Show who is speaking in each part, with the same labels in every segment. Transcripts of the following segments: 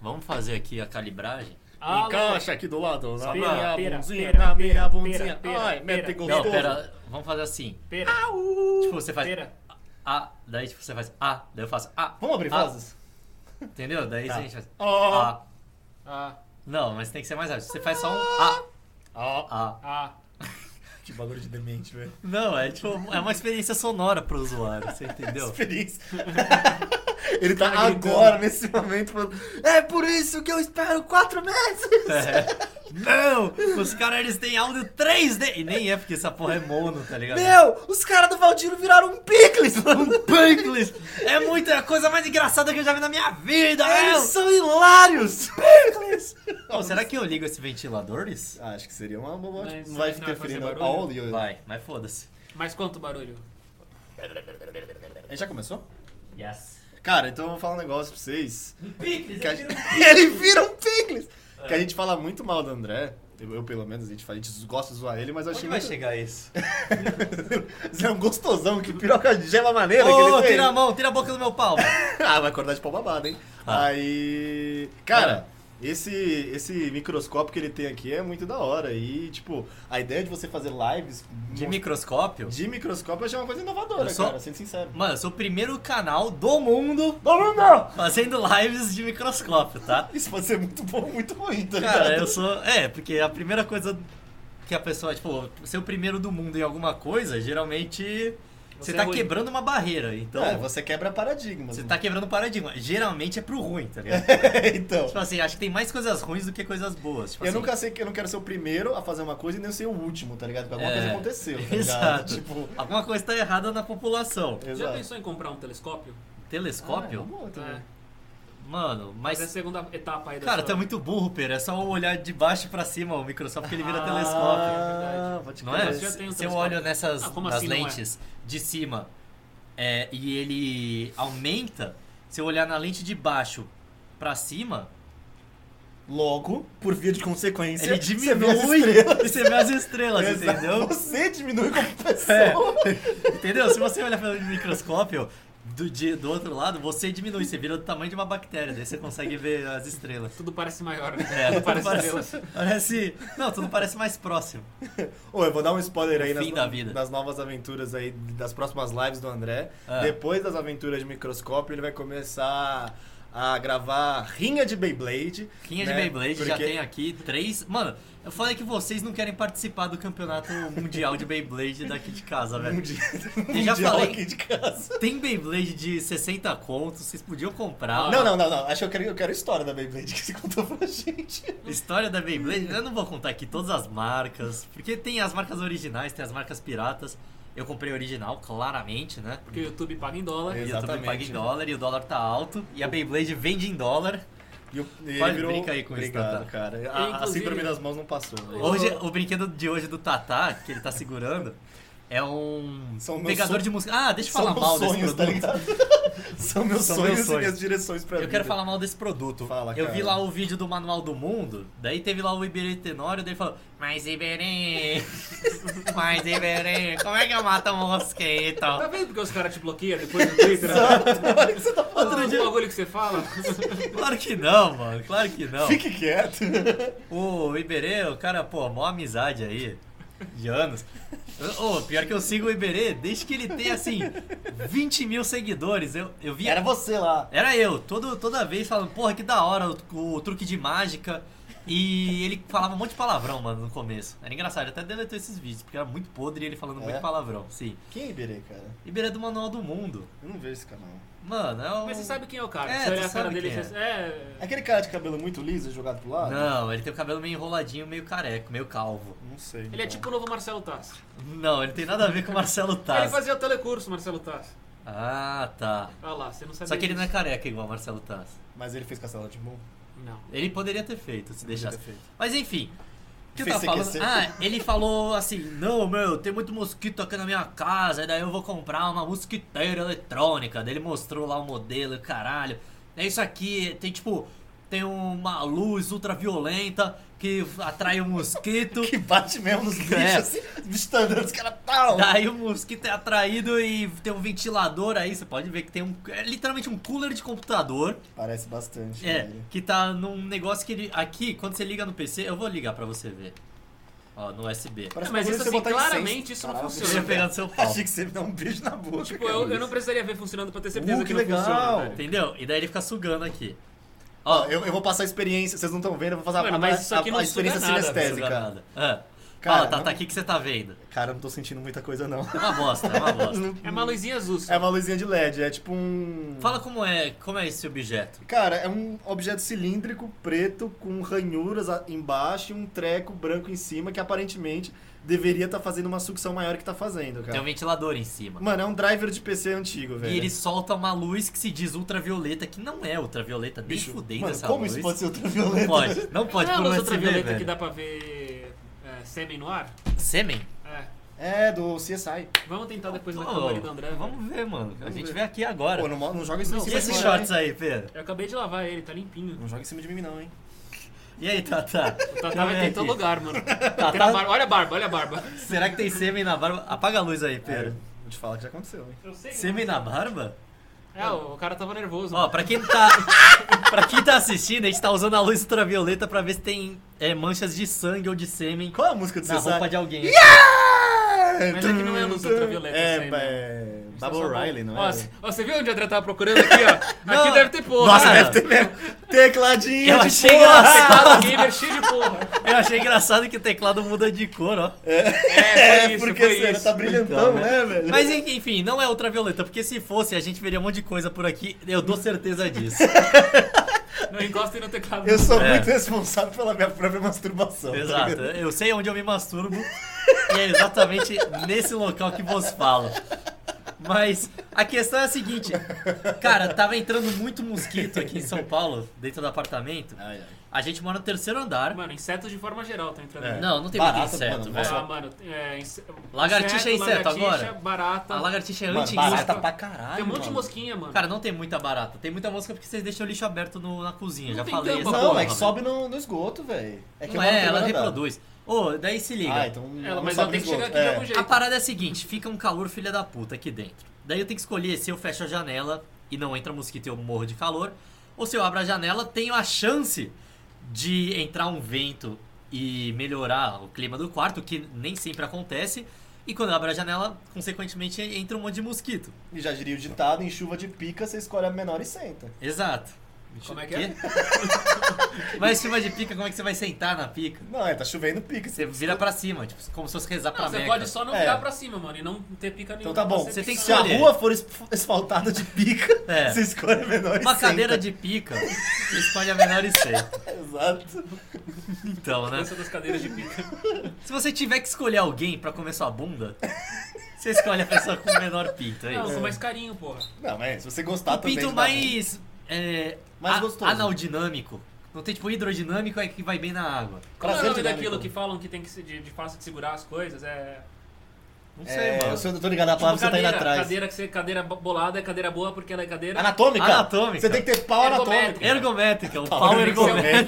Speaker 1: Vamos fazer aqui a calibragem?
Speaker 2: Ah,
Speaker 3: Encaixa aqui do lado, na
Speaker 2: Pera,
Speaker 3: minha
Speaker 2: pera,
Speaker 3: bundinha,
Speaker 2: pera,
Speaker 3: na minha
Speaker 2: pera,
Speaker 3: bundinha.
Speaker 2: pera, pera,
Speaker 3: Ai, mete
Speaker 2: pera.
Speaker 1: Não,
Speaker 3: gostoso.
Speaker 1: pera, vamos fazer assim.
Speaker 2: Pera,
Speaker 1: Tipo, você faz
Speaker 2: pera.
Speaker 1: A, daí tipo, você faz A, daí eu faço A.
Speaker 3: Vamos abrir
Speaker 1: A,
Speaker 3: fases?
Speaker 1: Entendeu? Daí
Speaker 3: Tá.
Speaker 1: a gente faz
Speaker 3: Ó,
Speaker 1: A.
Speaker 2: Ah,
Speaker 1: Não, mas tem que ser mais rápido. Você faz só um
Speaker 3: ó,
Speaker 1: A, A.
Speaker 2: ah.
Speaker 3: que bagulho de demente, velho.
Speaker 1: Não, é tipo, é uma experiência sonora pro usuário, você entendeu?
Speaker 3: Experiência. Ele tá
Speaker 2: Tá gritando.
Speaker 3: agora, nesse momento, falando: É por isso que eu espero quatro meses!
Speaker 1: É. Não! Os caras eles têm áudio 3D! E nem é porque essa porra é mono, tá ligado?
Speaker 3: Meu, os caras do Valdiro viraram um picles, mano.
Speaker 1: Pringles! É muito, é a coisa mais engraçada que eu já vi na minha vida,
Speaker 3: Eles
Speaker 1: meu!
Speaker 3: são hilários! Picles!
Speaker 1: Ô, será que eu ligo esse ventiladores?
Speaker 3: Ah, Acho que seria uma boa.
Speaker 2: Mas
Speaker 3: tipo, não vai
Speaker 2: não vai fazer
Speaker 3: interferir na
Speaker 2: barulho?
Speaker 3: áudio.
Speaker 1: Vai, mas foda-se.
Speaker 2: Mas quanto barulho?
Speaker 3: É, Já começou?
Speaker 1: Yes.
Speaker 3: Cara, então eu vou falar um negócio pra vocês.
Speaker 1: Pringles!
Speaker 3: Que a gente- E ele vira um picles!
Speaker 1: É.
Speaker 3: Que a gente fala muito mal do André. Eu, eu, pelo menos, a gente, fala, a gente gosta de zoar ele, mas eu achei
Speaker 1: Onde vai
Speaker 3: muito-
Speaker 1: chegar isso?
Speaker 3: Você é um gostosão, que piroca de gema maneira que ele
Speaker 1: Ô,
Speaker 3: fez.
Speaker 1: tira a mão, tira a boca do meu pau!
Speaker 3: ah, vai acordar de pau babado, hein?
Speaker 1: Ah.
Speaker 3: Aí. Cara. Esse, esse microscópio que ele tem aqui é muito da hora. E, tipo, a ideia de você fazer lives
Speaker 1: De
Speaker 3: mo-
Speaker 1: microscópio?
Speaker 3: de microscópio eu achei uma coisa inovadora,
Speaker 1: Eu sou-
Speaker 3: cara, sendo sincero.
Speaker 1: Mano, eu sou o primeiro canal do mundo
Speaker 3: Não, não, não!
Speaker 1: fazendo lives de microscópio, tá?
Speaker 3: Isso pode ser muito bom, muito ruim, tá ligado?
Speaker 1: Cara, eu sou. É, porque a primeira coisa que a pessoa, tipo, ser o primeiro do mundo em alguma coisa, geralmente você,
Speaker 2: Você é
Speaker 1: tá
Speaker 2: ruim.
Speaker 1: quebrando uma barreira. Então,
Speaker 3: É, você quebra paradigmas.
Speaker 1: você
Speaker 3: né?
Speaker 1: tá quebrando paradigma. Geralmente é pro ruim, tá ligado?
Speaker 3: então.
Speaker 1: tipo assim, acho que tem mais coisas ruins do que coisas boas. Tipo
Speaker 3: Eu
Speaker 1: assim,
Speaker 3: nunca sei que eu não quero ser o primeiro a fazer uma coisa e nem ser o último, tá ligado? Porque alguma
Speaker 1: É,
Speaker 3: coisa aconteceu, tá ligado?
Speaker 1: Exato.
Speaker 3: Tipo,
Speaker 1: Alguma coisa tá errada na população.
Speaker 2: Já
Speaker 3: exato.
Speaker 2: pensou em comprar um telescópio?
Speaker 3: Ah, é uma
Speaker 1: Telescópio?
Speaker 3: boa também.
Speaker 2: É.
Speaker 1: Mano,
Speaker 2: Mas é a
Speaker 1: mas.
Speaker 2: segunda etapa aí da
Speaker 1: Cara,
Speaker 2: sua-
Speaker 1: tu é muito burro, Pera. É só olhar de baixo pra cima o Microsoft que ele vira
Speaker 2: Ah,
Speaker 1: É. telescópio.
Speaker 3: Ah,
Speaker 2: verdade.
Speaker 3: pode
Speaker 1: Não
Speaker 3: crer.
Speaker 1: é?
Speaker 2: Mas já tem um
Speaker 1: Se eu
Speaker 2: telescópio.
Speaker 1: olho nessas
Speaker 2: Ah, como
Speaker 1: nas
Speaker 2: assim não é?
Speaker 1: lentes de cima é, e ele aumenta, se eu olhar na lente de baixo pra cima,
Speaker 3: Logo, por via de consequência,
Speaker 1: ele diminui
Speaker 3: você vê as
Speaker 1: e você vê as estrelas,
Speaker 3: estrelas,
Speaker 1: entendeu?
Speaker 3: Você diminui como pessoa.
Speaker 1: É, entendeu? Se você olhar pelo microscópio do, de- do outro lado, você diminui, você vira do tamanho de uma bactéria, daí você consegue ver as estrelas.
Speaker 2: Tudo parece maior, né?
Speaker 1: É,
Speaker 2: Tudo
Speaker 1: tudo
Speaker 2: parece
Speaker 1: parece-
Speaker 2: estrelas.
Speaker 1: Parece. Não, tudo parece mais próximo.
Speaker 3: Ô, eu vou dar um spoiler aí nas,
Speaker 1: Fim da vida.
Speaker 3: nas novas aventuras aí, das próximas lives do André.
Speaker 1: Ah.
Speaker 3: Depois das aventuras de microscópio, ele vai começar a gravar Rinha de Beyblade.
Speaker 1: Quinha de
Speaker 3: né?
Speaker 1: Beyblade já
Speaker 3: Porque-
Speaker 1: tem aqui três. Mano, eu falei que vocês não querem participar do campeonato mundial de Beyblade daqui de casa, velho.
Speaker 3: Mundi-
Speaker 1: Eu já
Speaker 3: Mundial
Speaker 1: falei.
Speaker 3: um aqui de casa.
Speaker 1: Tem Beyblade de 60 contos, vocês podiam comprar.
Speaker 3: Ah, Não, não, não, não. Acho que eu quero, eu quero a história da Beyblade que você contou pra gente.
Speaker 1: História da Beyblade, eu não vou contar aqui todas as marcas, porque tem as marcas originais, tem as marcas piratas. Eu comprei original, claramente, né?
Speaker 2: Porque o YouTube paga em dólar.
Speaker 3: É.
Speaker 1: E eu também
Speaker 3: Exatamente.
Speaker 1: pago em dólar e o dólar tá alto. E a Beyblade vende em dólar.
Speaker 3: E o- e ele
Speaker 1: Pode, brinca aí com isso,
Speaker 3: Obrigado,
Speaker 1: Tatá.
Speaker 3: cara. A, a
Speaker 2: Inclusive-
Speaker 3: síndrome das mãos não passou. velho.
Speaker 2: Ô.
Speaker 1: Hoje, o brinquedo de hoje do Tatá, que ele tá segurando, é um
Speaker 3: São meus
Speaker 1: pegador
Speaker 3: son-
Speaker 1: de música. Ah, deixa eu
Speaker 3: São
Speaker 1: falar
Speaker 3: meus
Speaker 1: mal
Speaker 3: sonhos,
Speaker 1: desse
Speaker 3: tá
Speaker 1: produto.
Speaker 3: ligado? São meus
Speaker 1: São meus
Speaker 3: sonhos e
Speaker 1: sonhos.
Speaker 3: minhas direções pra
Speaker 1: Eu
Speaker 3: vida.
Speaker 1: quero falar mal desse produto.
Speaker 3: Fala,
Speaker 1: eu vi
Speaker 3: cara.
Speaker 1: lá o vídeo do Manual do Mundo, daí teve lá o Iberê Tenório, daí ele falou: Mas Iberê, mas Iberê, como é que eu mato um mosquito?
Speaker 2: Tá vendo porque os caras te bloqueiam depois no Twitter?
Speaker 3: Olha o que você tá falando.
Speaker 2: Outro dia... bagulho que você fala.
Speaker 1: Claro que não, mano, claro que não.
Speaker 3: Fique quieto.
Speaker 1: O Iberê, o cara, pô, mó amizade aí, de anos. Ô, pior que eu sigo o Iberê desde que ele tem, assim, 20 mil seguidores. Eu, eu vi
Speaker 3: Era você lá.
Speaker 1: Era eu, todo, toda vez falando, porra, que da hora o, o truque de mágica. E ele falava um monte de palavrão, mano, no começo. Era engraçado, ele até deletou esses vídeos, porque era muito podre e ele falando
Speaker 3: É?
Speaker 1: muito palavrão, sim.
Speaker 3: Quem é Iberê, cara?
Speaker 1: Iberê é do Manual do Mundo.
Speaker 3: Eu não vejo esse canal.
Speaker 1: Mano, é um...
Speaker 2: Mas você sabe quem é o cara.
Speaker 1: É,
Speaker 2: você
Speaker 1: tu
Speaker 2: olha a cara
Speaker 1: sabe
Speaker 2: dele e
Speaker 1: quem
Speaker 2: você... É...
Speaker 3: Aquele cara de cabelo muito liso jogado pro lado?
Speaker 1: Não, ele tem o cabelo meio enroladinho, meio careco, meio calvo.
Speaker 3: Não sei.
Speaker 2: Ele é
Speaker 3: então.
Speaker 2: tipo o novo Marcelo Tassi.
Speaker 1: Não, ele tem nada a ver com o Marcelo
Speaker 2: Ele
Speaker 1: Tassi.
Speaker 2: fazia o telecurso, Marcelo Tassi.
Speaker 1: Ah, tá.
Speaker 2: Olha lá, você não sabia
Speaker 1: Só que ele não é
Speaker 2: disso.
Speaker 1: careca igual o Marcelo Tassi.
Speaker 3: Mas ele fez castelo de bom.
Speaker 2: Não.
Speaker 1: Ele poderia ter feito, se deixasse.
Speaker 3: ter feito.
Speaker 1: Mas enfim. O que eu
Speaker 3: Fez
Speaker 1: tava falando?
Speaker 3: CQC.
Speaker 1: Ah, ele falou assim: Não, meu, tem muito mosquito aqui na minha casa, e daí eu vou comprar uma mosquiteira eletrônica. Daí ele mostrou lá o modelo, e o caralho. É isso aqui, tem tipo. tem tem uma luz ultraviolenta que atrai o mosquito.
Speaker 3: Que bate mesmo nos bichos,
Speaker 1: É.
Speaker 3: assim, os bichos tá andando, os caras tal.
Speaker 1: Daí o mosquito é atraído e tem um ventilador aí, você pode ver que tem um. É literalmente um cooler de computador.
Speaker 3: Parece bastante.
Speaker 1: É,
Speaker 3: velho.
Speaker 1: que tá num negócio que ele. Aqui, quando você liga no PC, eu vou ligar pra você ver. Ó, no USB.
Speaker 3: Parece
Speaker 2: Mas
Speaker 3: que
Speaker 2: isso,
Speaker 3: você
Speaker 2: assim,
Speaker 3: botar incenso.
Speaker 2: claramente isso não
Speaker 3: Caralho,
Speaker 2: funciona.
Speaker 1: Você ia pegar no seu pau.
Speaker 3: Achei que você ia me dar um beijo na boca.
Speaker 2: Tipo,
Speaker 3: cara.
Speaker 2: eu, eu não precisaria ver funcionando pra ter certeza
Speaker 3: é Uh,
Speaker 2: que,
Speaker 3: que
Speaker 2: não
Speaker 3: legal.
Speaker 2: funciona, velho.
Speaker 1: Entendeu? E daí ele fica sugando aqui.
Speaker 3: Ó, eu, eu vou passar a experiência, vocês não estão vendo, eu vou passar
Speaker 2: Mano,
Speaker 3: a,
Speaker 2: mas
Speaker 3: a-
Speaker 2: isso aqui
Speaker 3: a-
Speaker 2: não
Speaker 3: a experiência
Speaker 2: suga nada,
Speaker 1: Não suga
Speaker 3: sinestésica.
Speaker 1: nada. Ah.
Speaker 3: Cara,
Speaker 1: Fala, tá,
Speaker 3: não-
Speaker 1: tá aqui que você tá vendo.
Speaker 3: Cara, eu não tô sentindo muita coisa, não.
Speaker 1: É uma bosta, é uma bosta.
Speaker 2: É uma luzinha azul. só.
Speaker 3: É uma luzinha de LED, é tipo um.
Speaker 1: Fala como é, como é esse objeto.
Speaker 3: Cara, é um objeto cilíndrico preto com ranhuras a- embaixo e um treco branco em cima que aparentemente deveria estar fazendo uma sucção maior que tá fazendo,
Speaker 1: Tem um
Speaker 3: cara.
Speaker 1: ventilador em cima.
Speaker 3: Mano, é um driver de PC antigo, velho.
Speaker 1: E ele solta uma luz que se diz ultravioleta, que não é ultravioleta, nem
Speaker 3: Bicho,
Speaker 1: fudendo
Speaker 3: mano,
Speaker 1: essa
Speaker 3: como
Speaker 1: luz.
Speaker 3: isso pode ser
Speaker 1: Não
Speaker 3: ultravioleta?
Speaker 1: pode, não pode
Speaker 2: não é a
Speaker 1: por USB,
Speaker 2: luz ultravioleta
Speaker 1: assim, né, velho.
Speaker 2: que dá pra ver é, sêmen no ar?
Speaker 1: Sêmen?
Speaker 2: É.
Speaker 3: É, do CSI.
Speaker 2: Vamos tentar depois na
Speaker 1: Ô,
Speaker 2: câmera do André. velho.
Speaker 1: vamos ver, mano. a
Speaker 3: Vamos
Speaker 1: gente
Speaker 3: ver.
Speaker 1: vê aqui agora.
Speaker 3: Pô, não, mo- não joga isso em
Speaker 2: Não,
Speaker 1: e
Speaker 3: cima
Speaker 1: esses
Speaker 3: de mim,
Speaker 1: shorts
Speaker 3: não, hein?
Speaker 1: aí, Pedro?
Speaker 2: Eu acabei de lavar ele, tá limpinho.
Speaker 3: Não joga em cima de mim, não, hein?
Speaker 1: E aí, Tata?
Speaker 2: O Tatá
Speaker 1: Deixa eu
Speaker 2: vai
Speaker 1: ver
Speaker 2: ter em todo
Speaker 1: aqui.
Speaker 2: lugar, mano.
Speaker 1: Tatá-
Speaker 2: Tem na barba- Olha a barba, olha a barba.
Speaker 1: Será que tem sêmen na barba? Apaga a luz aí,
Speaker 3: Pera,
Speaker 1: Pedro.
Speaker 3: vou te falar que já aconteceu, hein?
Speaker 2: Eu sei. né?
Speaker 1: Sêmen na barba?
Speaker 2: É, o cara tava nervoso.
Speaker 1: né? Ó, pra quem tá. pra quem tá assistindo, a gente tá usando a luz ultravioleta pra ver se tem é, manchas de sangue ou de sêmen
Speaker 3: Qual é a música do
Speaker 1: na
Speaker 3: CSI?
Speaker 1: roupa de alguém.
Speaker 2: Mas é que não é luz ultravioleta
Speaker 3: É,
Speaker 2: isso aí,
Speaker 3: é... Bubble Riley, não
Speaker 2: Ó,
Speaker 3: é?
Speaker 2: c- ó, você viu onde o André tava procurando aqui, ó?
Speaker 1: Não.
Speaker 2: Aqui deve ter porra.
Speaker 1: Nossa,
Speaker 2: né?
Speaker 1: deve
Speaker 3: Deve ter mesmo. Tecladinho
Speaker 1: Eu
Speaker 3: de
Speaker 1: achei
Speaker 3: porra.
Speaker 1: engraçado.
Speaker 2: Teclado tá, gamer cheio de porra.
Speaker 1: Eu achei engraçado que o teclado muda de cor, ó.
Speaker 2: É, foi
Speaker 3: É,
Speaker 2: isso,
Speaker 3: porque
Speaker 2: foi
Speaker 3: você
Speaker 2: isso.
Speaker 3: tá brilhantão,
Speaker 1: Então,
Speaker 3: né, velho?
Speaker 1: Mas en- enfim, não é ultravioleta, porque se fosse, a gente veria um monte de coisa por aqui. Eu dou certeza disso.
Speaker 2: Não encosta no teclado.
Speaker 3: Eu sou
Speaker 1: É.
Speaker 3: muito responsável pela minha própria masturbação. tá
Speaker 1: Exato. é.
Speaker 3: ligado?
Speaker 1: Eu sei onde eu me masturbo. e é exatamente nesse local que vos falo. Mas a questão é a seguinte, cara, tava entrando muito mosquito aqui em São Paulo, dentro do apartamento.
Speaker 3: Ai, ai.
Speaker 1: A gente mora no terceiro andar.
Speaker 2: Mano, insetos de forma geral tá entrando.
Speaker 3: É.
Speaker 1: Não, não tem
Speaker 3: Barata,
Speaker 1: muito inseto,
Speaker 3: mano,
Speaker 1: velho.
Speaker 2: Ah, mano, é, inse-
Speaker 1: Lagartixa é inseto
Speaker 2: lagartixa,
Speaker 1: agora?
Speaker 2: barata.
Speaker 1: A lagartixa é
Speaker 3: Mano,
Speaker 1: anti
Speaker 3: barata pra caralho.
Speaker 2: Tem um monte de
Speaker 3: mano.
Speaker 2: mosquinha, mano.
Speaker 1: Cara, não tem muita barata. Tem muita mosca porque vocês deixam o lixo aberto no- na cozinha.
Speaker 2: Não
Speaker 1: já
Speaker 2: tem
Speaker 1: falei.
Speaker 2: tampa,
Speaker 1: essa
Speaker 3: Não,
Speaker 1: porra,
Speaker 3: é que
Speaker 1: velho.
Speaker 3: sobe no, no esgoto, velho. É que
Speaker 1: Não
Speaker 3: eu moro
Speaker 1: é,
Speaker 3: no
Speaker 1: ela
Speaker 3: primeiro andar.
Speaker 1: reproduz. Ô, daí se liga.
Speaker 3: Ah, então
Speaker 2: Ela,
Speaker 3: não
Speaker 2: mas ela
Speaker 3: sobe
Speaker 2: tem que
Speaker 3: no
Speaker 2: chegar aqui
Speaker 3: esgoto.
Speaker 2: um de algum
Speaker 3: é.
Speaker 2: jeito.
Speaker 1: A parada é a seguinte, fica um calor filha da puta aqui dentro. Daí eu tenho que escolher se eu fecho a janela e não entra mosquito e eu morro de calor, ou se eu abro a janela, tenho a chance de entrar um vento e melhorar o clima do quarto, que nem sempre acontece. E quando eu abro a janela, consequentemente entra um monte de mosquito.
Speaker 3: E já diria o ditado, em chuva de pica, você escolhe a menor e senta.
Speaker 1: Exato.
Speaker 2: Como é que é?
Speaker 1: Quê? Mas chuva de pica, como é que você vai sentar na pica?
Speaker 3: Não, é, tá chovendo pica.
Speaker 1: Você vira pra cima, tipo, como se fosse rezar
Speaker 2: Não,
Speaker 1: pra
Speaker 2: você
Speaker 1: Meca.
Speaker 2: pode só não
Speaker 3: É.
Speaker 2: virar pra cima, mano, e não ter pica nenhuma.
Speaker 3: Então tá bom.
Speaker 2: pra
Speaker 1: Você tem que
Speaker 2: pisar.
Speaker 3: Se a
Speaker 1: escolher.
Speaker 3: rua for es- asfaltada de pica,
Speaker 1: É.
Speaker 3: você escolhe a menor e
Speaker 1: Uma
Speaker 3: senta.
Speaker 1: cadeira de pica, você escolhe a menor e senta.
Speaker 3: Exato.
Speaker 1: Então, né?
Speaker 2: Dança das cadeiras de pica.
Speaker 1: Se você tiver que escolher alguém pra comer sua bunda, você escolhe a pessoa com o menor pinto, é
Speaker 2: Não, eu
Speaker 1: isso.
Speaker 2: sou mais carinho, porra.
Speaker 3: Não, mas se você gostar
Speaker 1: o
Speaker 3: Tá também...
Speaker 1: pinto
Speaker 3: de dar bom.
Speaker 1: mais. É,
Speaker 3: Mais
Speaker 1: a-
Speaker 3: gostoso.
Speaker 1: Analdinâmico. Não tem tipo hidrodinâmico, é que vai bem na água.
Speaker 2: Qual é o
Speaker 3: Prazer
Speaker 2: nome
Speaker 3: de dar
Speaker 2: daquilo
Speaker 3: amigo.
Speaker 2: que falam que tem que ser de, de fácil de segurar as coisas? É.
Speaker 1: Não sei,
Speaker 3: É, eu
Speaker 1: mano.
Speaker 3: sou- eu tô ligado na palavra,
Speaker 2: Tipo,
Speaker 3: Tá você tá indo atrás. Ah,
Speaker 2: Cadeira, que você, cadeira bolada é cadeira boa porque ela é cadeira.
Speaker 3: Anatômica?
Speaker 1: Anatômica.
Speaker 3: Você tem que ter pau anatômico.
Speaker 1: Ergométrica, é
Speaker 2: Ergométrica.
Speaker 1: o
Speaker 3: Pau
Speaker 1: pau
Speaker 2: ergométrico.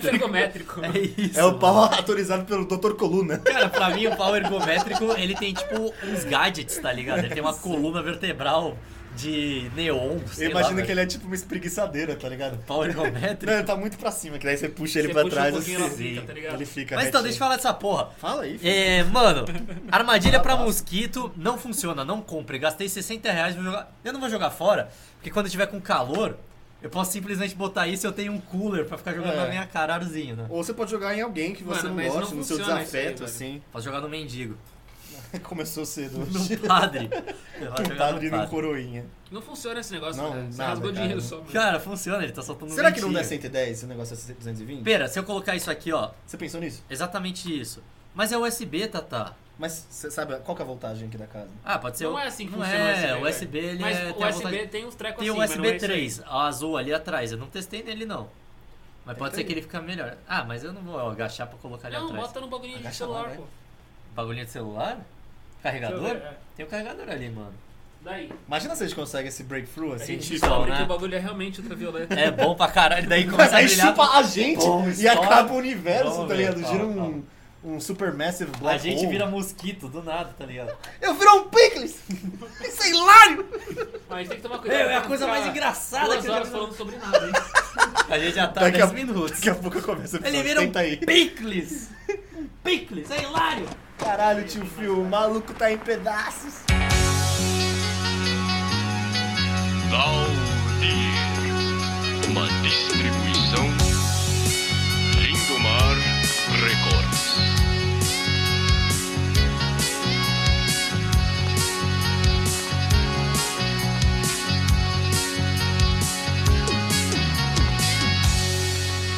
Speaker 1: ergométrico.
Speaker 2: ergométrico.
Speaker 1: É isso.
Speaker 3: É o pau
Speaker 1: mano.
Speaker 3: autorizado pelo Dr. Coluna.
Speaker 1: Cara, pra mim o pau ergométrico, ele tem tipo uns gadgets, tá ligado? Ele tem uma coluna vertebral de neon.
Speaker 3: Eu imagino que ele é tipo uma espreguiçadeira, tá ligado?
Speaker 1: Pau
Speaker 3: Não,
Speaker 1: ergométrico.
Speaker 3: ele tá muito pra cima, que daí você puxa ele
Speaker 2: Você
Speaker 3: pra
Speaker 2: puxa um
Speaker 3: trás
Speaker 2: pouquinho,
Speaker 3: assim,
Speaker 2: ela fica, tá ligado?
Speaker 3: ele fica
Speaker 1: Mas então,
Speaker 3: retinho.
Speaker 1: deixa eu falar dessa porra.
Speaker 3: Fala aí, filho.
Speaker 1: É, mano, armadilha pra
Speaker 3: Abraço.
Speaker 1: mosquito não funciona, não compre. Gastei 60 reais, vou jogar. Eu não vou jogar fora, porque quando tiver com calor, eu posso simplesmente botar isso e eu tenho um cooler pra ficar jogando
Speaker 3: É.
Speaker 1: na minha caralhozinha, né?
Speaker 3: Ou você pode jogar em alguém que você
Speaker 2: Mano,
Speaker 3: não
Speaker 2: mas
Speaker 3: gosta,
Speaker 2: não
Speaker 3: no seu
Speaker 2: funciona isso aí,
Speaker 3: desafeto,
Speaker 2: velho.
Speaker 3: assim.
Speaker 1: Posso jogar no mendigo.
Speaker 3: Começou cedo hoje.
Speaker 1: No padre. Eu vou jogar
Speaker 3: Um
Speaker 1: no
Speaker 3: padre num
Speaker 1: padre.
Speaker 3: coroinha.
Speaker 2: Não funciona esse negócio,
Speaker 3: Não,
Speaker 2: cara. Você
Speaker 3: nada,
Speaker 2: rasgou
Speaker 3: cara.
Speaker 2: dinheiro só. mano.
Speaker 1: Cara, funciona, ele tá soltando
Speaker 3: Será que não dá
Speaker 1: mendigo.
Speaker 3: 110 se o negócio é 220?
Speaker 1: Pera, se eu colocar isso aqui, ó,
Speaker 3: Você pensou nisso?
Speaker 1: exatamente isso. Mas é USB, Tata.
Speaker 3: Mas você sabe qual que é a voltagem aqui da casa?
Speaker 1: Ah, pode ser.
Speaker 2: Não
Speaker 1: o-
Speaker 2: é assim que
Speaker 1: não
Speaker 2: funciona
Speaker 1: é,
Speaker 2: o USB.
Speaker 1: o USB, ele
Speaker 2: mas
Speaker 1: é.
Speaker 2: o
Speaker 1: tem a
Speaker 2: USB
Speaker 1: voltagem-
Speaker 2: tem uns trecos
Speaker 1: Tem um o
Speaker 2: assim, mas não é
Speaker 1: USB
Speaker 2: isso aí.
Speaker 1: 3, a azul ali atrás. Eu não testei nele, não. Mas pode
Speaker 3: Tenta
Speaker 1: ser
Speaker 3: aí.
Speaker 1: que ele fica melhor. Ah, mas eu não vou agachar pra colocar ali
Speaker 2: Não,
Speaker 1: atrás.
Speaker 2: bota no bagulhinho de
Speaker 3: Agacha lá,
Speaker 2: celular,
Speaker 3: vai.
Speaker 2: pô.
Speaker 1: Bagulhinho de celular? Carregador?
Speaker 2: Deixa eu ver, é.
Speaker 1: Tem o carregador ali, mano.
Speaker 2: Daí.
Speaker 3: Imagina se a gente consegue esse breakthrough
Speaker 2: A
Speaker 3: assim,
Speaker 2: gente
Speaker 3: tipo.
Speaker 2: descobre
Speaker 1: né?
Speaker 2: que o bagulho é realmente ultravioleta.
Speaker 1: É bom pra caralho, daí
Speaker 3: Mas
Speaker 1: começa a
Speaker 3: tipo, aí
Speaker 1: brilhar.
Speaker 3: chupa a gente
Speaker 1: Bom,
Speaker 3: e
Speaker 1: história.
Speaker 3: acaba o universo,
Speaker 1: Vamos
Speaker 3: tá
Speaker 1: ver,
Speaker 3: ligado? Gira
Speaker 1: calma,
Speaker 3: um, um super massive black
Speaker 1: A gente
Speaker 3: hole.
Speaker 1: vira mosquito do nada, tá ligado?
Speaker 3: Eu viro um Pickles! Isso é hilário!
Speaker 2: Mas tem que tomar
Speaker 1: Meu,
Speaker 2: cuidado.
Speaker 1: é a
Speaker 2: pra não
Speaker 1: coisa
Speaker 2: ficar
Speaker 1: mais engraçada
Speaker 2: Duas
Speaker 1: que eu já
Speaker 2: horas
Speaker 1: vi.
Speaker 2: falando sobre nada, hein?
Speaker 1: A gente já tá
Speaker 3: Daqui a-
Speaker 1: 10 minutos.
Speaker 3: Daqui a pouco começa o episódio,
Speaker 1: Ele vira um
Speaker 3: tenta aí.
Speaker 1: picles! Picles, é hilário!
Speaker 3: Caralho, tio Phil, o maluco tá em pedaços.
Speaker 4: Gaudi, uma distribuição Lindomar Records.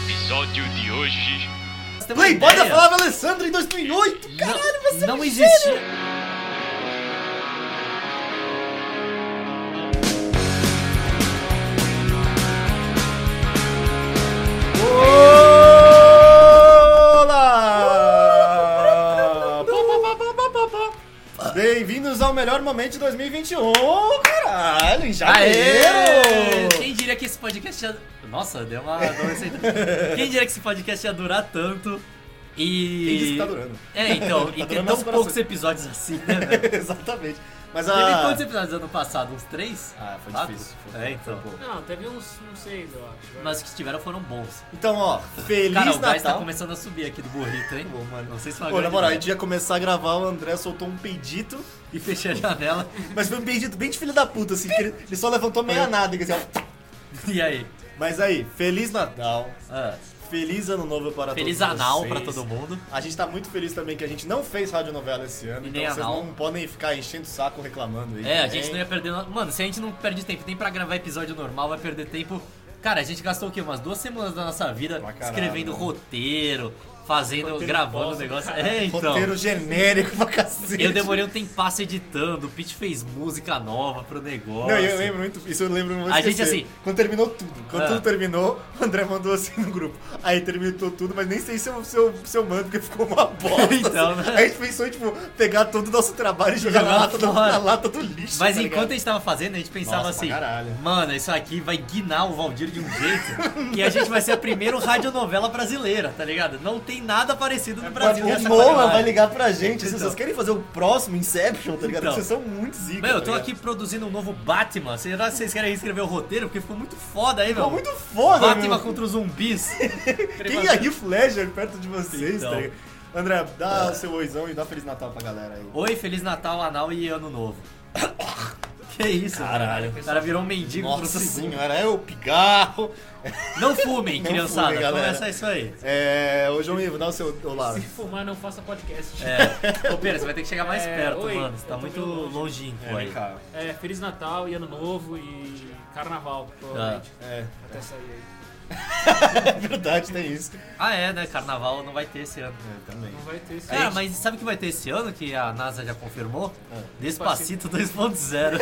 Speaker 4: Episódio de hoje.
Speaker 1: Nós temos
Speaker 3: Playboy da
Speaker 1: ideia.
Speaker 3: Flávia Alessandro em 2008! Caralho,
Speaker 1: não,
Speaker 3: você
Speaker 1: não existia.
Speaker 3: Olá! Bem-vindos ao melhor momento de 2021, caralho, em
Speaker 1: Aê!
Speaker 3: janeiro!
Speaker 1: Quem diria que esse podcast ia... Nossa, deu uma adolescente. Quem diria que esse podcast ia durar tanto e...
Speaker 3: Quem disse que tá durando?
Speaker 1: É, então, e ter
Speaker 3: Tá durando
Speaker 1: tão
Speaker 3: nosso
Speaker 1: poucos
Speaker 3: coração.
Speaker 1: episódios assim, né, velho?
Speaker 3: Exatamente. Mas ah,
Speaker 1: Teve quantos
Speaker 3: a...
Speaker 1: episódios ano passado? Uns três?
Speaker 3: Ah, foi
Speaker 1: Quatro?
Speaker 3: difícil. Foi-
Speaker 1: É, então.
Speaker 3: foi pouco.
Speaker 2: Não, teve uns, uns seis, eu acho. né? vai.
Speaker 1: Mas os que tiveram foram bons.
Speaker 3: Então, ó, Feliz
Speaker 1: Cara, o gás tá
Speaker 3: Natal.
Speaker 1: começando a subir aqui do burrito, hein?
Speaker 3: Pô, mano.
Speaker 1: Não sei se foi uma
Speaker 3: Pô, na
Speaker 1: grande
Speaker 3: moral, a
Speaker 1: ideia.
Speaker 3: gente ia começar a gravar, o André soltou um peidito,
Speaker 1: E fechei a janela.
Speaker 3: mas foi um peidito bem de filho da puta, assim, que ele, ele só levantou meia nada, assim, ó.
Speaker 1: E aí?
Speaker 3: Mas aí, Feliz Natal,
Speaker 1: Ah,
Speaker 3: Feliz Ano Novo para
Speaker 1: feliz
Speaker 3: todos
Speaker 1: anal
Speaker 3: vocês.
Speaker 1: pra todo mundo.
Speaker 3: A gente tá muito feliz também que a gente não fez radionovela esse ano,
Speaker 1: E
Speaker 3: então
Speaker 1: nem
Speaker 3: vocês
Speaker 1: anal.
Speaker 3: não podem ficar enchendo o saco reclamando aí. né?
Speaker 1: É, a
Speaker 3: também.
Speaker 1: gente não ia perder. no- Mano, se a gente não perde tempo nem pra gravar episódio normal, vai perder tempo. Cara, a gente gastou o quê? Umas duas semanas da nossa vida
Speaker 3: Pra caralho,
Speaker 1: escrevendo
Speaker 3: né?
Speaker 1: roteiro, fazendo,
Speaker 2: Roteiro
Speaker 1: gravando o
Speaker 2: bosta,
Speaker 1: negócio.
Speaker 2: cara.
Speaker 1: É, então.
Speaker 3: Roteiro genérico pra cacete.
Speaker 1: Eu demorei um tempasso editando, o Pete fez música nova pro negócio.
Speaker 3: Não, eu lembro muito, isso eu lembro muito.
Speaker 1: A gente, assim-
Speaker 3: Quando terminou tudo, quando
Speaker 1: Ah.
Speaker 3: tudo terminou, o André mandou assim no grupo. Aí terminou tudo, mas nem sei se eu, se eu, se eu mando, porque ficou uma bosta.
Speaker 1: Então,
Speaker 3: assim.
Speaker 1: né?
Speaker 3: Aí a gente pensou em, tipo, pegar todo o nosso trabalho e jogar, na,
Speaker 1: Jogar
Speaker 3: lata do,
Speaker 1: fora.
Speaker 3: na lata do lixo.
Speaker 1: Mas enquanto a
Speaker 3: tá ligado?
Speaker 1: gente tava fazendo, a gente pensava
Speaker 3: Nossa, pra
Speaker 1: assim:
Speaker 3: caralho.
Speaker 1: Mano, isso aqui vai guinar o Valdir de um jeito que a gente vai ser a primeira radionovela brasileira, tá ligado? Não tem nada parecido no Brasil. nessa
Speaker 3: o É, Nolan tá
Speaker 1: qualidade.
Speaker 3: vai ligar pra gente. Se
Speaker 1: Então.
Speaker 3: vocês querem fazer o próximo Inception, tá ligado?
Speaker 1: Então.
Speaker 3: Vocês são muito zica.
Speaker 1: Meu, eu tô
Speaker 3: tá ligado?
Speaker 1: aqui produzindo um novo Batman. Será que vocês querem escrever o roteiro? Porque ficou muito foda aí,
Speaker 3: Ficou
Speaker 1: meu.
Speaker 3: muito foda,
Speaker 1: Batman
Speaker 3: meu.
Speaker 1: contra os zumbis.
Speaker 3: Quem é Heath Ledger perto de vocês,
Speaker 1: Então.
Speaker 3: tá ligado? André, dá o seu oizão e dá Feliz Natal pra galera aí.
Speaker 1: Oi, Feliz Natal, Anal e Ano Novo. Que isso, mano?
Speaker 3: Caralho,
Speaker 1: O cara virou um mendigo por um
Speaker 3: Nossa
Speaker 1: segundo.
Speaker 3: senhora, é o pigarro.
Speaker 1: Não fumem,
Speaker 3: Não
Speaker 1: criançada.
Speaker 3: fumem, galera.
Speaker 1: Começa isso aí.
Speaker 3: É, ô João Ivo, dá o seu olá.
Speaker 2: Se fumar, não faça podcast.
Speaker 1: É. Ô, Pera, você vai ter que chegar mais
Speaker 2: É,
Speaker 1: perto,
Speaker 2: oi,
Speaker 1: mano. Você tá
Speaker 2: eu tô
Speaker 1: muito
Speaker 2: meio longe.
Speaker 1: longínquo aí.
Speaker 2: É, Feliz Natal e Ano Novo e Carnaval, provavelmente.
Speaker 3: É,
Speaker 2: Até sair aí.
Speaker 3: é verdade, tem isso.
Speaker 1: Ah, é, né? Carnaval não vai ter esse ano.
Speaker 3: É, também.
Speaker 2: Não vai ter esse
Speaker 1: Cara, mas sabe o que vai ter esse ano que a NASA já confirmou?
Speaker 3: Ah.
Speaker 1: Despacito 2.0.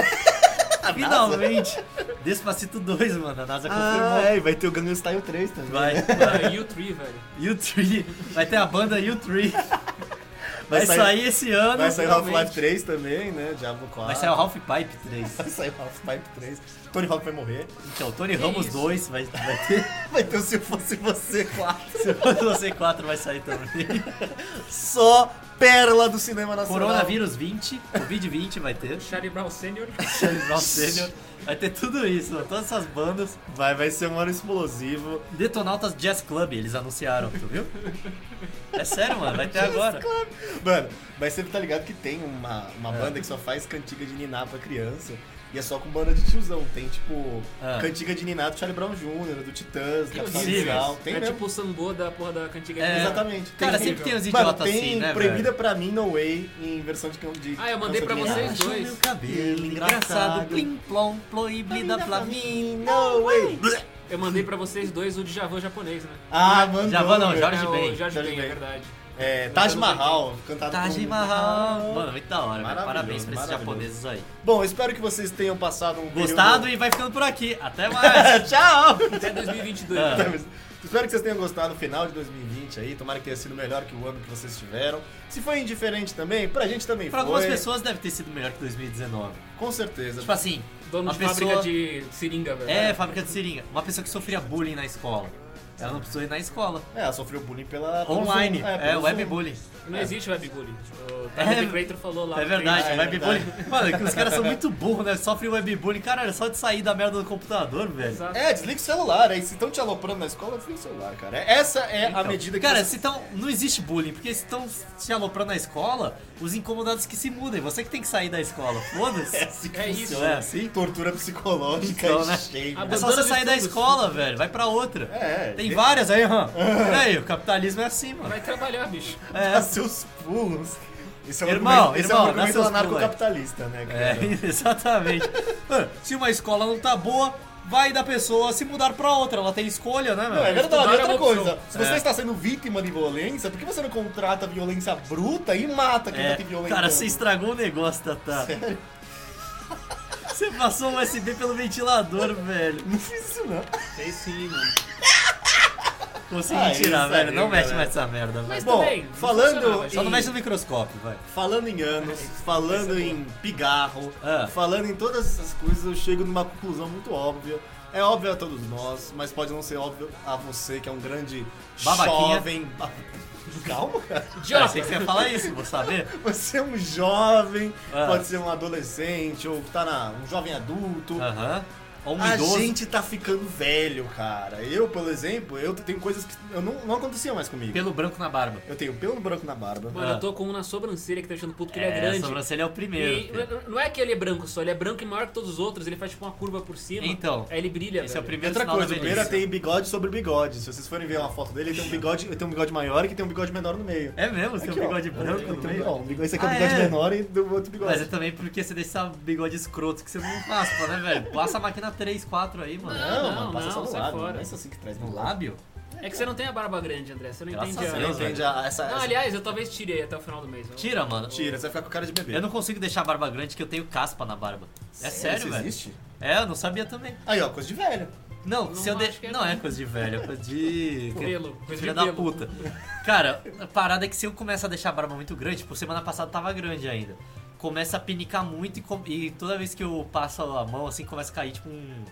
Speaker 1: Finalmente! Despacito 2, mano. A NASA
Speaker 3: Ah,
Speaker 1: confirmou.
Speaker 3: é, e vai ter o Gangnam Style 3 também.
Speaker 1: Vai.
Speaker 2: Cara, e o Tree, é velho.
Speaker 1: U3. Vai ter a banda U3.
Speaker 3: Vai
Speaker 1: Vai,
Speaker 3: sair-
Speaker 1: sair esse ano.
Speaker 3: Vai sair Half-Life
Speaker 1: finalmente.
Speaker 3: 3 também, né? Diablo 4.
Speaker 1: Vai sair o Half Pipe 3.
Speaker 3: Vai sair o Half-Life 3. Tony Hawk vai morrer.
Speaker 1: Então, Tony Ramos
Speaker 2: isso?
Speaker 1: 2 vai, vai ter.
Speaker 3: Vai ter o Se Eu Fosse Você 4.
Speaker 1: Se fosse você 4 vai sair também.
Speaker 3: Só pérola do cinema nacional.
Speaker 1: Coronavírus 20, Covid 20 vai ter.
Speaker 2: Charlie Brown Sr.
Speaker 1: Charlie Brown Senior. Vai ter tudo isso, mano. todas essas bandas.
Speaker 3: Vai, vai ser um ano explosivo.
Speaker 1: Detonautas Jazz Club, eles anunciaram, tu viu? É sério, mano, vai ter agora.
Speaker 3: Mano, mas você tá ligado que tem uma, uma
Speaker 1: É.
Speaker 3: banda que só faz cantiga de niná pra criança. E é só com banda de tiozão. Tem, tipo,
Speaker 1: Ah.
Speaker 3: cantiga de niná do Charlie Brown Jr., do Titãs, da
Speaker 1: horrível.
Speaker 3: Policial. Tem
Speaker 2: é
Speaker 3: mesmo.
Speaker 2: tipo o sambô da porra da cantiga.
Speaker 1: É.
Speaker 3: Exatamente.
Speaker 1: Cara,
Speaker 3: tem
Speaker 1: sempre tem uns
Speaker 3: Mano,
Speaker 1: idiotas
Speaker 3: tem
Speaker 1: assim, né,
Speaker 3: Proibida
Speaker 1: velho?
Speaker 3: pra mim, No Way, em versão de can- de
Speaker 2: Ah, eu mandei
Speaker 3: canção
Speaker 2: pra
Speaker 3: de
Speaker 2: vocês
Speaker 3: niná.
Speaker 2: dois.
Speaker 1: Acho meu cabelo engraçado, plim plom, proibida pra mim.
Speaker 3: No Way.
Speaker 2: Eu mandei pra vocês dois o Djavan japonês, né?
Speaker 3: Ah, mandou.
Speaker 1: Djavan não,
Speaker 3: velho.
Speaker 1: Jorge
Speaker 2: é, o
Speaker 1: Ben.
Speaker 2: Jorge
Speaker 3: Jorge
Speaker 2: Ben,
Speaker 3: Ben.
Speaker 2: é verdade.
Speaker 3: É, Taj Mahal, cantado
Speaker 1: Taj
Speaker 3: com-
Speaker 1: Mahal. Mano, muito da hora, velho.
Speaker 3: Maravilhoso,
Speaker 1: Parabéns pra esses
Speaker 3: maravilhoso.
Speaker 1: japoneses aí.
Speaker 3: Bom, espero que vocês tenham passado um período-
Speaker 1: Gostado e vai ficando por aqui. Até mais.
Speaker 3: Tchau!
Speaker 2: Até 2022.
Speaker 1: Ah.
Speaker 2: né?
Speaker 3: Mas Espero que vocês tenham gostado do final de 2020 aí. Tomara que tenha sido melhor que o ano que vocês tiveram. Se foi indiferente também, pra gente também
Speaker 1: Pra
Speaker 3: foi.
Speaker 1: algumas pessoas deve ter sido melhor que 2019.
Speaker 3: Com certeza.
Speaker 1: Tipo assim,
Speaker 2: Dono
Speaker 1: uma
Speaker 2: de
Speaker 1: pessoa...
Speaker 2: fábrica de seringa, velho.
Speaker 1: É, fábrica de seringa. Uma pessoa que sofria bullying na escola. Ela não precisou ir na escola.
Speaker 3: É, ela sofreu bullying pela. pelo
Speaker 1: Online.
Speaker 3: Zoom.
Speaker 1: É,
Speaker 3: pelo
Speaker 1: web
Speaker 3: Zoom.
Speaker 1: bullying.
Speaker 2: Não existe webbullying. O
Speaker 1: É,
Speaker 2: Tyler The Creator falou lá.
Speaker 1: É
Speaker 2: no
Speaker 1: verdade,
Speaker 3: Ah, é
Speaker 1: webbullying. Mano, que os caras são muito burros, né? Sofrem webbullying. Caralho, é só de sair da merda do computador,
Speaker 2: trailer.
Speaker 1: velho.
Speaker 2: Exato.
Speaker 3: É, desliga o celular. Aí, se estão te aloprando na escola, desliga o celular, cara. Essa é a medida que.
Speaker 1: Então, Cara,
Speaker 3: você...
Speaker 1: se tão, não existe bullying, porque se estão te aloprando na escola, os incomodados que se mudem. Você que tem que sair da escola, foda-se.
Speaker 3: é assim que
Speaker 2: É isso.
Speaker 3: funciona.
Speaker 1: É assim?
Speaker 3: Tortura psicológica
Speaker 1: Então,
Speaker 3: e
Speaker 1: né?
Speaker 3: cheia.
Speaker 1: É
Speaker 2: Abandona
Speaker 1: só você
Speaker 2: os
Speaker 1: sair da
Speaker 2: estudos.
Speaker 1: escola, velho. Vai pra outra.
Speaker 3: É,
Speaker 1: Tem
Speaker 3: de-
Speaker 1: várias aí, hã? Peraí, o capitalismo é assim, mano.
Speaker 2: Vai trabalhar, bicho.
Speaker 3: Dá
Speaker 1: É,
Speaker 3: um seus pulos. Isso é um
Speaker 1: Irmão,
Speaker 3: argumento, esse é um
Speaker 1: irmão, dá
Speaker 3: argumento
Speaker 1: seus
Speaker 3: anarcocapitalista, né, cara?
Speaker 1: é exatamente. Mano, se uma escola não tá boa, vai da pessoa se mudar pra outra. Ela tem escolha, né,
Speaker 3: Não, é
Speaker 1: mano?
Speaker 3: verdade,
Speaker 2: Estudar é
Speaker 3: outra
Speaker 2: uma opção.
Speaker 3: coisa. Se você
Speaker 1: É.
Speaker 3: está sendo vítima de violência, por que você não contrata violência bruta e mata quem tá te violentando?
Speaker 1: É, cara, você estragou o negócio, Tatá. Você passou um USB pelo ventilador, velho.
Speaker 3: Não fiz isso, não.
Speaker 2: Tem sim, mano.
Speaker 1: Consegui
Speaker 3: Ah,
Speaker 1: tirar,
Speaker 3: isso
Speaker 1: velho.
Speaker 3: aí,
Speaker 1: não mexe
Speaker 3: galera.
Speaker 1: mais essa merda, velho.
Speaker 2: Mas
Speaker 3: Bom,
Speaker 2: também. não
Speaker 3: falando
Speaker 2: funciona, velho.
Speaker 1: Só não mexe no microscópio, vai.
Speaker 3: Falando em anos, falando em pigarro,
Speaker 1: Ah.
Speaker 3: falando em todas essas coisas, eu chego numa conclusão muito óbvia. É óbvia a todos nós, mas pode não ser óbvio a você que é um grande
Speaker 1: Babaquinha.
Speaker 3: jovem. ba- Calma, cara.
Speaker 1: Ah,
Speaker 2: Idiota.
Speaker 1: sei que você ia falar isso, vou saber.
Speaker 3: Você é um jovem,
Speaker 1: Ah.
Speaker 3: pode ser um adolescente ou tá na, um jovem adulto.
Speaker 1: Aham. Ou um
Speaker 3: A
Speaker 1: idoso.
Speaker 3: gente tá ficando velho, cara. Eu, por exemplo, eu tenho coisas que eu não, não acontecia mais comigo.
Speaker 1: Pelo branco na barba.
Speaker 3: Eu tenho pelo branco na barba.
Speaker 2: Mano,
Speaker 1: Ah.
Speaker 2: eu tô com um na sobrancelha que tá achando puto que ele
Speaker 1: é,
Speaker 2: é
Speaker 1: A
Speaker 2: grande.
Speaker 1: sobrancelha é o primeiro.
Speaker 2: E
Speaker 1: filho.
Speaker 2: não é que ele é branco só, ele é branco e maior que todos os outros, ele faz tipo uma curva por cima.
Speaker 1: Então,
Speaker 2: Aí ele brilha,
Speaker 1: Esse é o
Speaker 2: velho.
Speaker 1: primeiro
Speaker 3: Outra
Speaker 1: sinal da
Speaker 3: coisa, o
Speaker 1: velhice.
Speaker 3: Beira tem bigode sobre bigode. Se vocês forem ver uma foto dele, ele tem um bigode, ele tem um bigode maior e que tem um bigode menor no meio.
Speaker 1: É mesmo? Seu
Speaker 3: Aqui, ó.
Speaker 1: bigode
Speaker 3: Ele
Speaker 1: branco no
Speaker 3: tem um
Speaker 1: meio?
Speaker 3: bigode- ó, Esse aqui é o
Speaker 1: Ah,
Speaker 3: bigode
Speaker 1: é?
Speaker 3: menor e do outro bigode.
Speaker 1: Mas é também porque você deixa esse bigode escroto que você não passa, né, velho? Passa a máquina 3, 4 aí, mano.
Speaker 2: Não,
Speaker 3: Não, mano, passa
Speaker 2: não,
Speaker 3: só no
Speaker 2: sai
Speaker 3: lábio.
Speaker 2: fora.
Speaker 3: Não é isso assim que traz
Speaker 1: No lábio?
Speaker 2: É que você não tem a barba grande, André, você não
Speaker 1: Graças
Speaker 2: entende
Speaker 1: a
Speaker 2: a...
Speaker 3: Você não
Speaker 1: Deus,
Speaker 3: entende a, essa,
Speaker 2: Não,
Speaker 3: essa-
Speaker 2: aliás, eu talvez tirei até o final do mês. eu-
Speaker 1: Tira, mano.
Speaker 3: Tira, você vai ficar com cara de bebê.
Speaker 1: Eu não consigo deixar a barba grande que eu tenho caspa na barba. É sério,
Speaker 3: Isso
Speaker 1: velho. Tipo,
Speaker 3: existe?
Speaker 1: É, eu não sabia também.
Speaker 3: Aí, ó, coisa de velho.
Speaker 1: Não,
Speaker 2: Não
Speaker 1: se eu
Speaker 2: acho
Speaker 1: de...
Speaker 2: que é
Speaker 1: Não é coisa de velho, é coisa de.
Speaker 2: Pelo, coisa de
Speaker 1: Filha da
Speaker 2: pelo.
Speaker 1: puta. Cara, a parada é que se eu começar a deixar a barba muito grande, por semana passada tava grande ainda. Começa a pinicar muito e, com- e toda vez que eu passo a mão assim, começa a cair tipo um...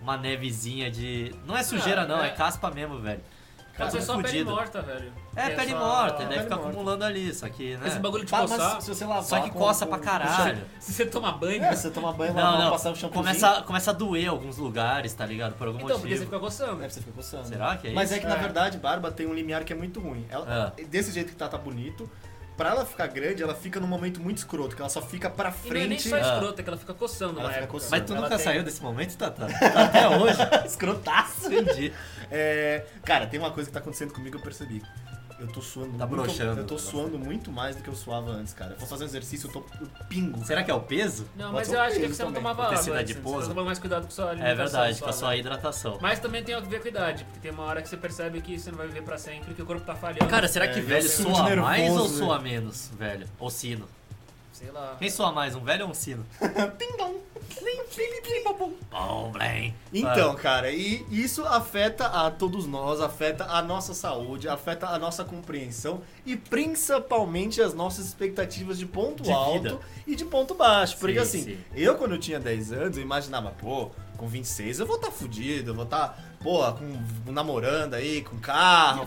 Speaker 1: uma nevezinha de. Não é sujeira,
Speaker 2: Ah,
Speaker 1: não, é,
Speaker 2: é
Speaker 1: caspa mesmo, velho.
Speaker 2: Pode
Speaker 1: Caspa
Speaker 2: ser só pele
Speaker 1: fudida.
Speaker 2: morta, velho.
Speaker 1: tá É, pele
Speaker 2: só-
Speaker 1: morta, deve
Speaker 3: pele
Speaker 1: ficar
Speaker 3: morta.
Speaker 1: acumulando ali, só que, né?
Speaker 2: Esse bagulho de
Speaker 3: Pá,
Speaker 2: coçar,
Speaker 3: mas se você lavar.
Speaker 1: Só que
Speaker 3: com-
Speaker 1: coça
Speaker 3: com-
Speaker 1: pra
Speaker 3: com
Speaker 1: caralho.
Speaker 2: se você tomar banho...
Speaker 3: shampoo- É, você toma banho, lavar,
Speaker 1: Não,
Speaker 3: passar o
Speaker 1: não.
Speaker 3: shampoozinho.
Speaker 1: Começa, começa a doer alguns lugares, tá ligado? Por algum
Speaker 2: Então, porque você
Speaker 1: motivo.
Speaker 2: fica coçando.
Speaker 3: É, você fica coçando.
Speaker 1: Será que é Ah.
Speaker 3: Mas
Speaker 1: isso?
Speaker 3: é que, na
Speaker 2: É.
Speaker 3: verdade, barba tem um limiar que é muito ruim. Ela, Desse jeito que tá, tá bonito. Pra ela ficar grande, ela fica num momento muito escroto, que ela só fica pra
Speaker 2: E não é nem
Speaker 3: frente.
Speaker 2: só
Speaker 1: Ah.
Speaker 2: escrota, é que ela fica coçando
Speaker 3: Ela
Speaker 2: na
Speaker 3: fica
Speaker 2: época.
Speaker 3: coçando.
Speaker 1: Mas tá tu
Speaker 3: Ela
Speaker 1: nunca
Speaker 3: tem-
Speaker 1: saiu desse momento, Tata? Tá Até hoje.
Speaker 3: Escrotaço.
Speaker 1: Entendi.
Speaker 3: É, cara, tem uma coisa que tá acontecendo comigo que eu percebi. Eu tô suando
Speaker 1: Tá
Speaker 3: muito.
Speaker 1: broxando.
Speaker 3: Eu tô suando muito mais do que eu suava antes, cara. Eu vou fazer um exercício, eu tô eu pingo.
Speaker 1: Será que é o peso?
Speaker 2: Não,
Speaker 3: Pode
Speaker 2: mas
Speaker 3: ser
Speaker 2: eu
Speaker 3: um
Speaker 2: acho que é
Speaker 3: peso
Speaker 2: que você não
Speaker 3: também.
Speaker 2: tomava
Speaker 1: Tem
Speaker 2: água.
Speaker 1: cidade
Speaker 2: antes,
Speaker 1: de
Speaker 2: Você
Speaker 1: pouso.
Speaker 2: tomava mais cuidado com a sua
Speaker 1: É
Speaker 2: alimentação.
Speaker 1: verdade, com a
Speaker 2: só,
Speaker 1: sua
Speaker 2: né?
Speaker 1: hidratação.
Speaker 2: Mas também tem a ver com a idade, porque tem uma hora que você percebe que você não vai viver pra sempre, que o corpo tá falhando.
Speaker 1: Cara, será que
Speaker 3: É,
Speaker 1: velho
Speaker 3: eu sinto
Speaker 1: soa
Speaker 3: nervoso,
Speaker 1: mais ou
Speaker 3: né?
Speaker 1: soa menos, velho? Ou sino?
Speaker 2: sei lá.
Speaker 1: Quem soa mais, um velho ou um sino?
Speaker 3: Ping-dong.
Speaker 1: Bom, bem. Ah, é.
Speaker 3: Então, cara, e isso afeta a todos nós, afeta a nossa saúde, afeta a nossa compreensão e principalmente as nossas expectativas de ponto
Speaker 1: De
Speaker 3: alto
Speaker 1: vida.
Speaker 3: e de ponto baixo. Porque
Speaker 1: Sim,
Speaker 3: assim,
Speaker 1: sim.
Speaker 3: eu quando eu tinha 10 anos, eu imaginava, pô, com 26 eu vou estar tá fudido, eu vou estar, porra, com namorando aí, com carro,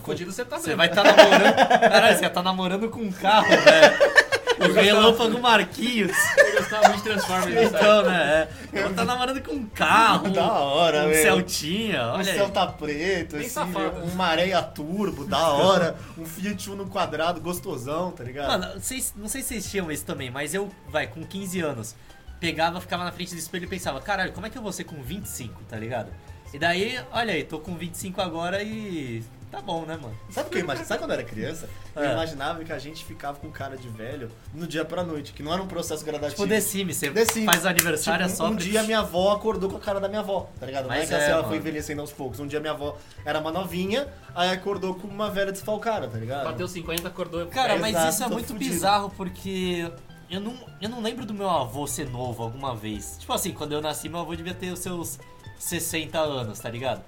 Speaker 3: com
Speaker 2: Fudido você tá
Speaker 1: Você
Speaker 2: mesmo.
Speaker 1: vai estar namorando. Caralho, você vai tá namorando com um carro, velho. O relâmpago Marquinhos.
Speaker 2: Eu gostava muito de Transformers, sabe?
Speaker 1: Então, né? É. Ela tá namorando com um carro.
Speaker 3: Da hora,
Speaker 1: um
Speaker 3: velho.
Speaker 1: Celtinha,
Speaker 3: Um
Speaker 1: olha aí.
Speaker 3: Celta preto,
Speaker 2: Bem
Speaker 3: esse,
Speaker 2: safado.
Speaker 3: um Maréia Turbo, da hora, um Fiat Uno quadrado, gostosão, tá ligado?
Speaker 1: Mano, vocês, não sei se vocês tinham isso também, mas eu, vai, com 15 anos, pegava, ficava na frente do espelho e pensava, caralho, como é que eu vou ser com 25, tá ligado? E daí, olha aí, tô com 25 agora e. Tá bom, né, mano?
Speaker 3: Sabe o que eu imaginava? Sabe quando eu era criança?
Speaker 1: É.
Speaker 3: Eu imaginava que a gente ficava com cara de velho no dia pra noite, que não era um processo gradativo.
Speaker 1: Tipo, The Sims, você
Speaker 3: The Sims.
Speaker 1: faz o
Speaker 3: Tipo,
Speaker 1: aniversário é
Speaker 3: um,
Speaker 1: só.
Speaker 3: um
Speaker 1: pra-
Speaker 3: dia minha avó acordou com a cara da minha avó, tá ligado? Não é
Speaker 1: Mas
Speaker 3: que assim,
Speaker 1: é,
Speaker 3: ela
Speaker 1: mano.
Speaker 3: foi envelhecendo aos poucos. Um dia minha avó era uma novinha, aí acordou com uma velha desfalcada, tá ligado?
Speaker 2: Bateu 50, acordou.
Speaker 1: Cara, mas
Speaker 3: Exato,
Speaker 1: isso é
Speaker 3: tô
Speaker 1: muito
Speaker 3: fudido.
Speaker 1: bizarro porque. Eu não, eu não lembro do meu avô ser novo alguma vez. Tipo assim, quando eu nasci, meu avô devia ter os seus 60 anos, tá ligado?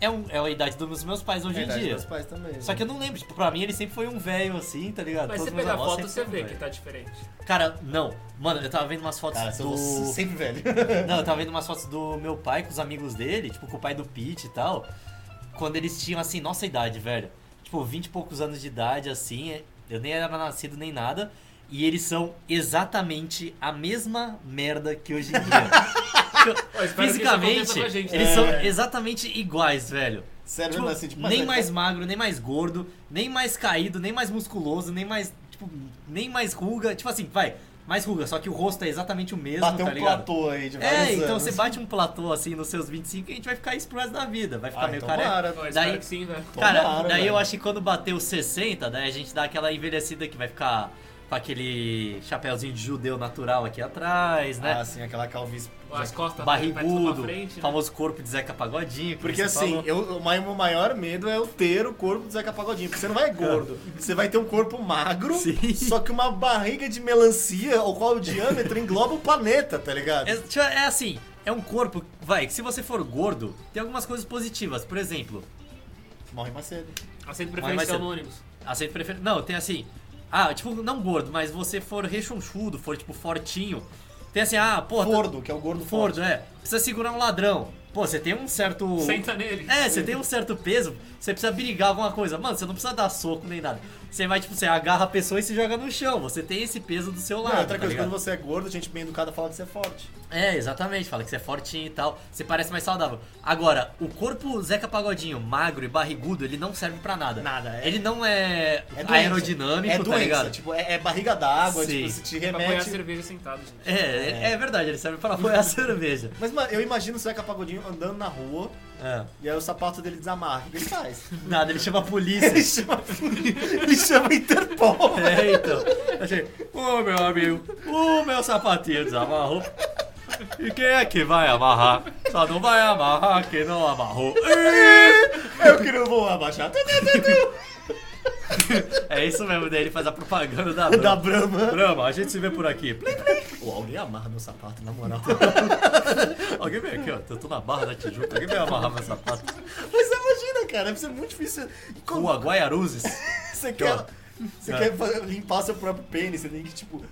Speaker 1: É, um, é a idade dos meus pais hoje
Speaker 3: É a
Speaker 1: em
Speaker 3: idade
Speaker 1: dia.
Speaker 3: dos pais também. né?
Speaker 1: Só que eu não lembro, tipo, pra mim ele sempre foi um velho assim, tá ligado?
Speaker 2: Mas
Speaker 1: Todos
Speaker 2: você
Speaker 1: meus
Speaker 2: pegar a
Speaker 1: avós
Speaker 2: foto,
Speaker 1: sempre
Speaker 2: você
Speaker 1: foram
Speaker 2: vê
Speaker 1: velhos.
Speaker 2: que tá diferente.
Speaker 1: Cara, não. Mano, eu tava vendo umas fotos
Speaker 5: Cara,
Speaker 1: do.
Speaker 5: eu sou sempre velho.
Speaker 1: Não, eu tava vendo umas fotos do meu pai com os amigos dele, tipo, com o pai do Pete e tal. Quando eles tinham, assim, nossa idade, velho. Tipo, 20 e poucos anos de idade, assim. é- Eu nem era nascido nem nada. E eles são exatamente a mesma merda que hoje em dia.
Speaker 2: Ó, espero que isso aconteça
Speaker 1: Fisicamente,
Speaker 2: com a gente,
Speaker 1: eles
Speaker 2: né?
Speaker 1: são exatamente iguais, velho.
Speaker 5: Sério,
Speaker 1: Tipo,
Speaker 5: mesmo assim, tipo,
Speaker 1: nem
Speaker 5: mas-
Speaker 3: é
Speaker 1: mais magro, nem mais gordo, nem mais caído, nem mais musculoso, nem mais. Tipo, nem mais ruga. Tipo assim, vai, mais ruga, só que o rosto é exatamente o mesmo,
Speaker 5: Bateu
Speaker 1: tá
Speaker 5: um
Speaker 1: ligado?
Speaker 5: platô aí de vários
Speaker 1: É, então
Speaker 5: anos.
Speaker 1: você bate um platô assim nos seus 25 e a gente vai ficar isso pro resto da vida. Vai ficar
Speaker 5: Ah,
Speaker 1: meio
Speaker 3: então
Speaker 5: tomara,
Speaker 1: careca.
Speaker 2: Ó, espero
Speaker 1: Daí-
Speaker 2: que sim, velho.
Speaker 1: Cara,
Speaker 5: Tomara,
Speaker 1: daí eu
Speaker 5: velho.
Speaker 1: acho que quando bater os 60, daí a gente dá aquela envelhecida que vai ficar com aquele chapéuzinho de judeu natural aqui atrás, né?
Speaker 5: Ah, sim, aquela calvície.
Speaker 2: As costas vai tudo pra
Speaker 1: Barrigudo,
Speaker 2: frente, né?
Speaker 1: famoso corpo de Zeca Pagodinho. que
Speaker 3: Porque
Speaker 1: você
Speaker 3: assim,
Speaker 1: falou.
Speaker 3: eu, o mai- o maior medo é eu ter o corpo do Zeca Pagodinho. Porque você não vai gordo. Você vai ter um corpo magro,
Speaker 1: Sim.
Speaker 3: só que uma barriga de melancia, o qual o diâmetro engloba o planeta, tá ligado?
Speaker 1: É, tipo, é assim, é um corpo. Vai, que se você for gordo, tem algumas coisas positivas. Por exemplo,
Speaker 5: Morre mais cedo.
Speaker 1: Mas
Speaker 2: Aceito
Speaker 1: vai ser-
Speaker 2: preferencial no ônibus.
Speaker 1: aceito preferência. Não, tem assim. Ah, tipo, não gordo, mas você for rechonchudo, for tipo fortinho. Tem assim, ah, pô. tá-
Speaker 5: Fordo, que é o gordo
Speaker 1: Fordo,
Speaker 5: forte.
Speaker 1: é. Precisa segurar um ladrão. Pô, você tem um certo.
Speaker 2: Senta nele.
Speaker 1: É, você tem um certo peso, você precisa brigar alguma coisa. Mano, você não precisa dar soco nem nada. Você vai, tipo, você agarra a pessoa e se joga no chão. Você tem esse peso do seu
Speaker 3: Não,
Speaker 1: lado.
Speaker 3: outra
Speaker 1: tá
Speaker 3: coisa,
Speaker 1: ligado?
Speaker 3: quando você é gordo, gente bem educada fala que você é forte.
Speaker 1: É, exatamente, fala que você é fortinho e tal, você parece mais saudável. Agora, o corpo Zeca Pagodinho, magro e barrigudo, ele não serve pra nada.
Speaker 3: Nada, é.
Speaker 1: Ele não é,
Speaker 5: É doença.
Speaker 1: aerodinâmico,
Speaker 5: é
Speaker 1: tá
Speaker 5: doença,
Speaker 1: ligado?
Speaker 5: Tipo, é, é barriga d'água,
Speaker 1: Sim.
Speaker 5: tipo, se te
Speaker 2: Pra apoiar a
Speaker 5: remete.
Speaker 2: cerveja sentado, gente.
Speaker 1: É, é, é verdade, ele serve pra apoiar a cerveja.
Speaker 3: Mas mano, eu imagino o Zeca Pagodinho andando na rua
Speaker 1: É.
Speaker 3: e aí o sapato dele desamarra. O que ele faz?
Speaker 1: Nada, ele chama a polícia.
Speaker 3: Ele chama, ele chama Interpol.
Speaker 1: É, então. Achei, ô meu amigo, o meu sapatinho desamarrou. E quem é que vai amarrar? Só não vai amarrar quem não amarrou.
Speaker 3: Eu que não vou abaixar.
Speaker 1: É isso mesmo, daí ele faz a propaganda da
Speaker 3: Da
Speaker 1: Brahma.
Speaker 3: Brahma.
Speaker 1: Brahma, a gente se vê por aqui. Plim,
Speaker 3: Pô, alguém amarra meu sapato, na moral.
Speaker 1: Alguém vem aqui, ó. Eu tô na barra da Tijuca. Alguém vem amarrar meu sapato.
Speaker 3: Mas imagina, cara, deve ser muito difícil. Como
Speaker 1: Rua Guaiaruzes.
Speaker 3: você quer,
Speaker 1: ó.
Speaker 3: você
Speaker 1: É.
Speaker 3: quer fa- limpar seu próprio pênis, você tem que, tipo,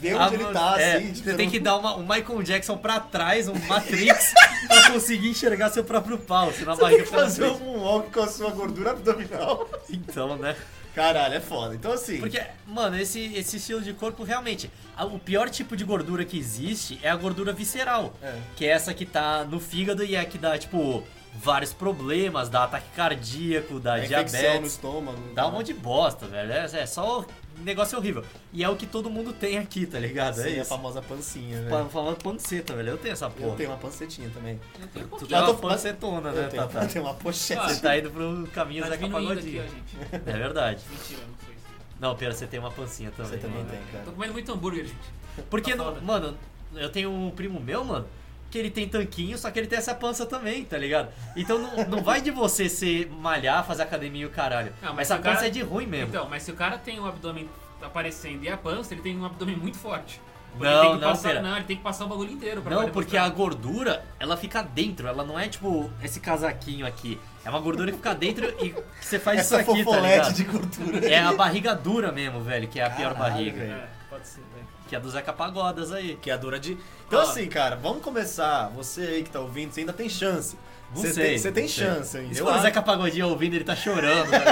Speaker 3: ver onde ele tá,
Speaker 1: É,
Speaker 3: assim. Tipo,
Speaker 1: você tem
Speaker 3: não-
Speaker 1: que dar uma, um Michael Jackson pra trás, um Matrix, pra conseguir enxergar seu próprio pau. Senão a
Speaker 3: Você tem
Speaker 1: barriga
Speaker 3: que
Speaker 1: fica na
Speaker 3: fazer
Speaker 1: frente.
Speaker 3: um walk com a sua gordura abdominal.
Speaker 1: Então, né?
Speaker 3: Caralho, é foda. Então, assim,
Speaker 1: Porque, mano, esse, esse estilo de corpo realmente. a- o pior tipo de gordura que existe é a gordura visceral.
Speaker 3: É.
Speaker 1: Que é essa que tá no fígado e é a que dá, tipo, vários problemas, dá ataque cardíaco, dá
Speaker 3: a é infecção no
Speaker 1: diabetes.
Speaker 3: estômago. né?
Speaker 1: Dá um monte de bosta, velho. É, é só negócio horrível. E é o que todo mundo tem aqui, tá ligado?
Speaker 3: Sim,
Speaker 1: é
Speaker 3: a
Speaker 1: isso.
Speaker 3: famosa pancinha, né?
Speaker 1: Pa- Falando panceta, velho. Eu tenho essa porra.
Speaker 3: Eu tenho uma pancetinha também.
Speaker 1: Tu
Speaker 3: Eu
Speaker 1: tá
Speaker 3: tô-
Speaker 1: uma pancetona, né,
Speaker 3: eu, tenho,
Speaker 1: Tata?
Speaker 3: eu tenho uma pochete.
Speaker 1: Você tá indo pro caminho
Speaker 2: Tá
Speaker 1: da Zeca
Speaker 2: diminuindo aqui,
Speaker 1: Pagodinho.
Speaker 2: ó, gente.
Speaker 1: É verdade.
Speaker 2: Mentira, não foi isso.
Speaker 1: Não, pera, você tem uma pancinha também.
Speaker 3: você também
Speaker 1: né?
Speaker 3: tem, cara.
Speaker 2: Tô comendo muito hambúrguer, gente.
Speaker 1: Porque,
Speaker 2: Tá
Speaker 1: não-
Speaker 2: foda.
Speaker 1: mano, eu tenho um primo meu, mano, que ele tem tanquinho, só que ele tem essa pança também, tá ligado? Então não, não vai de você ser malhar, fazer academia e o caralho.
Speaker 2: Ah,
Speaker 1: mas
Speaker 2: mas
Speaker 1: essa
Speaker 2: o
Speaker 1: pança
Speaker 2: cara-
Speaker 1: é de ruim mesmo.
Speaker 2: Então, mas se o cara tem o abdômen aparecendo e a pança, ele tem um abdômen muito forte. Porque
Speaker 1: Não,
Speaker 2: ele tem que
Speaker 1: não,
Speaker 2: passar,
Speaker 1: pera.
Speaker 2: não, ele tem que passar o bagulho inteiro pra
Speaker 1: não,
Speaker 2: poder
Speaker 1: porque a
Speaker 2: mostrar.
Speaker 1: gordura, ela fica dentro, ela não é tipo esse casaquinho aqui. É uma gordura que fica dentro e que você faz
Speaker 3: Essa
Speaker 1: isso aqui, tá
Speaker 3: fofolete
Speaker 1: ligado?
Speaker 3: de gordura.
Speaker 1: É a barriga dura mesmo, velho, que é a pior
Speaker 3: Caralho,
Speaker 1: barriga.
Speaker 3: velho.
Speaker 2: É, pode ser, velho.
Speaker 1: Que é do Zeca Pagodas aí.
Speaker 3: Que é a dura de. Então,
Speaker 1: Ah.
Speaker 2: Ó.
Speaker 3: assim, cara, vamos começar. Você aí que tá ouvindo, você ainda tem chance.
Speaker 1: Não
Speaker 3: Você
Speaker 1: sei,
Speaker 3: tem- Você tem
Speaker 1: não sei.
Speaker 3: chance ainda.
Speaker 1: Isso
Speaker 3: Eu
Speaker 1: quando o
Speaker 3: acho.
Speaker 1: Zeca Pagodinho ouvindo, ele tá chorando. velho.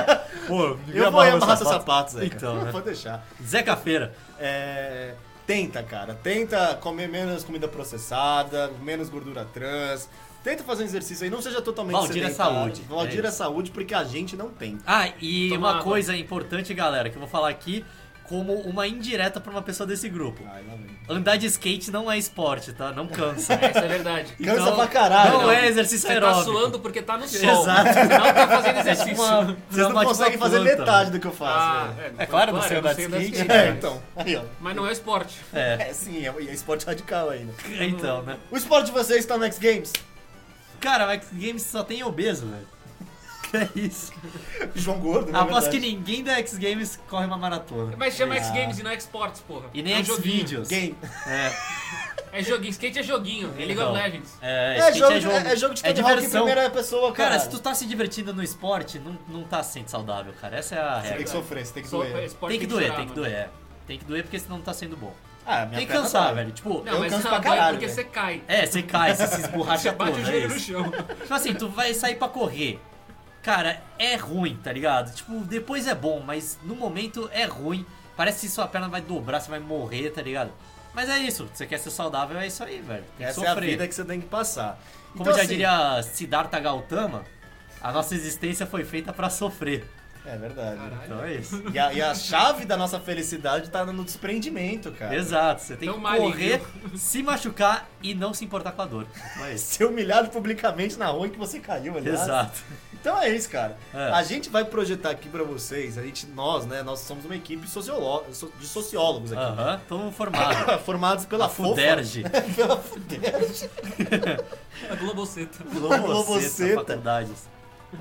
Speaker 1: Pô,
Speaker 3: Eu vou amarrar seus sapatos, Zeca.
Speaker 1: um Então, né?
Speaker 3: Pode deixar.
Speaker 1: Zeca Feira.
Speaker 3: É, Tenta, cara. Tenta comer menos comida processada, menos gordura trans. Tenta fazer um exercício aí. Não seja totalmente
Speaker 1: Valdir é
Speaker 3: sedentário.
Speaker 1: saúde.
Speaker 3: Valdir
Speaker 1: É
Speaker 3: é saúde porque a gente não tem.
Speaker 1: Ah, e
Speaker 2: Toma
Speaker 1: uma
Speaker 2: água.
Speaker 1: coisa importante, galera, que eu vou falar aqui como uma indireta pra uma pessoa desse grupo.
Speaker 3: Ai, lá vem.
Speaker 1: Andar de skate não é esporte, tá? Não cansa.
Speaker 2: Essa é verdade.
Speaker 3: Cansa pra caralho. né?
Speaker 1: Não,
Speaker 2: Não.
Speaker 1: é exercício
Speaker 2: Você tá
Speaker 1: aeróbico.
Speaker 2: suando porque tá no sol.
Speaker 1: Exato.
Speaker 2: Não tá fazendo
Speaker 1: É tipo
Speaker 2: exercício.
Speaker 1: uma,
Speaker 3: Vocês
Speaker 1: uma-
Speaker 3: não
Speaker 1: tipo
Speaker 3: conseguem
Speaker 1: uma
Speaker 3: fazer
Speaker 1: planta.
Speaker 3: metade do que eu faço.
Speaker 2: Ah,
Speaker 3: né?
Speaker 2: é,
Speaker 1: É claro, você
Speaker 2: eu
Speaker 1: andar de
Speaker 2: sei andar de
Speaker 1: skate, né?
Speaker 2: skate,
Speaker 3: É,
Speaker 2: mas-
Speaker 3: então. Aí, ó.
Speaker 2: Mas não é esporte.
Speaker 1: É,
Speaker 3: É, sim, é é esporte radical ainda.
Speaker 1: então, né?
Speaker 3: O esporte de vocês tá no X Games.
Speaker 1: Cara, o X Games só tem obeso, velho. Que é isso?
Speaker 3: João Gordo, né?
Speaker 1: Aposto Ah, que ninguém da X Games corre uma maratona.
Speaker 2: Mas chama
Speaker 3: Ah.
Speaker 2: X Games e não é esportes, porra.
Speaker 1: E nem
Speaker 2: é um
Speaker 1: X
Speaker 2: joguinho.
Speaker 1: Videos.
Speaker 3: Game.
Speaker 1: É.
Speaker 2: É joguinho, skate é joguinho. É League
Speaker 1: Então,
Speaker 2: of Legends.
Speaker 1: É,
Speaker 3: É
Speaker 1: skate
Speaker 3: jogo,
Speaker 1: é
Speaker 3: de-
Speaker 1: jogo,
Speaker 3: é jogo de
Speaker 1: é
Speaker 3: Tony Hawk em
Speaker 1: diversão.
Speaker 3: primeira pessoa,
Speaker 1: Cara,
Speaker 3: cara.
Speaker 1: se tu tá se divertindo no esporte, não, não tá sendo saudável, cara. Essa é a
Speaker 3: Você tem
Speaker 1: regra.
Speaker 3: que sofrer, você tem que
Speaker 2: Só-
Speaker 3: doer.
Speaker 2: esporte
Speaker 1: Tem que doer,
Speaker 2: chorar,
Speaker 1: tem que
Speaker 2: mano.
Speaker 1: doer. é. Tem que doer porque senão não tá sendo bom.
Speaker 3: Ah, minha
Speaker 1: tem que
Speaker 3: perna
Speaker 1: cansar,
Speaker 3: dói.
Speaker 1: velho. Tipo,
Speaker 2: Não,
Speaker 3: Eu
Speaker 2: mas
Speaker 3: canso
Speaker 2: não,
Speaker 3: pra
Speaker 2: dói
Speaker 3: caralho,
Speaker 2: porque
Speaker 3: velho.
Speaker 2: você cai.
Speaker 1: é, você cai, você se esborracha
Speaker 2: Você
Speaker 1: toda.
Speaker 2: bate o
Speaker 1: é
Speaker 2: joelho no
Speaker 1: isso.
Speaker 2: chão.
Speaker 1: Tipo assim, tu vai sair pra correr. Cara, é ruim, tá ligado? Tipo, depois é bom, mas no momento é ruim. Parece que sua perna vai dobrar, você vai morrer, tá ligado? Mas é isso, você quer ser saudável, é isso aí, velho. Tem que
Speaker 6: Essa é a
Speaker 1: sofrer.
Speaker 6: vida que você tem que passar.
Speaker 1: Como
Speaker 6: Então,
Speaker 1: já
Speaker 6: assim,
Speaker 1: diria Siddhartha Gautama, a nossa existência foi feita pra sofrer.
Speaker 3: É verdade.
Speaker 2: Caralho.
Speaker 1: Então é isso.
Speaker 3: E a, e a chave da nossa felicidade tá no
Speaker 6: Desprendimento, cara.
Speaker 1: Exato, você tem
Speaker 2: Então,
Speaker 1: que
Speaker 2: Marinho.
Speaker 1: correr, se machucar e não se importar com a dor. Então é isso.
Speaker 3: ser humilhado publicamente na rua em que você caiu, aliás.
Speaker 1: Exato.
Speaker 3: Então é isso, cara.
Speaker 1: É.
Speaker 3: A gente vai projetar aqui pra vocês, a gente, nós, né, nós somos uma equipe sociolo- so- de sociólogos aqui.
Speaker 1: Aham, todo mundo formado.
Speaker 3: Formados pela
Speaker 1: Ah. A Fuderge.
Speaker 2: A Globoceta.
Speaker 1: tá
Speaker 3: Fofa, Globoceta.
Speaker 1: faculdades.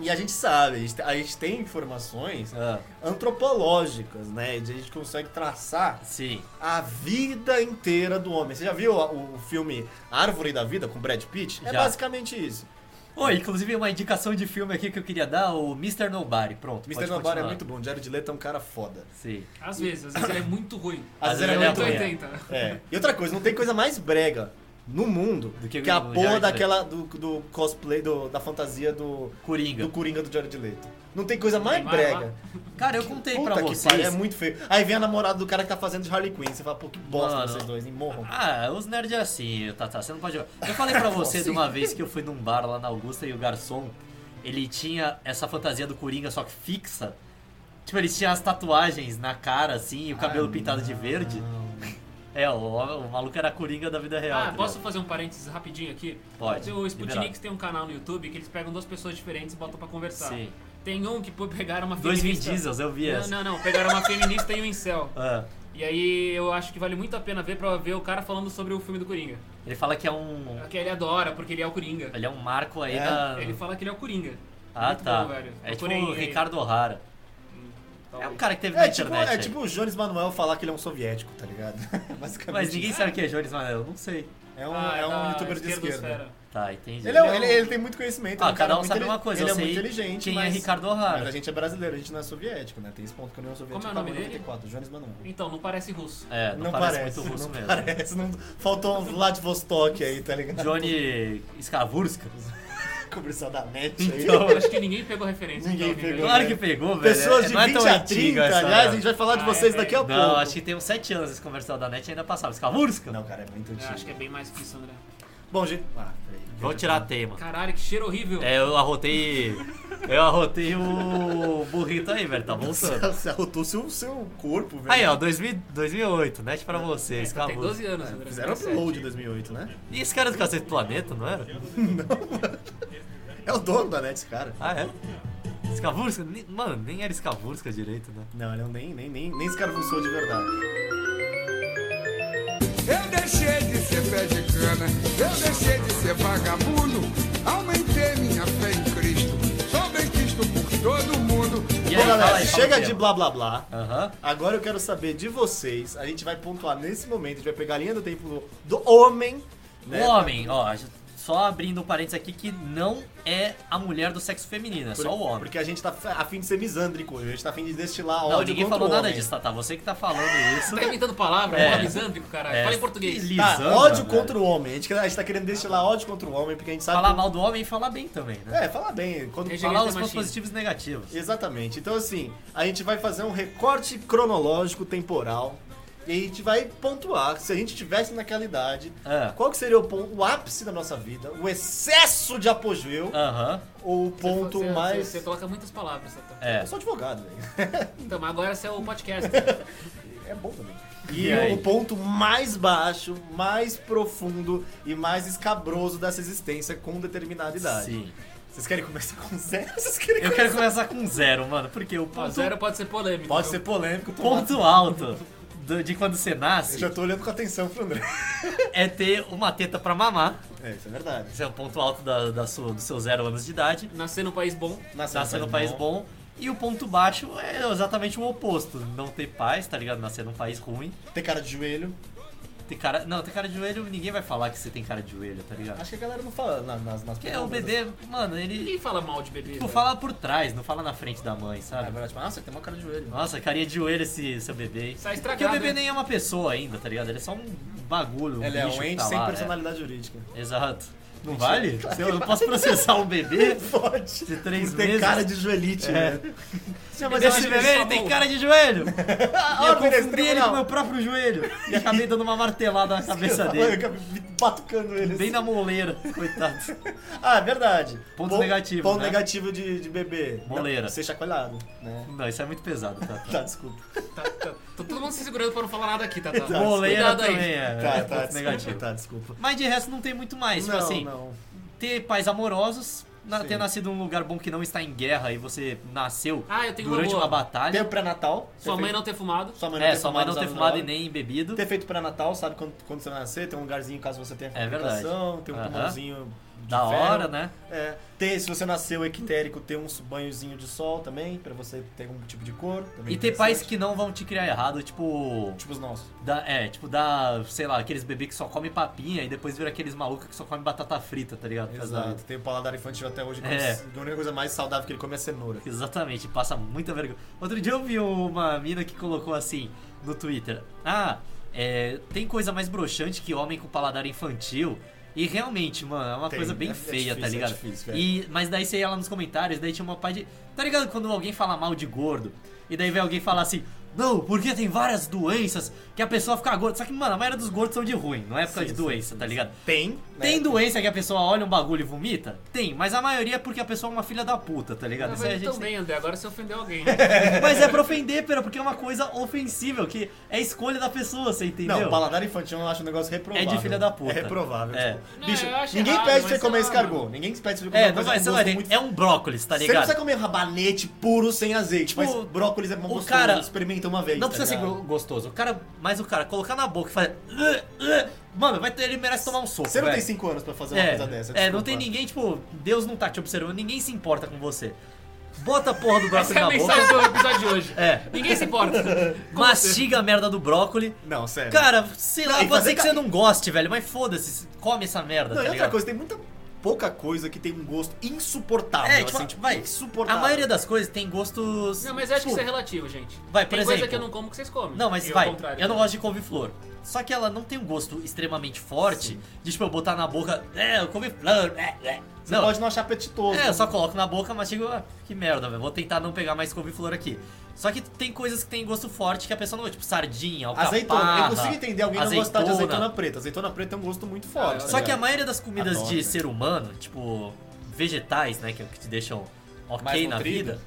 Speaker 3: E a gente sabe, a gente, a gente tem informações né,
Speaker 1: Ah,
Speaker 3: antropológicas, né? de A gente consegue traçar
Speaker 1: sim.
Speaker 3: a vida inteira do homem. Você já viu a- o, o filme Árvore da Vida com Brad Pitt? É
Speaker 1: Já.
Speaker 3: basicamente isso.
Speaker 1: Oi, inclusive uma indicação de filme aqui que eu queria dar, o Mr. Nobody. Pronto,
Speaker 3: Mr.
Speaker 1: pode
Speaker 3: Nobara é
Speaker 1: continuar.
Speaker 3: muito bom, Jared Leto é um cara foda.
Speaker 1: Sim.
Speaker 2: Às vezes, às vezes ele é muito ruim.
Speaker 3: Às vezes
Speaker 2: ele
Speaker 3: ele é muito ruim.
Speaker 2: 80.
Speaker 3: É. E outra coisa, não tem coisa mais brega no mundo
Speaker 1: Do
Speaker 3: do
Speaker 1: que
Speaker 3: que, a
Speaker 1: o
Speaker 3: porra
Speaker 1: Jared
Speaker 3: daquela do, do cosplay, do- da fantasia do,
Speaker 1: Coringa.
Speaker 3: do Coringa do Jared Leto. Não tem coisa mais
Speaker 2: Vai
Speaker 3: brega.
Speaker 2: lá.
Speaker 1: Cara, eu contei
Speaker 3: Puta
Speaker 1: pra
Speaker 3: que
Speaker 1: vocês.
Speaker 3: pariu, é muito feio. Aí vem a namorada do cara que tá fazendo de Harley Quinn. Você fala, pô, que bosta
Speaker 1: Mano.
Speaker 3: vocês dois, hein? Morram.
Speaker 1: Ah, os nerds é assim, Tata, você não pode jogar. Eu falei pra você
Speaker 3: assim?
Speaker 1: de uma vez que eu fui num bar lá na Augusta e o garçom, ele tinha essa fantasia do Coringa, só que fixa. Tipo, eles tinham as tatuagens na cara, assim, e o cabelo pintado de verde. É, o, o maluco era Coringa da vida real.
Speaker 2: Ah,
Speaker 1: tá
Speaker 2: posso
Speaker 1: ligado?
Speaker 2: fazer um parênteses rapidinho aqui?
Speaker 1: Pode,
Speaker 2: Tem O
Speaker 1: liberado.
Speaker 2: Sputniks tem um canal no YouTube que eles pegam duas pessoas diferentes e botam pra conversar.
Speaker 1: Sim.
Speaker 2: Tem um que pô, pegaram uma
Speaker 1: Dois Vin
Speaker 2: feminista...
Speaker 1: Diesels, eu vi essa.
Speaker 2: Não, não, não. Pegaram uma feminista e um incel.
Speaker 1: Ah,
Speaker 2: E aí eu acho que vale muito a pena ver pra ver o cara falando sobre o filme do Coringa.
Speaker 1: ele fala que é um.
Speaker 2: Que ele adora, porque ele é o Coringa.
Speaker 1: Ele é um marco aí
Speaker 3: É,
Speaker 1: da.
Speaker 2: Ele fala que ele é o Coringa.
Speaker 1: Ah,
Speaker 2: Muito
Speaker 1: tá.
Speaker 2: bom, velho.
Speaker 1: É tipo
Speaker 2: Procurem
Speaker 1: o
Speaker 2: aí.
Speaker 1: Ricardo O'Hara. É
Speaker 2: Talvez.
Speaker 1: um cara que teve na
Speaker 3: É tipo,
Speaker 1: internet.
Speaker 3: é
Speaker 1: aí.
Speaker 3: tipo o Jones Manuel falar que ele é um soviético, tá ligado? Basicamente.
Speaker 1: Mas ninguém
Speaker 3: isso.
Speaker 1: sabe quem é Jones Manel, não sei.
Speaker 3: É um,
Speaker 2: Ah,
Speaker 3: é um
Speaker 2: da
Speaker 3: youtuber de esquerda.
Speaker 2: esfera.
Speaker 1: Tá, entendi.
Speaker 3: Ele, é um- ele- ele tem muito conhecimento.
Speaker 1: Ah,
Speaker 3: é um cara
Speaker 1: cada um
Speaker 3: muito
Speaker 1: sabe
Speaker 3: intele-
Speaker 1: uma coisa,
Speaker 3: Ele
Speaker 1: eu
Speaker 3: é muito
Speaker 1: sei
Speaker 3: inteligente.
Speaker 1: quem é
Speaker 3: mas-
Speaker 1: Ricardo O'Hara.
Speaker 3: Mas a gente é brasileiro, a gente não é soviético, né? Tem esse ponto que a União
Speaker 2: Como é
Speaker 3: Soviética
Speaker 2: o
Speaker 3: acabou
Speaker 2: nome
Speaker 3: em
Speaker 2: dele?
Speaker 3: 94, Jones Manuel.
Speaker 2: Então, não parece russo.
Speaker 1: É, não, parece, muito russo
Speaker 3: não
Speaker 1: mesmo.
Speaker 3: Parece, não... Faltou um Vladivostok aí, tá ligado?
Speaker 1: Johnny Skavurska.
Speaker 3: Cobrição da net aí.
Speaker 1: Então,
Speaker 2: Eu acho que ninguém pegou a referência.
Speaker 3: Ninguém
Speaker 2: então,
Speaker 3: pegou.
Speaker 1: claro que pegou, velho.
Speaker 3: Pessoas
Speaker 1: É,
Speaker 3: de
Speaker 1: não é
Speaker 3: 20
Speaker 1: tão
Speaker 3: a
Speaker 1: antiga
Speaker 3: 30,
Speaker 1: essa-
Speaker 3: aliás, a gente vai falar de
Speaker 2: Ah,
Speaker 3: vocês
Speaker 2: é,
Speaker 3: daqui a pouco.
Speaker 1: Não, acho que tem uns 7 anos esse comercial da net ainda passava. Skavurska?
Speaker 3: Não, cara, é muito
Speaker 2: É,
Speaker 3: antigo.
Speaker 2: acho que é bem mais que isso, André.
Speaker 3: Bom, gente... Ah, peraí.
Speaker 1: Vou tirar tema.
Speaker 2: Caralho, que cheiro horrível.
Speaker 1: É, eu arrotei. Eu arrotei o burrito aí, velho. Tá voltando.
Speaker 3: Você arrotou seu, seu corpo, velho.
Speaker 1: Aí, ó, 2000, 2008, net pra você,
Speaker 2: Então, tem
Speaker 1: Skavurska.
Speaker 2: 12 anos, André.
Speaker 3: Fizeram upload em 2008, né?
Speaker 1: E esse cara do Cacete Planeta, não era?
Speaker 3: É o dono da net, esse cara.
Speaker 1: Ah, é? Skavurska? Ni- Mano, nem era Skavurska direito, né?
Speaker 3: Não, ele não- nem, nem, nem, nem esse cara funcionou de verdade.
Speaker 7: Eu deixei de ser pé de cana, eu deixei de ser vagabundo, aumentei minha fé em Cristo, sou bem quisto por todo mundo.
Speaker 1: E
Speaker 3: Bom,
Speaker 1: aí,
Speaker 3: galera,
Speaker 1: fala aí, fala
Speaker 3: chega
Speaker 1: o
Speaker 3: de
Speaker 1: tema. Ah.
Speaker 3: blá blá blá.
Speaker 1: Aham.
Speaker 3: Agora eu quero saber de vocês. A gente vai pontuar nesse momento, a gente vai pegar a linha do tempo do, do homem. né?
Speaker 1: O homem, ó, só abrindo um parênteses aqui que não é a mulher do sexo feminino, é
Speaker 3: Por-
Speaker 1: só o homem.
Speaker 3: Porque a gente tá a fim de ser misândrico, hoje, a gente tá a fim de destilar
Speaker 1: Não,
Speaker 3: ódio
Speaker 1: ninguém
Speaker 3: contra
Speaker 1: falou
Speaker 3: o
Speaker 1: nada
Speaker 3: homem.
Speaker 1: disso, Tata. Você que tá falando isso.
Speaker 2: Tá inventando palavra,
Speaker 1: É.
Speaker 2: é. misândrico, caralho.
Speaker 1: É,
Speaker 2: Fala em português.
Speaker 1: que
Speaker 3: Tá,
Speaker 1: Lisandra,
Speaker 3: ódio
Speaker 1: velho.
Speaker 3: contra o homem. A gente, a gente tá querendo destilar ódio contra o homem, porque a gente sabe.
Speaker 1: né? Falar
Speaker 3: como-
Speaker 1: mal do homem e falar bem também, né?
Speaker 3: Tá É, tá fala bem. Quando
Speaker 2: Rejeita
Speaker 1: Falar os
Speaker 2: machismo.
Speaker 1: pontos positivos e negativos.
Speaker 3: Exatamente. Então, assim, a gente vai fazer um recorte cronológico temporal e a gente vai pontuar se a gente tivesse naquela idade,
Speaker 1: Ah.
Speaker 3: qual que seria o, pon- o ápice da nossa vida, o excesso de apogeu
Speaker 1: Aham,
Speaker 3: ou o ponto
Speaker 2: Você- você-
Speaker 3: mais.
Speaker 2: Você coloca muitas palavras, Satã.
Speaker 1: é.
Speaker 3: Eu sou advogado, velho.
Speaker 2: Então, mas agora esse é o podcast.
Speaker 3: É bom também.
Speaker 1: E
Speaker 3: E,
Speaker 1: aí?
Speaker 3: o ponto mais baixo, mais profundo e mais escabroso dessa existência com determinada idade.
Speaker 1: Sim.
Speaker 3: Vocês querem começar com zero? Vocês querem
Speaker 1: Eu quero começar com zero, mano, porque o
Speaker 2: Ó,
Speaker 1: ponto,
Speaker 2: zero pode ser polêmico.
Speaker 3: Pode ser
Speaker 2: viu?
Speaker 3: polêmico, ponto.
Speaker 1: ponto alto do- de quando você
Speaker 3: Eu
Speaker 1: nasce
Speaker 3: já tô olhando com atenção pro André.
Speaker 1: é ter uma teta pra mamar.
Speaker 3: É, isso é verdade.
Speaker 1: Esse é o ponto alto da, da sua, dos seus zero anos de idade.
Speaker 2: Nascer num país bom.
Speaker 3: Nascer
Speaker 1: Nascer num Tá país bom. E o ponto baixo é exatamente o oposto. Não ter paz, tá ligado? Nascer num país ruim.
Speaker 3: Ter cara de joelho.
Speaker 1: Tem cara... Não, tem cara de joelho, ninguém vai falar que você tem cara de joelho, tá ligado?
Speaker 3: Acho que a galera não fala na- nas, nas
Speaker 1: Porque o
Speaker 3: palavras.
Speaker 1: é um
Speaker 3: assim.
Speaker 1: bebê, mano, ele.
Speaker 2: Ninguém fala mal de bebê.
Speaker 1: Tipo,
Speaker 2: velho.
Speaker 1: fala por trás, não fala na frente da mãe,
Speaker 3: Ah, é
Speaker 1: sabe?
Speaker 3: verdade. Tipo, nossa, tem uma cara de joelho. mano.
Speaker 1: Nossa, carinha de joelho esse seu bebê. hein?
Speaker 2: Sai
Speaker 1: Porque
Speaker 2: estragado.
Speaker 1: o bebê
Speaker 2: né?
Speaker 1: nem é uma pessoa ainda, tá ligado? Ele é só um bagulho. Um
Speaker 3: Ele é
Speaker 1: bicho
Speaker 3: um
Speaker 1: que
Speaker 3: ente
Speaker 1: tá
Speaker 3: sem
Speaker 1: lá,
Speaker 3: personalidade jurídica.
Speaker 1: É. Exato. Não vale? eu não posso processar um bebê
Speaker 3: Pode.
Speaker 1: de três
Speaker 3: Tem
Speaker 1: meses.
Speaker 3: cara de joelite,
Speaker 1: É.
Speaker 3: né?
Speaker 1: Mas
Speaker 2: eu acho
Speaker 1: esse
Speaker 2: que ele
Speaker 1: bebê
Speaker 2: só
Speaker 1: ele tem
Speaker 2: não-
Speaker 1: cara de joelho. e eu
Speaker 3: Ó, Minestrone,
Speaker 1: confundi ele
Speaker 3: não.
Speaker 1: com meu próprio joelho. E acabei dando uma martelada na cabeça
Speaker 3: Eu
Speaker 1: dele.
Speaker 3: acabei Batucando eles.
Speaker 1: Bem na moleira, coitado.
Speaker 3: Ah, é verdade.
Speaker 1: Ponto
Speaker 3: Pon-
Speaker 1: negativo,
Speaker 3: Ponto
Speaker 1: né?
Speaker 3: negativo de, de bebê.
Speaker 1: Moleira.
Speaker 3: Ser chacoalhado, né?
Speaker 1: Não, isso é muito pesado, tá?
Speaker 3: Tá, desculpa.
Speaker 2: Tá, tá. Tô todo mundo se segurando pra não falar nada aqui, tá?
Speaker 3: Exato.
Speaker 1: Moleira
Speaker 2: Cuidado aí.
Speaker 1: também é, é
Speaker 3: tá, tá,
Speaker 1: ponto
Speaker 3: desculpa.
Speaker 1: negativo.
Speaker 3: Tá, desculpa.
Speaker 1: Mas de resto não tem muito mais.
Speaker 3: não,
Speaker 1: tipo assim,
Speaker 3: não.
Speaker 1: ter pais amorosos, na-
Speaker 3: Sim.
Speaker 1: ter nascido num lugar bom que não está em guerra e você nasceu
Speaker 2: Ah, eu tenho
Speaker 1: durante
Speaker 2: uma
Speaker 1: uma
Speaker 2: boa.
Speaker 3: Tem
Speaker 1: batalha.
Speaker 3: o pré-natal.
Speaker 2: Sua
Speaker 3: ter
Speaker 2: mãe
Speaker 3: feito-
Speaker 2: não ter fumado.
Speaker 3: Sua mãe não
Speaker 1: É,
Speaker 3: ter
Speaker 1: sua mãe não ter
Speaker 3: usado
Speaker 1: fumado e
Speaker 3: droga.
Speaker 1: nem bebido.
Speaker 3: Ter feito pré-natal, sabe? Quando, quando você nascer, tem um lugarzinho caso você tenha
Speaker 1: É verdade.
Speaker 3: complicação, tem um
Speaker 1: Aham.
Speaker 3: pulmãozinho de
Speaker 1: Da
Speaker 3: ferro.
Speaker 1: hora, né?
Speaker 3: É. Ter, se você nasceu equitérico, ter um banhozinho de sol também, pra você ter um tipo de cor. também
Speaker 1: E ter pais
Speaker 3: interessante.
Speaker 1: que não vão te criar errado, tipo.
Speaker 3: Tipo os nossos.
Speaker 1: Da, é, tipo, dá, sei lá, aqueles bebês que só come papinha e depois vira aqueles malucos que só come batata frita, tá ligado?
Speaker 3: Exato. Tem o paladar infantil até hoje. que
Speaker 1: É.
Speaker 3: A única coisa mais saudável que ele come é cenoura.
Speaker 1: Exatamente, passa muita vergonha. Outro dia eu vi uma mina que colocou assim no Twitter: Ah, é, tem coisa mais broxante que homem com paladar infantil. E realmente, mano, é uma
Speaker 3: Tem,
Speaker 1: coisa bem
Speaker 3: é- é
Speaker 1: feia,
Speaker 3: difícil,
Speaker 1: tá
Speaker 3: é
Speaker 1: ligado?
Speaker 3: difícil, velho.
Speaker 1: e, mas daí você ia lá nos comentários, daí tinha uma parte de. Tá ligado quando alguém fala mal de gordo? E daí vem alguém falar assim. Não, porque tem várias doenças que a pessoa fica gorda. Só que, mano, a maioria dos gordos são de ruim, não é por causa de doença, tá ligado?
Speaker 3: É, Tem. né?
Speaker 1: Tem doença que a pessoa olha um bagulho e vomita? Tem, mas a maioria é porque a pessoa é uma filha da puta, tá ligado?
Speaker 2: Mas
Speaker 1: Isso aí a
Speaker 2: eu
Speaker 1: gente tem-
Speaker 2: também, André. Agora você ofendeu alguém.
Speaker 1: mas é pra ofender, pera, porque é uma coisa ofensível, que é escolha da pessoa, você entendeu?
Speaker 3: Não, paladar infantil eu acho um negócio reprovável.
Speaker 1: É de filha da puta.
Speaker 3: É reprovável.
Speaker 1: É.
Speaker 3: tipo,
Speaker 2: Não,
Speaker 3: bicho,
Speaker 2: eu acho
Speaker 3: ninguém
Speaker 2: errado,
Speaker 3: pede
Speaker 2: mas
Speaker 3: pra você
Speaker 2: sei
Speaker 3: comer
Speaker 2: lá,
Speaker 3: escargot. Ninguém pede pra você comer
Speaker 1: é,
Speaker 3: uma
Speaker 1: não
Speaker 3: coisa
Speaker 1: vai,
Speaker 3: com
Speaker 1: você
Speaker 3: gosto
Speaker 1: vai ver,
Speaker 3: muito
Speaker 1: é um brócolis, tá
Speaker 3: Você não
Speaker 1: ligado?
Speaker 3: precisa comer rabanete puro sem azeite,
Speaker 1: Tipo,
Speaker 3: mas brócolis é bom
Speaker 1: o
Speaker 3: gostoso,
Speaker 1: cara-
Speaker 3: experimenta uma vez.
Speaker 1: Não
Speaker 3: tá
Speaker 1: precisa ser
Speaker 3: ligado?
Speaker 1: go- gostoso, o cara, mas o cara colocar na boca e fazer... "Ugh, ugh", Mano, vai ter, ele merece tomar um soco,
Speaker 3: Você não tem
Speaker 1: velho.
Speaker 3: 5 anos pra fazer uma
Speaker 1: é,
Speaker 3: coisa dessa.
Speaker 1: é, não
Speaker 3: desculpa.
Speaker 1: tem ninguém, tipo, Deus não tá te observando, ninguém se importa com você. Bota a porra do
Speaker 2: Essa
Speaker 1: brócolis
Speaker 2: é a
Speaker 1: na
Speaker 2: mensagem
Speaker 1: boca,
Speaker 2: do episódio de hoje.
Speaker 1: é,
Speaker 2: Ninguém se importa.
Speaker 1: mastiga a merda do brócolis.
Speaker 3: É. Não, sério.
Speaker 1: Cara, sei lá,
Speaker 3: e
Speaker 1: pode
Speaker 3: fazer
Speaker 1: ser que
Speaker 3: ca-
Speaker 1: você não goste, velho, mas foda-se, come essa merda,
Speaker 3: não,
Speaker 1: tá
Speaker 3: e outra
Speaker 1: ligado?
Speaker 3: coisa, tem muita pouca coisa que tem um gosto insuportável.
Speaker 1: É, tipo,
Speaker 3: assim,
Speaker 1: vai,
Speaker 3: insuportável.
Speaker 1: A maioria das coisas tem gostos.
Speaker 2: Não, mas eu acho
Speaker 1: tipo,
Speaker 2: que isso é relativo, gente.
Speaker 1: Vai, por
Speaker 2: Tem coisa
Speaker 1: exemplo.
Speaker 2: que eu não como que vocês comem.
Speaker 1: Não, mas
Speaker 2: E ao
Speaker 1: vai,
Speaker 2: contrário. né?
Speaker 1: eu não gosto de couve-flor. Só que ela não tem um gosto extremamente forte de, tipo, eu botar na boca. É, eu couve-flor. É, é.
Speaker 3: Você
Speaker 1: Não,
Speaker 3: pode não achar apetitoso.
Speaker 1: é, eu só coloco na boca, mas digo, ah, que merda, velho. Vou tentar não pegar mais couve-flor aqui. Só que tem coisas que tem gosto forte que a pessoa não gosta, tipo sardinha, alcaparra,
Speaker 3: Azeitona. Eu consigo entender alguém não gostar de azeitona
Speaker 1: azeitona.
Speaker 3: preta. Azeitona preta tem um gosto muito forte.
Speaker 2: Ah,
Speaker 3: tá
Speaker 1: Só que a
Speaker 3: ligado?
Speaker 1: maioria das comidas
Speaker 3: Adoro,
Speaker 1: de
Speaker 3: velho.
Speaker 1: ser humano, tipo vegetais, né, que é o que te deixam ok
Speaker 3: Mais
Speaker 1: na
Speaker 3: nutrido.
Speaker 1: vida,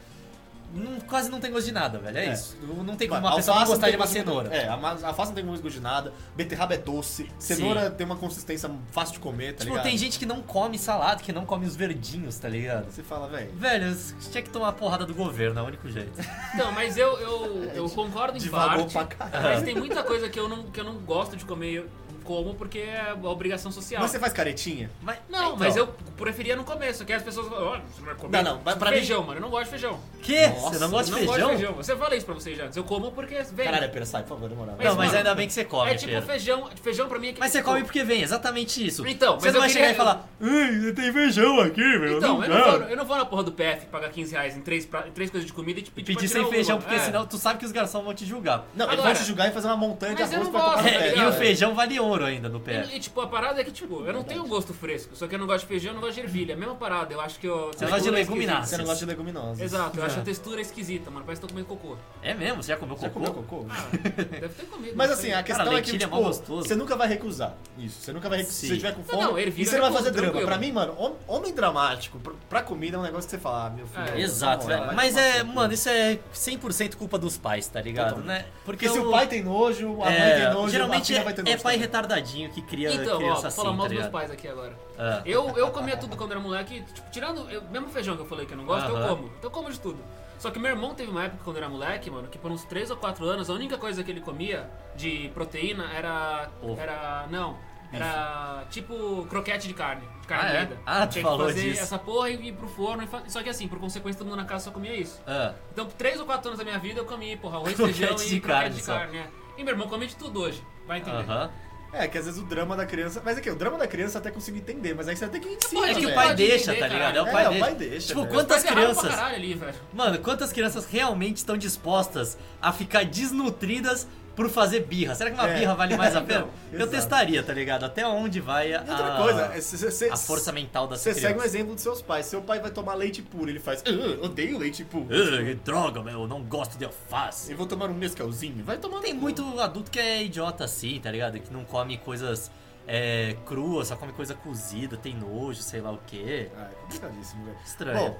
Speaker 1: não- quase não tem gosto de nada, velho. É,
Speaker 3: É.
Speaker 1: isso.
Speaker 2: tá
Speaker 1: Não tem como
Speaker 3: Mano,
Speaker 1: uma pessoa não
Speaker 3: alface
Speaker 1: gostar
Speaker 3: tem
Speaker 1: de uma
Speaker 3: gosto de-
Speaker 1: cenoura.
Speaker 3: É, a ma- a alface não tem gosto de nada, beterraba é doce, cenoura tem uma consistência fácil de comer, tá
Speaker 1: tipo,
Speaker 3: ligado?
Speaker 1: tem gente que não come salada, que não come os verdinhos, tá ligado?
Speaker 3: Você fala, velho.
Speaker 1: Velho, você tinha que tomar a porrada do governo, é o único jeito.
Speaker 2: Não, mas eu, eu, eu concordo em
Speaker 3: Devagou
Speaker 2: parte.
Speaker 3: pra caralho.
Speaker 2: Mas tem muita coisa que eu não, que eu não gosto de comer, eu como porque é obrigação social.
Speaker 3: Mas você faz caretinha?
Speaker 1: Mas,
Speaker 2: Não,
Speaker 1: então,
Speaker 2: mas eu preferia no começo, que as pessoas falam, "Olha, você não vai comer.
Speaker 3: Não, não, mas pra mim-
Speaker 2: feijão, mano, eu não gosto de feijão.
Speaker 1: Quê?
Speaker 3: Nossa,
Speaker 1: você não gosta de
Speaker 2: eu não
Speaker 1: feijão?
Speaker 2: gosto de feijão. Você fala isso pra vocês já antes. Eu como porque vem.
Speaker 3: Caralho, pera, sai, por favor, demorado.
Speaker 1: Não, mas
Speaker 2: mano,
Speaker 1: ainda bem que você come,
Speaker 2: é tipo
Speaker 1: Pedro.
Speaker 2: feijão. Feijão pra mim é que.
Speaker 1: Mas você come porque vem, exatamente isso.
Speaker 2: Então,
Speaker 1: você
Speaker 2: mas
Speaker 1: não
Speaker 2: eu
Speaker 1: vai chegar
Speaker 2: queria-
Speaker 1: e falar, ai, tem feijão aqui, meu.
Speaker 2: Então, eu não,
Speaker 1: quero."
Speaker 2: vou, eu não vou na porra do PF pagar 15 reais em três, pra- em três coisas de comida e te pedir pra
Speaker 1: Pedir
Speaker 2: tirar
Speaker 1: sem
Speaker 2: uma.
Speaker 1: feijão, porque
Speaker 2: É.
Speaker 1: senão tu sabe que os garçons vão te julgar.
Speaker 3: Não, eles
Speaker 2: Agora-
Speaker 3: vão te julgar e fazer uma montanha de
Speaker 2: Mas eu
Speaker 3: arroz
Speaker 2: não
Speaker 3: pra tocar
Speaker 2: gosto,
Speaker 3: no
Speaker 2: tá
Speaker 3: pé.
Speaker 1: É, e
Speaker 2: ligado?
Speaker 1: o feijão vale ouro ainda no PF.
Speaker 2: E, e, tipo, a parada é que, tipo, eu não tenho gosto fresco, só que eu não gosto de feijão, eu não gosto de ervilha. É Mesma parada, eu acho que eu. é
Speaker 1: Você gosta de É. leguminácea.
Speaker 3: Você não gosta de leguminosas.
Speaker 2: Exato, eu acho a textura é esquisita, mano. Parece que tô comendo cocô.
Speaker 1: É mesmo? Você já comeu
Speaker 3: Já
Speaker 1: cocô?
Speaker 3: comeu cocô?
Speaker 2: Ah, deve ter comido.
Speaker 3: Mas
Speaker 2: não sei.
Speaker 3: assim, a questão é que,
Speaker 1: lentilha é
Speaker 3: tipo,
Speaker 1: mó gostoso.
Speaker 3: você nunca vai recusar isso. Você nunca vai recusar.
Speaker 1: Sim.
Speaker 3: Se você tiver com fome,
Speaker 2: não, ervilha
Speaker 3: e você
Speaker 2: eu
Speaker 3: não vai
Speaker 2: como,
Speaker 3: fazer drama.
Speaker 2: tranquilo.
Speaker 3: Pra mim, mano, hom- homem dramático pra, pra comida é um negócio que você fala, ah, meu filho.
Speaker 2: É,
Speaker 3: na
Speaker 1: Exato,
Speaker 3: moral,
Speaker 1: velho.
Speaker 3: vai
Speaker 1: Mas
Speaker 3: tomar
Speaker 1: é,
Speaker 3: seu cu.
Speaker 1: mano, isso é 100% culpa dos pais, tá ligado,
Speaker 3: Totalmente.
Speaker 1: né?
Speaker 3: Porque se o pai tem nojo, a mãe
Speaker 1: é,
Speaker 3: tem nojo, a
Speaker 1: geralmente
Speaker 3: filha
Speaker 1: é,
Speaker 3: vai ter
Speaker 1: é
Speaker 3: nojo.
Speaker 1: pai
Speaker 3: também.
Speaker 1: retardadinho que cria
Speaker 2: Então, ó,
Speaker 1: criança
Speaker 2: vou
Speaker 1: assim,
Speaker 2: falar mal
Speaker 1: tá
Speaker 2: dos meus
Speaker 1: ligado?
Speaker 2: pais aqui agora.
Speaker 1: Ah.
Speaker 2: Eu, eu comia tudo quando era moleque, tipo, tirando. Eu, mesmo feijão que eu falei que eu não gosto, eu
Speaker 1: Aham.
Speaker 2: como. Então eu como de tudo. Só que meu irmão teve uma época quando era moleque, mano, que por uns 3 ou 4 anos a única coisa que ele comia de proteína era.
Speaker 1: Ovo.
Speaker 2: Era. Não. Era tipo croquete de carne, de carne
Speaker 1: Ah, é?
Speaker 2: moída.
Speaker 1: Ah, tu
Speaker 2: Tinha
Speaker 1: falou
Speaker 2: que fazer
Speaker 1: disso.
Speaker 2: essa porra e ir pro forno. E fa... Só que assim, por consequência, todo mundo na casa só comia isso.
Speaker 1: Ah,
Speaker 2: Então, por 3 ou 4 anos da minha vida, eu comi, porra, arroz, feijão
Speaker 1: Croquete de
Speaker 2: e croquete
Speaker 1: carne
Speaker 2: de
Speaker 1: só.
Speaker 2: carne, né? E meu irmão come de tudo hoje, vai entender.
Speaker 1: Aham.
Speaker 3: É, que às vezes o drama da criança. Mas é que o drama da criança eu até consigo entender, mas aí você até que ensina.
Speaker 1: É que o
Speaker 3: velho.
Speaker 1: pai
Speaker 2: pode
Speaker 1: deixa,
Speaker 2: entender,
Speaker 1: tá ligado? É o
Speaker 3: cara.
Speaker 1: pai
Speaker 3: É, o
Speaker 1: deixa.
Speaker 3: pai deixa,
Speaker 1: Tipo,
Speaker 3: né?
Speaker 1: quantas
Speaker 2: Mas erraram Tá pra
Speaker 1: crianças.
Speaker 2: caralho ali, velho. Tá
Speaker 1: Mano, quantas crianças realmente estão dispostas a ficar desnutridas por fazer birra? Será que uma
Speaker 3: É.
Speaker 1: birra vale mais a pena?
Speaker 3: Não,
Speaker 1: Eu
Speaker 3: exato.
Speaker 1: testaria, tá ligado? Até onde vai a,
Speaker 3: E outra
Speaker 1: a-
Speaker 3: coisa, é, cê- cê- cê-
Speaker 1: Ah, a força mental das
Speaker 3: Você segue um
Speaker 1: crianças.
Speaker 3: exemplo dos seus pais. Seu pai vai tomar leite puro, ele faz. "Ah, odeio leite puro.
Speaker 1: Ugh, que droga, meu, eu não gosto de alface.
Speaker 3: Eu vou tomar um mescalzinho. Vai tomar no
Speaker 1: Tem
Speaker 3: cu.
Speaker 1: muito adulto que é idiota assim, tá ligado? Que não come coisas é, cruas, só come coisa cozida, tem nojo, sei lá o quê.
Speaker 3: Ah, é complicadíssimo, velho.
Speaker 1: Estranho.
Speaker 3: Bom,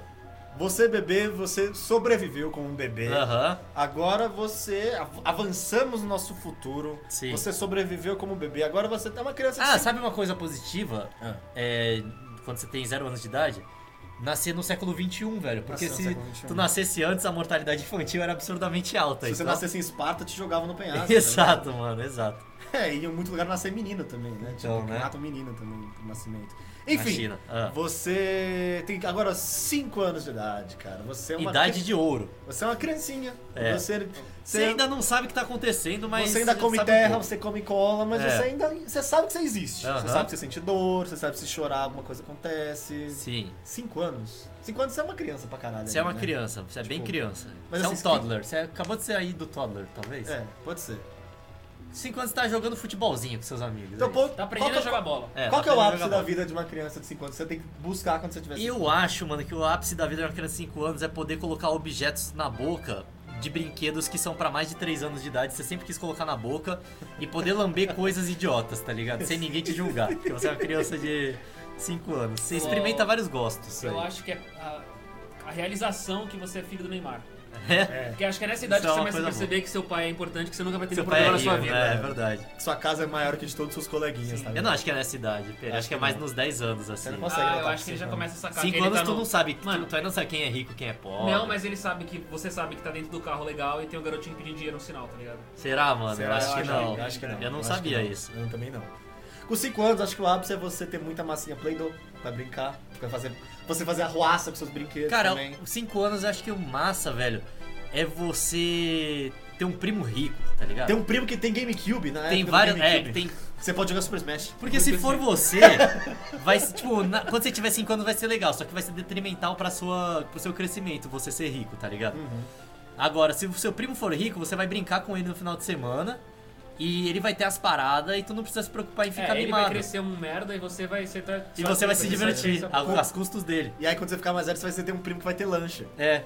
Speaker 3: você bebê, você sobreviveu com um bebê.
Speaker 1: Aham.
Speaker 3: Agora você. av- Avançamos no nosso futuro.
Speaker 1: Sim.
Speaker 3: Você sobreviveu como bebê. Agora você tá uma criança
Speaker 1: Ah,
Speaker 3: assim.
Speaker 1: sabe uma coisa positiva?
Speaker 3: Ah.
Speaker 1: É, quando você tem zero anos de idade? Nascer no século XXI, velho. Porque
Speaker 3: Nascer no
Speaker 1: se
Speaker 3: século XXI.
Speaker 1: tu nascesse antes, a mortalidade infantil era absurdamente alta.
Speaker 3: Se você
Speaker 1: então-
Speaker 3: nascesse em Esparta, te jogavam no penhasco. tá ligado?
Speaker 1: Exato, mano, exato.
Speaker 3: É, e em muito lugar nascer menina também, né?
Speaker 1: Então,
Speaker 3: tipo,
Speaker 1: né?
Speaker 3: matam menina também pro nascimento.
Speaker 1: Na
Speaker 3: Enfim,
Speaker 1: China. Ah.
Speaker 3: você tem agora 5 anos de idade, cara. Você é uma,
Speaker 1: Idade de ouro.
Speaker 3: você é uma criancinha.
Speaker 1: É.
Speaker 3: Você,
Speaker 1: Você
Speaker 3: você-
Speaker 1: ainda não sabe o que tá acontecendo, mas.
Speaker 3: você ainda
Speaker 1: sabe
Speaker 3: come
Speaker 1: um
Speaker 3: terra,
Speaker 1: pouco.
Speaker 3: você come cola, mas
Speaker 1: É.
Speaker 3: você ainda. Você sabe que você existe.
Speaker 1: Aham.
Speaker 3: Você sabe que você sente dor, você sabe que se chorar alguma coisa acontece.
Speaker 1: Sim.
Speaker 3: 5 anos. 5 anos você é uma criança pra caralho.
Speaker 1: Você é
Speaker 3: ainda,
Speaker 1: uma
Speaker 3: né?
Speaker 1: criança, você é bem
Speaker 3: Tipo,
Speaker 1: criança.
Speaker 3: mas
Speaker 1: Você é um
Speaker 3: assim,
Speaker 1: toddler, você acabou de sair do toddler, talvez.
Speaker 3: É, pode ser.
Speaker 1: Tá Cinco anos você tá jogando futebolzinho com seus amigos.
Speaker 3: Então,
Speaker 1: é
Speaker 3: pô,
Speaker 1: isso.
Speaker 2: Tá
Speaker 3: qual
Speaker 2: aprendendo
Speaker 3: que
Speaker 2: a
Speaker 3: é-
Speaker 2: jogar bola.
Speaker 1: É,
Speaker 3: Qual
Speaker 1: tá
Speaker 3: que é
Speaker 1: aprendendo
Speaker 3: o
Speaker 1: a
Speaker 3: ápice
Speaker 1: jogar
Speaker 3: da
Speaker 1: bola.
Speaker 3: vida de uma criança de 5 anos? Você tem que buscar quando você tiver cinco
Speaker 1: Eu acho, mano, que o ápice da vida de uma criança de 5 anos é poder colocar objetos na boca de brinquedos que são pra mais de 3 anos de idade, você sempre quis colocar na boca e poder lamber coisas idiotas, tá ligado? Sem ninguém te julgar, porque você é uma criança de 5 anos. Você experimenta vários gostos.
Speaker 2: Eu
Speaker 1: aí.
Speaker 2: acho que é a, a realização que você é filho do Neymar.
Speaker 1: É.
Speaker 2: Porque acho que é nessa idade
Speaker 1: Isso é
Speaker 2: que
Speaker 1: uma
Speaker 2: você começa a
Speaker 1: coisa
Speaker 2: perceber que seu pai é importante, que você nunca vai ter
Speaker 1: Seu
Speaker 2: nenhum
Speaker 1: pai é
Speaker 2: problema na
Speaker 1: rico,
Speaker 2: sua vida.
Speaker 1: né? É verdade.
Speaker 3: Sua casa é maior que de todos os seus coleguinhas, tá
Speaker 1: Eu
Speaker 3: ligado?
Speaker 1: não acho que é nessa idade, Pedro. Acho que é mais nos 10 anos, assim.
Speaker 3: Você não consegue
Speaker 2: Ah, eu
Speaker 3: notar
Speaker 2: acho que ele já
Speaker 3: seja
Speaker 2: começa a sacar que
Speaker 1: 5
Speaker 2: ele
Speaker 1: assim, anos
Speaker 2: tá
Speaker 1: tu
Speaker 2: no...
Speaker 1: não sabe, tu,
Speaker 2: Mano.
Speaker 1: tu ainda não sabe quem é rico, quem é pobre.
Speaker 2: Não, mas ele sabe que você sabe que tá dentro do carro legal e tem um garotinho pedindo dinheiro no sinal, tá ligado?
Speaker 1: Será, mano?
Speaker 3: Será?
Speaker 1: eu acho que não.
Speaker 3: Eu acho que não.
Speaker 1: Eu não
Speaker 3: acho
Speaker 1: sabia
Speaker 3: que não.
Speaker 1: isso.
Speaker 3: Eu também não. Com 5 anos, acho que o ápice é você ter muita massinha Play-Doh, vai brincar, vai fazer, você fazer arruaça com seus brinquedos
Speaker 1: Cara,
Speaker 3: também.
Speaker 1: 5 anos eu acho que o massa, velho, é você ter um primo rico, tá ligado?
Speaker 3: Tem um primo que tem GameCube, né?
Speaker 1: Tem
Speaker 3: Época do
Speaker 1: vários. É,
Speaker 3: GameCube.
Speaker 1: que tem.
Speaker 3: Você pode jogar Super Smash.
Speaker 1: Porque se for você, vai ser, tipo, na- quando você tiver 5 anos vai ser legal, só que vai ser detrimental pra sua, pro seu crescimento você ser rico, tá ligado?
Speaker 3: Uhum.
Speaker 1: Agora, se o seu primo for rico, você vai brincar com ele no final de semana e ele vai ter as paradas e tu não precisa se preocupar em ficar
Speaker 2: é, ele vai
Speaker 1: mimado.
Speaker 2: crescer um merda e você vai ser... tá-
Speaker 1: E
Speaker 2: só
Speaker 1: você vai se
Speaker 2: você
Speaker 3: é
Speaker 1: divertir,
Speaker 2: vai- um
Speaker 1: a- às custas dele.
Speaker 3: E aí quando você ficar mais velho, você vai ter um primo que vai ter lancha.
Speaker 1: É.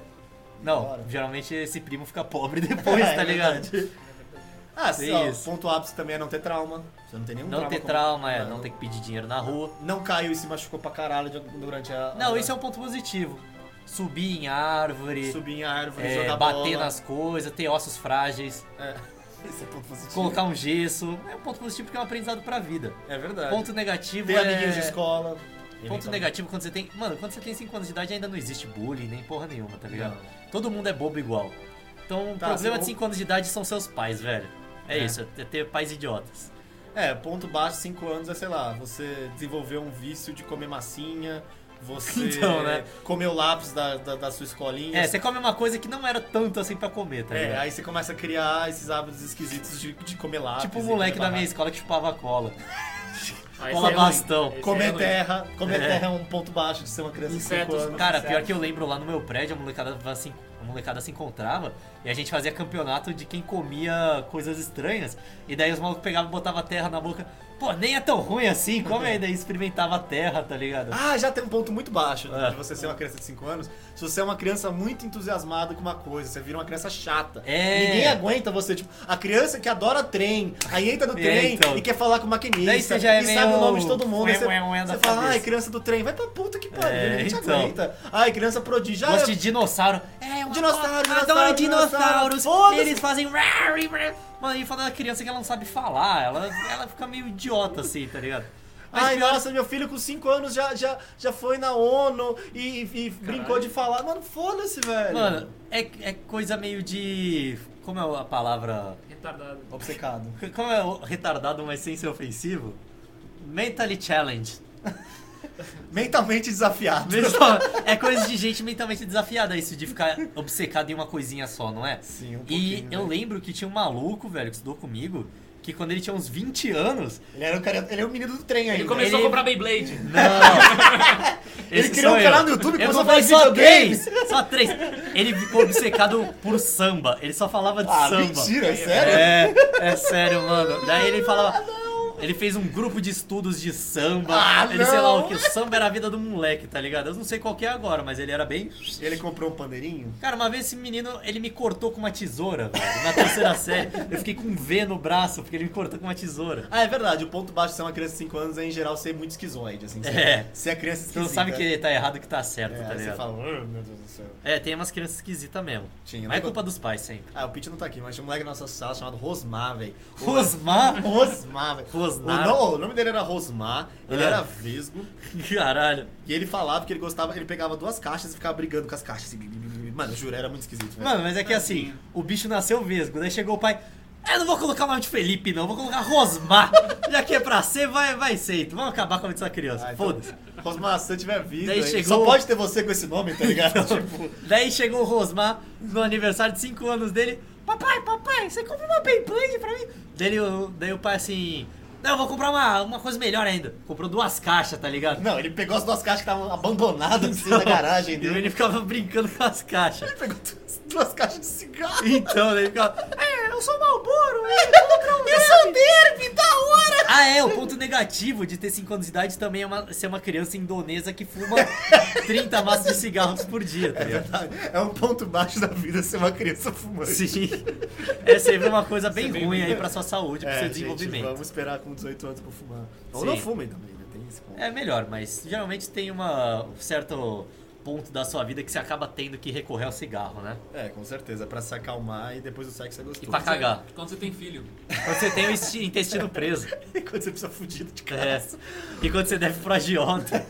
Speaker 1: Não,
Speaker 3: Bora.
Speaker 1: geralmente esse primo fica pobre depois,
Speaker 3: É,
Speaker 1: tá
Speaker 3: é
Speaker 1: ligado?
Speaker 3: Ah, sim.
Speaker 1: Tem isso.
Speaker 3: Ponto ápice também é não ter trauma. Você não tem nenhum
Speaker 1: Não
Speaker 3: trauma.
Speaker 1: ter
Speaker 3: com-
Speaker 1: trauma, é, não ter que pedir dinheiro na rua.
Speaker 3: Não caiu e se machucou pra caralho durante a...
Speaker 1: Não,
Speaker 3: a-
Speaker 1: isso é um ponto positivo. Subir em árvore,
Speaker 3: Subir em árvore,
Speaker 1: é,
Speaker 3: jogar
Speaker 1: bater
Speaker 3: bola.
Speaker 1: nas coisas, ter ossos frágeis,
Speaker 3: É. Esse é ponto positivo.
Speaker 1: colocar um gesso. É um ponto positivo porque é um aprendizado pra vida.
Speaker 3: É verdade.
Speaker 1: Ponto negativo
Speaker 3: Ter
Speaker 1: é...
Speaker 3: amiguinhos de escola.
Speaker 1: Ponto
Speaker 3: Eventualmente.
Speaker 1: negativo quando você tem... Mano, quando você tem 5 anos de idade ainda não existe bullying, nem porra nenhuma, tá ligado?
Speaker 3: Não.
Speaker 1: Todo mundo é bobo igual. Então o
Speaker 3: Tá,
Speaker 1: problema
Speaker 3: se-
Speaker 1: de 5 anos de idade são seus pais, velho. É,
Speaker 3: É.
Speaker 1: isso, é ter pais idiotas.
Speaker 3: É, ponto baixo, 5 anos é, sei lá, você desenvolveu um vício de comer massinha, você
Speaker 1: Então, né?
Speaker 3: comeu lápis da, da, da sua escolinha.
Speaker 1: É, você come uma coisa que não era tanto assim pra comer, tá
Speaker 3: É,
Speaker 1: ligado?
Speaker 3: aí você começa a criar esses hábitos esquisitos de, de comer lápis.
Speaker 1: tipo o
Speaker 3: e
Speaker 1: moleque
Speaker 3: comer
Speaker 1: da minha
Speaker 3: barraca.
Speaker 1: escola que chupava cola.
Speaker 2: Ah, esse
Speaker 1: Cola
Speaker 2: é ruim.
Speaker 1: bastão.
Speaker 2: Esse é
Speaker 3: Comer
Speaker 2: ruim.
Speaker 3: terra, comer
Speaker 1: É.
Speaker 3: terra é um ponto baixo de ser uma criança de 5
Speaker 2: Insetos,
Speaker 3: anos.
Speaker 1: Cara,
Speaker 2: Certo.
Speaker 1: pior que eu lembro lá no meu prédio, a molecada, va- se, a molecada se encontrava e a gente fazia campeonato de quem comia coisas estranhas. E daí os malucos pegavam e botavam terra na boca. Pô, nem é tão ruim assim, come aí. Daí experimentava a terra, tá ligado?
Speaker 3: Ah, já tem um ponto muito baixo né,
Speaker 1: É.
Speaker 3: de você ser uma criança de 5 anos. Se você é uma criança muito entusiasmada com uma coisa, você vira uma criança chata.
Speaker 1: É.
Speaker 3: Ninguém aguenta você. Tipo, a criança que adora trem, aí entra no
Speaker 1: É,
Speaker 3: trem
Speaker 1: então.
Speaker 3: e quer falar com o maquinista.
Speaker 1: Daí você já é
Speaker 3: e
Speaker 1: meio
Speaker 3: sabe o nome de todo mundo. aí você
Speaker 1: ué, ué, ué da
Speaker 3: você fala,
Speaker 1: cabeça.
Speaker 3: ai, criança do trem, vai pra puta que pariu,
Speaker 1: É,
Speaker 3: ninguém te
Speaker 1: então.
Speaker 3: aguenta. Ai, criança prodígio.
Speaker 1: Gosto de
Speaker 3: ai,
Speaker 1: dinossauro. É, eu
Speaker 3: Dinossauro,
Speaker 1: adoro-
Speaker 3: dinossauro,
Speaker 1: adoro
Speaker 3: dinossauro.
Speaker 1: dinossauros.
Speaker 3: Foda-se.
Speaker 1: Eles fazem. Mano, e fala da criança que ela não sabe falar. Ela, ela fica meio idiota assim, tá ligado? Mas
Speaker 3: Ai,
Speaker 1: pior-
Speaker 3: nossa, meu filho com 5 anos já, já, já foi na ONU e, e- e brincou de falar. Mano, foda-se, velho.
Speaker 1: Mano, é, é coisa meio de. Como é a palavra?
Speaker 2: Retardado.
Speaker 3: Obcecado.
Speaker 1: Como é o retardado, mas sem ser ofensivo? Mentally challenged.
Speaker 3: Mentalmente desafiado.
Speaker 1: Pessoal, é coisa de gente mentalmente desafiada isso, de ficar obcecado em uma coisinha só, não é?
Speaker 3: Sim, um
Speaker 1: E
Speaker 3: pouquinho,
Speaker 1: eu
Speaker 3: né?
Speaker 1: lembro que tinha um maluco, velho, que estudou comigo, que quando ele tinha uns 20 anos.
Speaker 3: Ele era o cara, ele é o menino do trem ainda.
Speaker 2: Ele começou
Speaker 1: Ele-
Speaker 2: a comprar Beyblade.
Speaker 1: Não!
Speaker 3: Ele criou um canal no YouTube e
Speaker 1: eu
Speaker 3: começou
Speaker 1: não
Speaker 3: a falar
Speaker 1: falei só
Speaker 3: de videogames.
Speaker 1: três! Só três! Ele ficou obcecado por samba. Ele só falava de
Speaker 3: Ah,
Speaker 1: samba.
Speaker 3: mentira, é sério?
Speaker 1: É, é sério, mano. Daí ele falava. Ele fez um grupo de estudos de samba.
Speaker 3: Ah,
Speaker 1: ele sei lá
Speaker 3: não.
Speaker 1: o que. O samba era a vida do moleque, tá ligado? Eu não sei qual que é agora, mas ele era bem.
Speaker 3: Ele comprou um pandeirinho?
Speaker 1: Cara, uma vez esse menino, ele me cortou com uma tesoura, velho. Na terceira série. Eu fiquei com um V no braço, porque ele me cortou com uma tesoura.
Speaker 3: Ah, é verdade. O ponto baixo de ser uma criança de 5 anos é, em geral, ser muito esquizoide, assim. Ser,
Speaker 1: É.
Speaker 3: ser a criança
Speaker 1: Você
Speaker 3: esquisita.
Speaker 1: não sabe que ele tá errado e que tá certo,
Speaker 3: É,
Speaker 1: tá
Speaker 3: aí você
Speaker 1: ligado?
Speaker 3: fala, "Ah, meu Deus do céu.
Speaker 1: É, tem umas crianças esquisitas mesmo.
Speaker 3: Tinha,
Speaker 1: Mas é
Speaker 3: né?
Speaker 1: culpa dos pais sempre.
Speaker 3: Ah, o Pete não tá aqui, mas tinha um moleque na nossa sala chamado Rosmar, velho. O-
Speaker 1: Rosmar?
Speaker 3: Rosmar, velho.
Speaker 1: Rosmar.
Speaker 3: O, no- o nome dele era Rosmar, ele
Speaker 1: Ah.
Speaker 3: era vesgo,
Speaker 1: Caralho.
Speaker 3: e ele falava que ele gostava, ele pegava duas caixas e ficava brigando com as caixas. assim, Mano, eu juro, era muito esquisito, né? velho.
Speaker 1: Mano, mas é que assim, o bicho nasceu vesgo, daí chegou o pai. Eu não vou colocar o nome de Felipe, não, vou colocar Rosmar. Já que é pra ser, vai, vai ser. Vamos acabar com a vida dessa criança.
Speaker 3: Ah, então-
Speaker 1: Foda-se.
Speaker 3: Rosmar, se você tiver visto,
Speaker 1: Daí
Speaker 3: aí,
Speaker 1: chegou-
Speaker 3: só pode ter você com esse nome, tá ligado? tipo,
Speaker 1: Daí chegou o Rosmar no aniversário de 5 anos dele. Papai, papai, você compra uma Beyblade pra mim? Daí, o- daí o pai assim. Não, eu vou comprar uma, uma coisa melhor ainda. Comprou duas caixas, tá ligado?
Speaker 3: não, ele pegou as duas caixas que estavam abandonadas assim, na garagem
Speaker 1: E
Speaker 3: dele.
Speaker 1: ele ficava brincando com as caixas.
Speaker 3: Ele pegou duas- duas caixas de cigarro.
Speaker 1: Então, daí ficava. É, eu sou Malboro, é, eu, eu sou derby, da hora! Ah, é, o ponto negativo de ter 5 anos de idade também é uma- ser uma criança indonesa que fuma 30 maços de cigarros por dia, tá ligado?
Speaker 3: É um ponto baixo da vida ser uma criança fumante.
Speaker 1: Sim. É sempre uma coisa bem
Speaker 2: Isso é bem
Speaker 1: ruim aí
Speaker 2: ruim.
Speaker 1: pra sua saúde, pro
Speaker 3: É,
Speaker 1: seu
Speaker 3: gente,
Speaker 1: desenvolvimento.
Speaker 3: vamos esperar com 18 anos pra fumar. Ou
Speaker 1: Sim.
Speaker 3: não fumem também, né? Tem esse ponto.
Speaker 1: É melhor, mas geralmente tem uma, um certo ponto da sua vida que você acaba tendo que recorrer ao cigarro, né?
Speaker 3: É, com certeza. Pra se acalmar e depois o sexo é gostoso.
Speaker 1: E pra cagar.
Speaker 2: Quando você tem filho.
Speaker 1: Quando você tem o insti- intestino preso.
Speaker 3: Quando você precisa fudido de
Speaker 1: É.
Speaker 3: casa.
Speaker 1: E quando você deve pro agiota.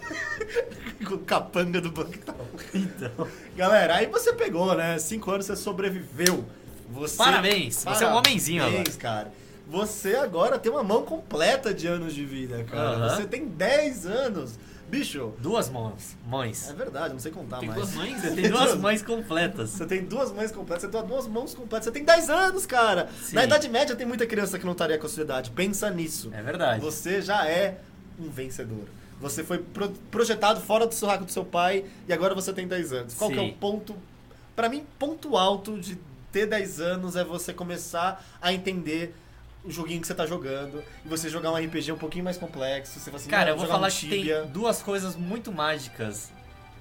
Speaker 3: Com o capanga do banco tá e tal.
Speaker 1: Então.
Speaker 3: Galera, aí você pegou, né? Cinco anos você sobreviveu. Você...
Speaker 1: Parabéns, você é um homenzinho
Speaker 3: Parabéns, cara. Você agora tem uma mão completa de anos de vida, cara.
Speaker 1: Aham.
Speaker 3: Você tem 10 anos. Bicho,
Speaker 1: Duas mãos.
Speaker 3: é
Speaker 1: Mães.
Speaker 3: verdade, não sei contar
Speaker 2: Tem
Speaker 3: mais.
Speaker 2: duas mães?
Speaker 1: Tá, Você tem duas mães completas.
Speaker 3: Você tem duas mães completas, você tem duas mãos completas, você tem 10 anos, cara!
Speaker 1: Sim.
Speaker 3: Na Idade Média tem muita criança que não estaria com a sua idade. Pensa nisso.
Speaker 1: É verdade.
Speaker 3: Você já é um vencedor. Você foi pro- projetado fora do surraco do seu pai e agora você tem 10 anos. Qual que é
Speaker 1: Sim.
Speaker 3: o ponto. Pra mim, ponto alto de ter 10 anos é você começar a entender o joguinho que você tá jogando e você jogar um RPG um pouquinho mais complexo. Você fala assim,
Speaker 1: Cara,
Speaker 3: "Não,
Speaker 1: eu vou
Speaker 3: jogar um
Speaker 1: falar que
Speaker 3: Tibia".
Speaker 1: tem duas coisas muito mágicas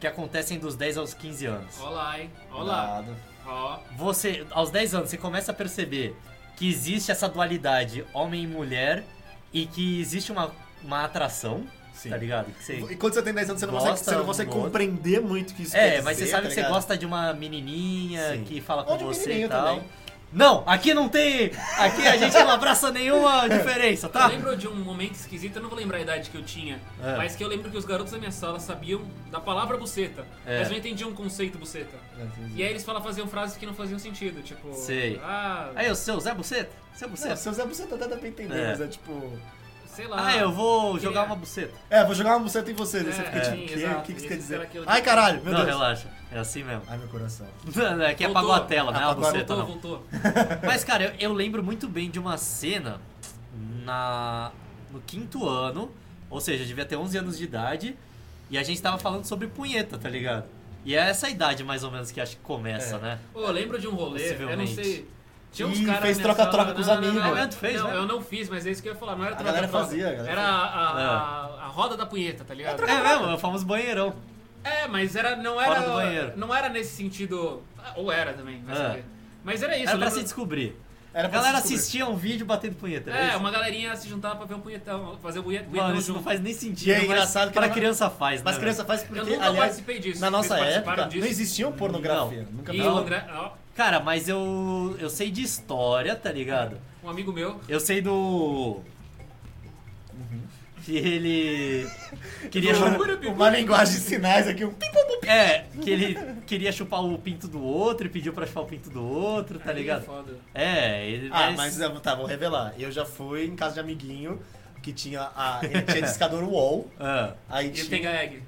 Speaker 1: que acontecem dos 10 aos 15 anos.
Speaker 2: Olá, hein? Olá.
Speaker 3: Nada.
Speaker 2: Ó.
Speaker 1: Você, aos 10 anos, você começa a perceber que existe essa dualidade homem e mulher e que existe uma, uma atração,
Speaker 3: Sim.
Speaker 1: tá ligado? Que você-
Speaker 3: E quando você tem 10 anos, você não
Speaker 1: Gosta
Speaker 3: consegue, você não consegue
Speaker 1: um do outro.
Speaker 3: compreender muito o que isso quer
Speaker 1: É,
Speaker 3: dizer,
Speaker 1: mas você sabe
Speaker 3: tá
Speaker 1: que você
Speaker 3: ligado?
Speaker 1: gosta de uma menininha
Speaker 3: Sim.
Speaker 1: que fala com
Speaker 3: Ou de um
Speaker 1: você e
Speaker 3: menininho
Speaker 1: tal.
Speaker 3: também.
Speaker 1: Não, aqui não tem. Aqui a gente não abraça nenhuma diferença,
Speaker 2: Eu
Speaker 1: tá?
Speaker 2: lembro de um momento esquisito, eu não vou lembrar a idade que eu tinha,
Speaker 1: É.
Speaker 2: mas que eu lembro que os garotos da minha sala sabiam da palavra buceta,
Speaker 1: É.
Speaker 2: mas não entendiam o conceito buceta.
Speaker 3: É,
Speaker 2: E aí eles falavam, faziam frases que não faziam sentido, tipo.
Speaker 1: Sei.
Speaker 2: Ah,
Speaker 1: Aí, o seu Zé Buceta? Seu Buceta?
Speaker 3: Não, seu Zé Buceta até dá pra entender,
Speaker 1: É.
Speaker 3: mas é tipo.
Speaker 2: sei lá.
Speaker 1: Ah, eu vou
Speaker 2: Queria-
Speaker 1: jogar uma buceta.
Speaker 3: É, vou jogar uma buceta em você. Daí você
Speaker 2: É,
Speaker 3: fica
Speaker 2: é,
Speaker 3: tipo, o
Speaker 2: sim,
Speaker 3: quê?
Speaker 2: exato.
Speaker 3: O que, que
Speaker 2: Isso
Speaker 3: você quer dizer?
Speaker 2: será que eu-
Speaker 3: Ai, caralho, meu
Speaker 1: Não,
Speaker 3: Deus.
Speaker 1: relaxa. É assim mesmo.
Speaker 3: Ai, meu coração.
Speaker 1: Não, é que
Speaker 2: Voltou.
Speaker 1: apagou a tela, não é uma
Speaker 3: Apagou a
Speaker 1: buceta,
Speaker 2: Voltou,
Speaker 1: não.
Speaker 2: voltou.
Speaker 1: Mas, cara, eu, eu lembro muito bem de uma cena na no quinto ano, ou seja, eu devia ter 11 anos de idade, e a gente tava falando sobre punheta, tá ligado? E é essa idade, mais ou menos, que acho que
Speaker 3: É.
Speaker 1: começa, né?
Speaker 2: Pô, eu lembro de um rolê, eu não
Speaker 1: Possivelmente.
Speaker 2: sei. Tinha uns
Speaker 3: Ih,
Speaker 2: caras.
Speaker 3: fez
Speaker 2: na minha
Speaker 3: troca-troca
Speaker 2: sala-
Speaker 3: com os
Speaker 2: não, não, não,
Speaker 3: amigos.
Speaker 2: Não,
Speaker 1: Ah, tu fez,
Speaker 2: não,
Speaker 1: né?
Speaker 2: eu não fiz, mas é isso que eu ia falar. Não era
Speaker 3: A galera
Speaker 2: troca-troca.
Speaker 3: fazia, a galera
Speaker 2: Era a, a, a roda da punheta, tá ligado?
Speaker 1: É mesmo, é o famoso banheirão.
Speaker 2: É, mas era, não
Speaker 1: Fora
Speaker 2: era.
Speaker 1: do banheiro.
Speaker 2: Não era nesse sentido. ah, Ou era também, vai
Speaker 1: É.
Speaker 2: saber. Mas era isso,
Speaker 1: Era
Speaker 2: eu
Speaker 1: pra
Speaker 2: lembro-
Speaker 1: se descobrir.
Speaker 3: Era
Speaker 1: a
Speaker 3: pra
Speaker 1: galera
Speaker 3: se descobrir.
Speaker 1: assistia um vídeo batendo punheta. era
Speaker 2: É,
Speaker 1: isso?
Speaker 2: uma galerinha se juntava pra ver um punhetão, fazer o punhetão
Speaker 1: Mano, isso
Speaker 2: junto.
Speaker 1: não faz nem sentido.
Speaker 3: um E é
Speaker 1: mas
Speaker 3: engraçado que
Speaker 1: pra
Speaker 3: era-
Speaker 1: criança faz, né?
Speaker 3: Mas
Speaker 1: velho?
Speaker 3: criança faz porque,
Speaker 2: Eu nunca
Speaker 3: aliás,
Speaker 2: participei disso.
Speaker 3: na nossa
Speaker 2: Vocês
Speaker 3: época,
Speaker 2: participaram
Speaker 3: não
Speaker 2: disso?
Speaker 3: existiam pornografia. Nunca
Speaker 2: E
Speaker 3: vi.
Speaker 2: o André, ó,
Speaker 1: Cara, mas eu, eu sei de história, tá ligado?
Speaker 2: um amigo meu,
Speaker 1: Eu sei do. Que ele. Queria chupar.
Speaker 3: Uma linguagem de sinais aqui, um pim, pum, pum.
Speaker 1: É, que ele queria chupar o pinto do outro e pediu pra chupar o pinto do outro, tá
Speaker 2: aí é
Speaker 1: ligado?
Speaker 2: foda.
Speaker 1: É, ele.
Speaker 3: Ah, mas eu- tá, vou revelar. Eu já fui em casa de amiguinho que tinha a. Ele tinha discador UOL.
Speaker 1: Ah,
Speaker 3: Aí
Speaker 2: E
Speaker 3: tinha.
Speaker 2: o Tenga Egg.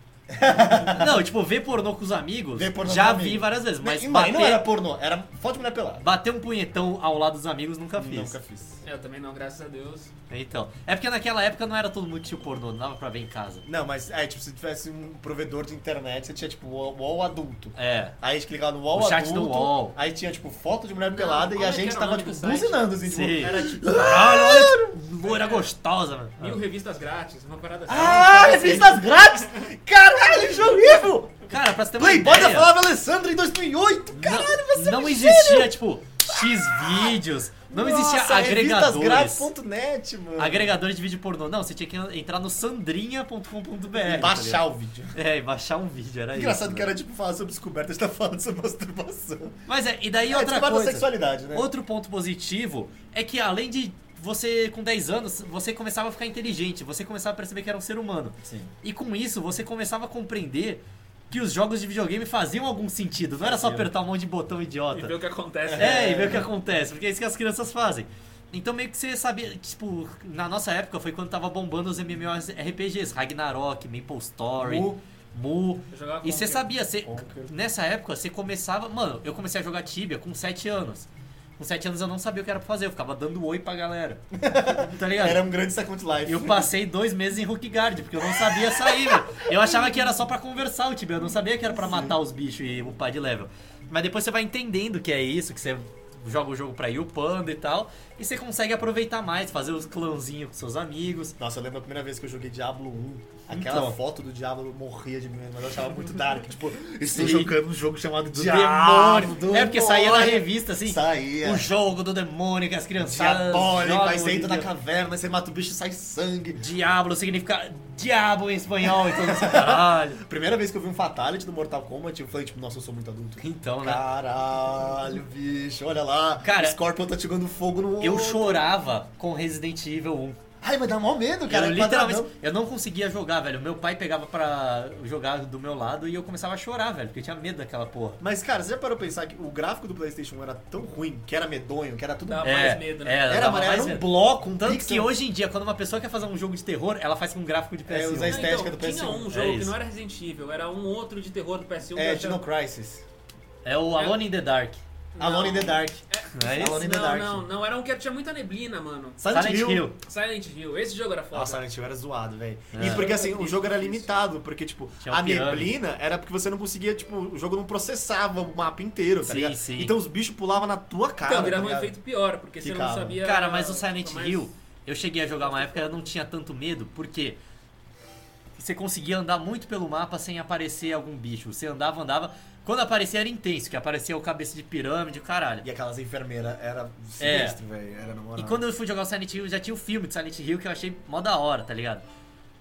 Speaker 1: Não, tipo, ver pornô com os amigos,
Speaker 3: Ver pornô
Speaker 1: já
Speaker 3: com
Speaker 1: vi
Speaker 3: amigo.
Speaker 1: várias vezes, mas
Speaker 3: e, mãe,
Speaker 1: bater,
Speaker 3: não era pornô, era foto de mulher pelada.
Speaker 1: bater um punhetão ao lado dos amigos nunca fiz.
Speaker 3: Nunca fiz.
Speaker 2: Eu também não, graças a Deus.
Speaker 1: Então, é porque naquela época não era todo mundo que tinha o pornô, não dava pra ver em casa.
Speaker 3: Não, mas é, tipo, se tivesse um provedor de internet, você tinha tipo wall, wall adulto.
Speaker 1: É.
Speaker 3: Aí a gente clicava no wall
Speaker 1: O chat
Speaker 3: adulto.
Speaker 1: do wall.
Speaker 3: Aí tinha tipo foto de mulher pelada e
Speaker 2: como
Speaker 3: a
Speaker 2: é que
Speaker 3: gente
Speaker 2: era o
Speaker 3: tava
Speaker 2: nome
Speaker 3: tipo
Speaker 2: do site?
Speaker 3: buzinando assim,
Speaker 1: Sim.
Speaker 3: tipo,
Speaker 2: Era tipo
Speaker 1: Caralho, olha que loira gostosa, mano.
Speaker 2: mil revistas grátis, uma parada assim.
Speaker 3: Ah, revistas grátis! Caralho, jogo é vivo!
Speaker 1: Cara, pra você ter uma
Speaker 3: Playboy da
Speaker 1: ideia...
Speaker 3: Flávia Alessandra em 2008! Caralho,
Speaker 1: não,
Speaker 3: você é um
Speaker 1: não existia, tipo, X vídeos, não
Speaker 3: é
Speaker 1: existia agregadores.
Speaker 3: revistasgrátis.net, mano.
Speaker 1: Agregadores de vídeo pornô. Não, você tinha que entrar no sandrinha.com.br.
Speaker 3: E baixar o vídeo.
Speaker 1: tá ligado? É, e baixar um vídeo, era
Speaker 3: Engraçado
Speaker 1: isso.
Speaker 3: que era tipo falar sobre descoberta, a gente tá falando sobre masturbação.
Speaker 1: Mas é, e daí
Speaker 3: é,
Speaker 1: outra
Speaker 3: descoberta da
Speaker 1: coisa.
Speaker 3: sexualidade, né?
Speaker 1: Outro ponto positivo é que além de você com 10 anos, você começava a ficar inteligente, você começava a perceber que era um ser humano.
Speaker 3: Sim.
Speaker 1: E com isso, você começava a compreender que os jogos de videogame faziam algum sentido, não era só apertar um monte de botão
Speaker 2: E ver
Speaker 1: idiota.
Speaker 2: o que acontece.
Speaker 1: É, e ver o que acontece, porque é isso que as crianças fazem. Então meio que você sabia, tipo, na nossa época foi quando tava bombando os MMORPGs, Ragnarok, Maple Story,
Speaker 3: Mu. Tá
Speaker 1: Mu.
Speaker 2: Eu jogava um
Speaker 1: E você
Speaker 2: Conker.
Speaker 1: sabia, você-
Speaker 3: Conker.
Speaker 1: nessa época você começava. Mano, eu comecei a jogar Tibia com 7 anos. Com 7 anos eu não sabia o que era pra fazer, eu ficava dando oi pra galera. tá ligado?
Speaker 3: Era um grande second life.
Speaker 1: Eu passei dois meses em Hook Guard, porque eu não sabia sair, velho. Eu achava que era só pra conversar o Tibia, eu não sabia que era pra matar os bichos e upar de level. Mas depois você vai entendendo que é isso, que você joga o jogo pra ir upando e tal, e você consegue aproveitar mais, fazer os clãzinhos com seus amigos.
Speaker 3: Nossa, eu lembro a primeira vez que eu joguei Diablo 1. Aquela
Speaker 1: Então.
Speaker 3: foto do Diablo eu morria de medo, mas eu achava muito dark. Tipo,
Speaker 1: Sim.
Speaker 3: estou jogando um jogo chamado
Speaker 1: Do
Speaker 3: Diablo.
Speaker 1: demônio. É porque saía na
Speaker 3: demônio.
Speaker 1: revista assim.
Speaker 3: Saía.
Speaker 1: O jogo do demônio que as crianças.
Speaker 3: Diabólico,
Speaker 1: jogam
Speaker 3: aí você entra
Speaker 1: de-
Speaker 3: na caverna, você mata o bicho e sai sangue.
Speaker 1: Diablo significa diabo em espanhol, então assim, caralho.
Speaker 3: Primeira vez que eu vi um Fatality do Mortal Kombat, eu falei, tipo, nossa, eu sou muito adulto.
Speaker 1: Então, né?
Speaker 3: Caralho, bicho, olha lá.
Speaker 1: Cara,
Speaker 3: o Scorpion tá jogando fogo no.
Speaker 1: Eu
Speaker 3: outro.
Speaker 1: chorava com Resident Evil 1.
Speaker 3: Ai, mas dá mó medo, cara.
Speaker 1: eu
Speaker 3: é
Speaker 1: literalmente
Speaker 3: quadradão.
Speaker 1: eu não conseguia jogar, velho. Meu pai pegava pra jogar do meu lado e eu começava a chorar, velho, porque eu tinha medo daquela porra.
Speaker 3: Mas, cara, você já parou pra pensar que o gráfico do PlayStation 1 era tão ruim, que era medonho, que era tudo.
Speaker 2: Dava
Speaker 3: É.
Speaker 2: mais medo, né?
Speaker 1: é,
Speaker 3: Era,
Speaker 1: dava
Speaker 3: mano,
Speaker 1: mais
Speaker 3: era um
Speaker 1: medo.
Speaker 3: bloco, um
Speaker 1: Tanto que
Speaker 3: pixel.
Speaker 1: hoje em dia, quando uma pessoa quer fazer um jogo de terror, ela faz com um gráfico de
Speaker 3: É,
Speaker 1: PS1.
Speaker 3: usa
Speaker 2: Não, então,
Speaker 3: estética do
Speaker 2: Tinha
Speaker 3: PS1.
Speaker 2: um
Speaker 1: É
Speaker 2: jogo que
Speaker 1: isso.
Speaker 2: não era Resident Evil, era um outro de terror do PS1.
Speaker 3: É,
Speaker 2: que eu
Speaker 3: Dino
Speaker 2: achava-
Speaker 3: Crisis.
Speaker 1: É o Alone in the Dark.
Speaker 2: Não.
Speaker 3: Alone in the Dark.
Speaker 1: Não é isso?
Speaker 3: É Alone in the
Speaker 2: Não,
Speaker 3: Dark.
Speaker 2: não, não, era um que tinha muita neblina, mano.
Speaker 3: Silent, Hill.
Speaker 2: Silent Hill, esse jogo era foda.
Speaker 3: Nossa, Ah, Silent Hill era zoado, velho.
Speaker 1: É.
Speaker 3: E porque assim, o jogo era limitado, porque, tipo,
Speaker 1: Tinha um
Speaker 3: a
Speaker 1: pirâmide.
Speaker 3: neblina era porque você não conseguia, tipo, o jogo não processava o mapa inteiro, tá
Speaker 1: Sim,
Speaker 3: ligado?
Speaker 1: sim.
Speaker 3: Então os bichos pulavam na tua cara.
Speaker 2: Então,
Speaker 3: tá
Speaker 2: virava um
Speaker 3: ligado?
Speaker 2: efeito pior, porque você não
Speaker 3: Ficava.
Speaker 2: sabia.
Speaker 1: Cara, mas o Silent
Speaker 2: mas-
Speaker 1: Hill, eu cheguei a jogar uma época eu não tinha tanto medo, porque você conseguia andar muito pelo mapa sem aparecer algum bicho. Você andava, andava. Quando aparecia era intenso, que aparecia o cabeça de pirâmide, o caralho.
Speaker 3: E aquelas enfermeiras era sinistro, velho. Era na moral.
Speaker 1: É. E quando eu fui jogar o Silent Hill, já tinha o filme de Silent Hill que eu achei mó da hora, tá ligado?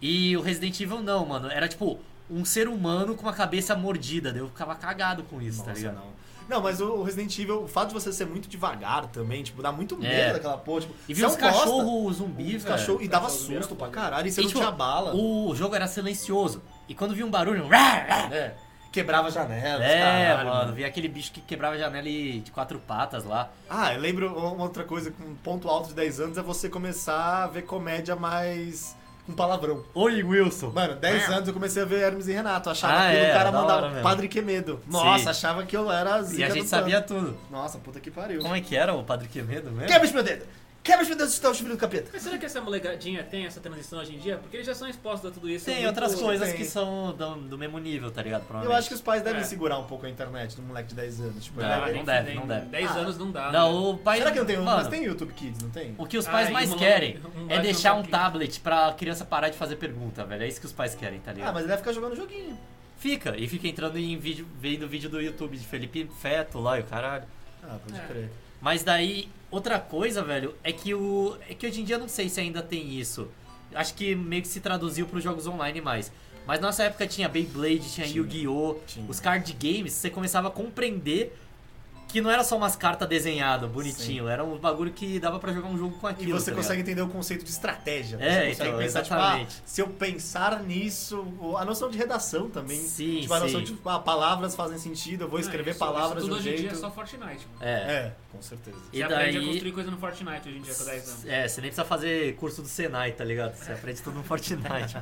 Speaker 1: E o Resident Evil não, mano. Era tipo um ser humano com uma cabeça mordida. daí Eu ficava cagado com isso,
Speaker 3: Nossa,
Speaker 1: tá ligado?
Speaker 3: não. Não, mas o Resident Evil, o fato de você ser muito devagar também, tipo, dá muito medo
Speaker 1: É.
Speaker 3: daquela porra. Tipo,
Speaker 1: E viu
Speaker 3: você
Speaker 1: os
Speaker 3: é um bosta,
Speaker 1: cachorro zumbi,
Speaker 3: os
Speaker 1: velho.
Speaker 3: cachorro- e dava
Speaker 2: Cachorro
Speaker 3: susto pra
Speaker 2: vira-
Speaker 3: caralho. E você
Speaker 1: E,
Speaker 3: não
Speaker 1: tipo,
Speaker 3: tinha bala.
Speaker 1: O jogo era silencioso. E quando vinha um barulho, um rá, rá,
Speaker 3: É. Quebrava janelas,
Speaker 1: É,
Speaker 3: caralho,
Speaker 1: mano, vi aquele bicho que quebrava a janela e de quatro patas lá.
Speaker 3: Ah, eu lembro uma outra coisa, com um ponto alto de 10 anos é você começar a ver comédia mais com palavrão.
Speaker 1: Oi, Wilson.
Speaker 3: Mano, 10 anos eu comecei a ver Hermes e Renato, achava
Speaker 1: Ah,
Speaker 3: que
Speaker 1: é,
Speaker 3: o cara
Speaker 1: da hora
Speaker 3: mandava
Speaker 1: mesmo.
Speaker 3: Padre Quemedo.
Speaker 1: Sim.
Speaker 3: Nossa, achava que eu era zica
Speaker 1: E a
Speaker 3: do
Speaker 1: gente
Speaker 3: plano.
Speaker 1: sabia tudo.
Speaker 3: Nossa, puta que pariu.
Speaker 1: Como é que é? era o Padre Quemedo mesmo?
Speaker 3: Quebra esse meu dedo! Quebra esse meu dedo se está o chifre do capeta!
Speaker 2: Mas será que essa molecadinha tem essa transição hoje em dia? Porque eles já são expostos a tudo isso. é
Speaker 1: Tem
Speaker 2: muito-
Speaker 1: outras coisas
Speaker 3: tem.
Speaker 1: que são do, do mesmo nível, tá ligado?
Speaker 3: Eu acho que os pais devem
Speaker 2: É.
Speaker 3: segurar um pouco a internet do moleque de 10 anos. Tipo,
Speaker 1: Não,
Speaker 3: ele-
Speaker 2: Ah,
Speaker 1: não
Speaker 2: nem
Speaker 1: deve,
Speaker 2: fudendo.
Speaker 1: não deve.
Speaker 2: 10
Speaker 3: Ah.
Speaker 2: anos não dá. né?
Speaker 1: Não, o pai.
Speaker 3: Será que não tem um.
Speaker 1: Mano,
Speaker 3: Mas tem YouTube Kids, não tem?
Speaker 1: O que os pais
Speaker 2: Ah, e
Speaker 1: mais
Speaker 2: um-
Speaker 1: querem
Speaker 2: um
Speaker 1: é
Speaker 2: baixo
Speaker 1: deixar
Speaker 2: um
Speaker 1: um
Speaker 2: pouquinho.
Speaker 1: tablet pra criança parar de fazer pergunta, velho. É isso que os pais querem, tá ligado?
Speaker 3: Ah, mas ele vai ficar jogando joguinho.
Speaker 1: Fica, e fica entrando em vídeo, vendo vídeo do YouTube de Felipe Feto lá e o caralho.
Speaker 3: Ah, pode
Speaker 2: É.
Speaker 3: crer.
Speaker 1: Mas daí, outra coisa, velho, é que o. É que hoje em dia eu não sei se ainda tem isso. Acho que meio que se traduziu pros jogos online mais. Mas na nossa época tinha Beyblade, tinha, Yu-Gi-Oh!
Speaker 3: tinha.
Speaker 1: Os card games, você começava a compreender que não era só umas cartas desenhadas, bonitinho. Era um bagulho que dava pra jogar um jogo com
Speaker 3: E
Speaker 1: aquilo.
Speaker 3: você
Speaker 1: tá
Speaker 3: consegue
Speaker 1: ligado?
Speaker 3: entender o conceito de estratégia.
Speaker 1: É,
Speaker 3: você consegue
Speaker 1: então,
Speaker 3: pensar,
Speaker 1: exatamente.
Speaker 3: tipo, ah, se eu pensar nisso, ou a noção de redação também.
Speaker 1: Sim,
Speaker 3: tipo, a noção
Speaker 1: sim. Ah,
Speaker 3: de tipo, ah, palavras fazem sentido, eu vou
Speaker 2: Ah,
Speaker 3: escrever
Speaker 2: isso-
Speaker 3: palavras
Speaker 2: isso tudo
Speaker 3: de um
Speaker 2: hoje em dia
Speaker 3: jeito.
Speaker 2: é só Fortnite, mano.
Speaker 1: É.
Speaker 3: É, com certeza.
Speaker 1: E
Speaker 2: Você aprende a
Speaker 1: daí-
Speaker 2: construir coisa no Fortnite hoje em dia com 10 anos.
Speaker 1: É, você nem precisa fazer curso do Senai, tá ligado? Você aprende tudo no Fortnite.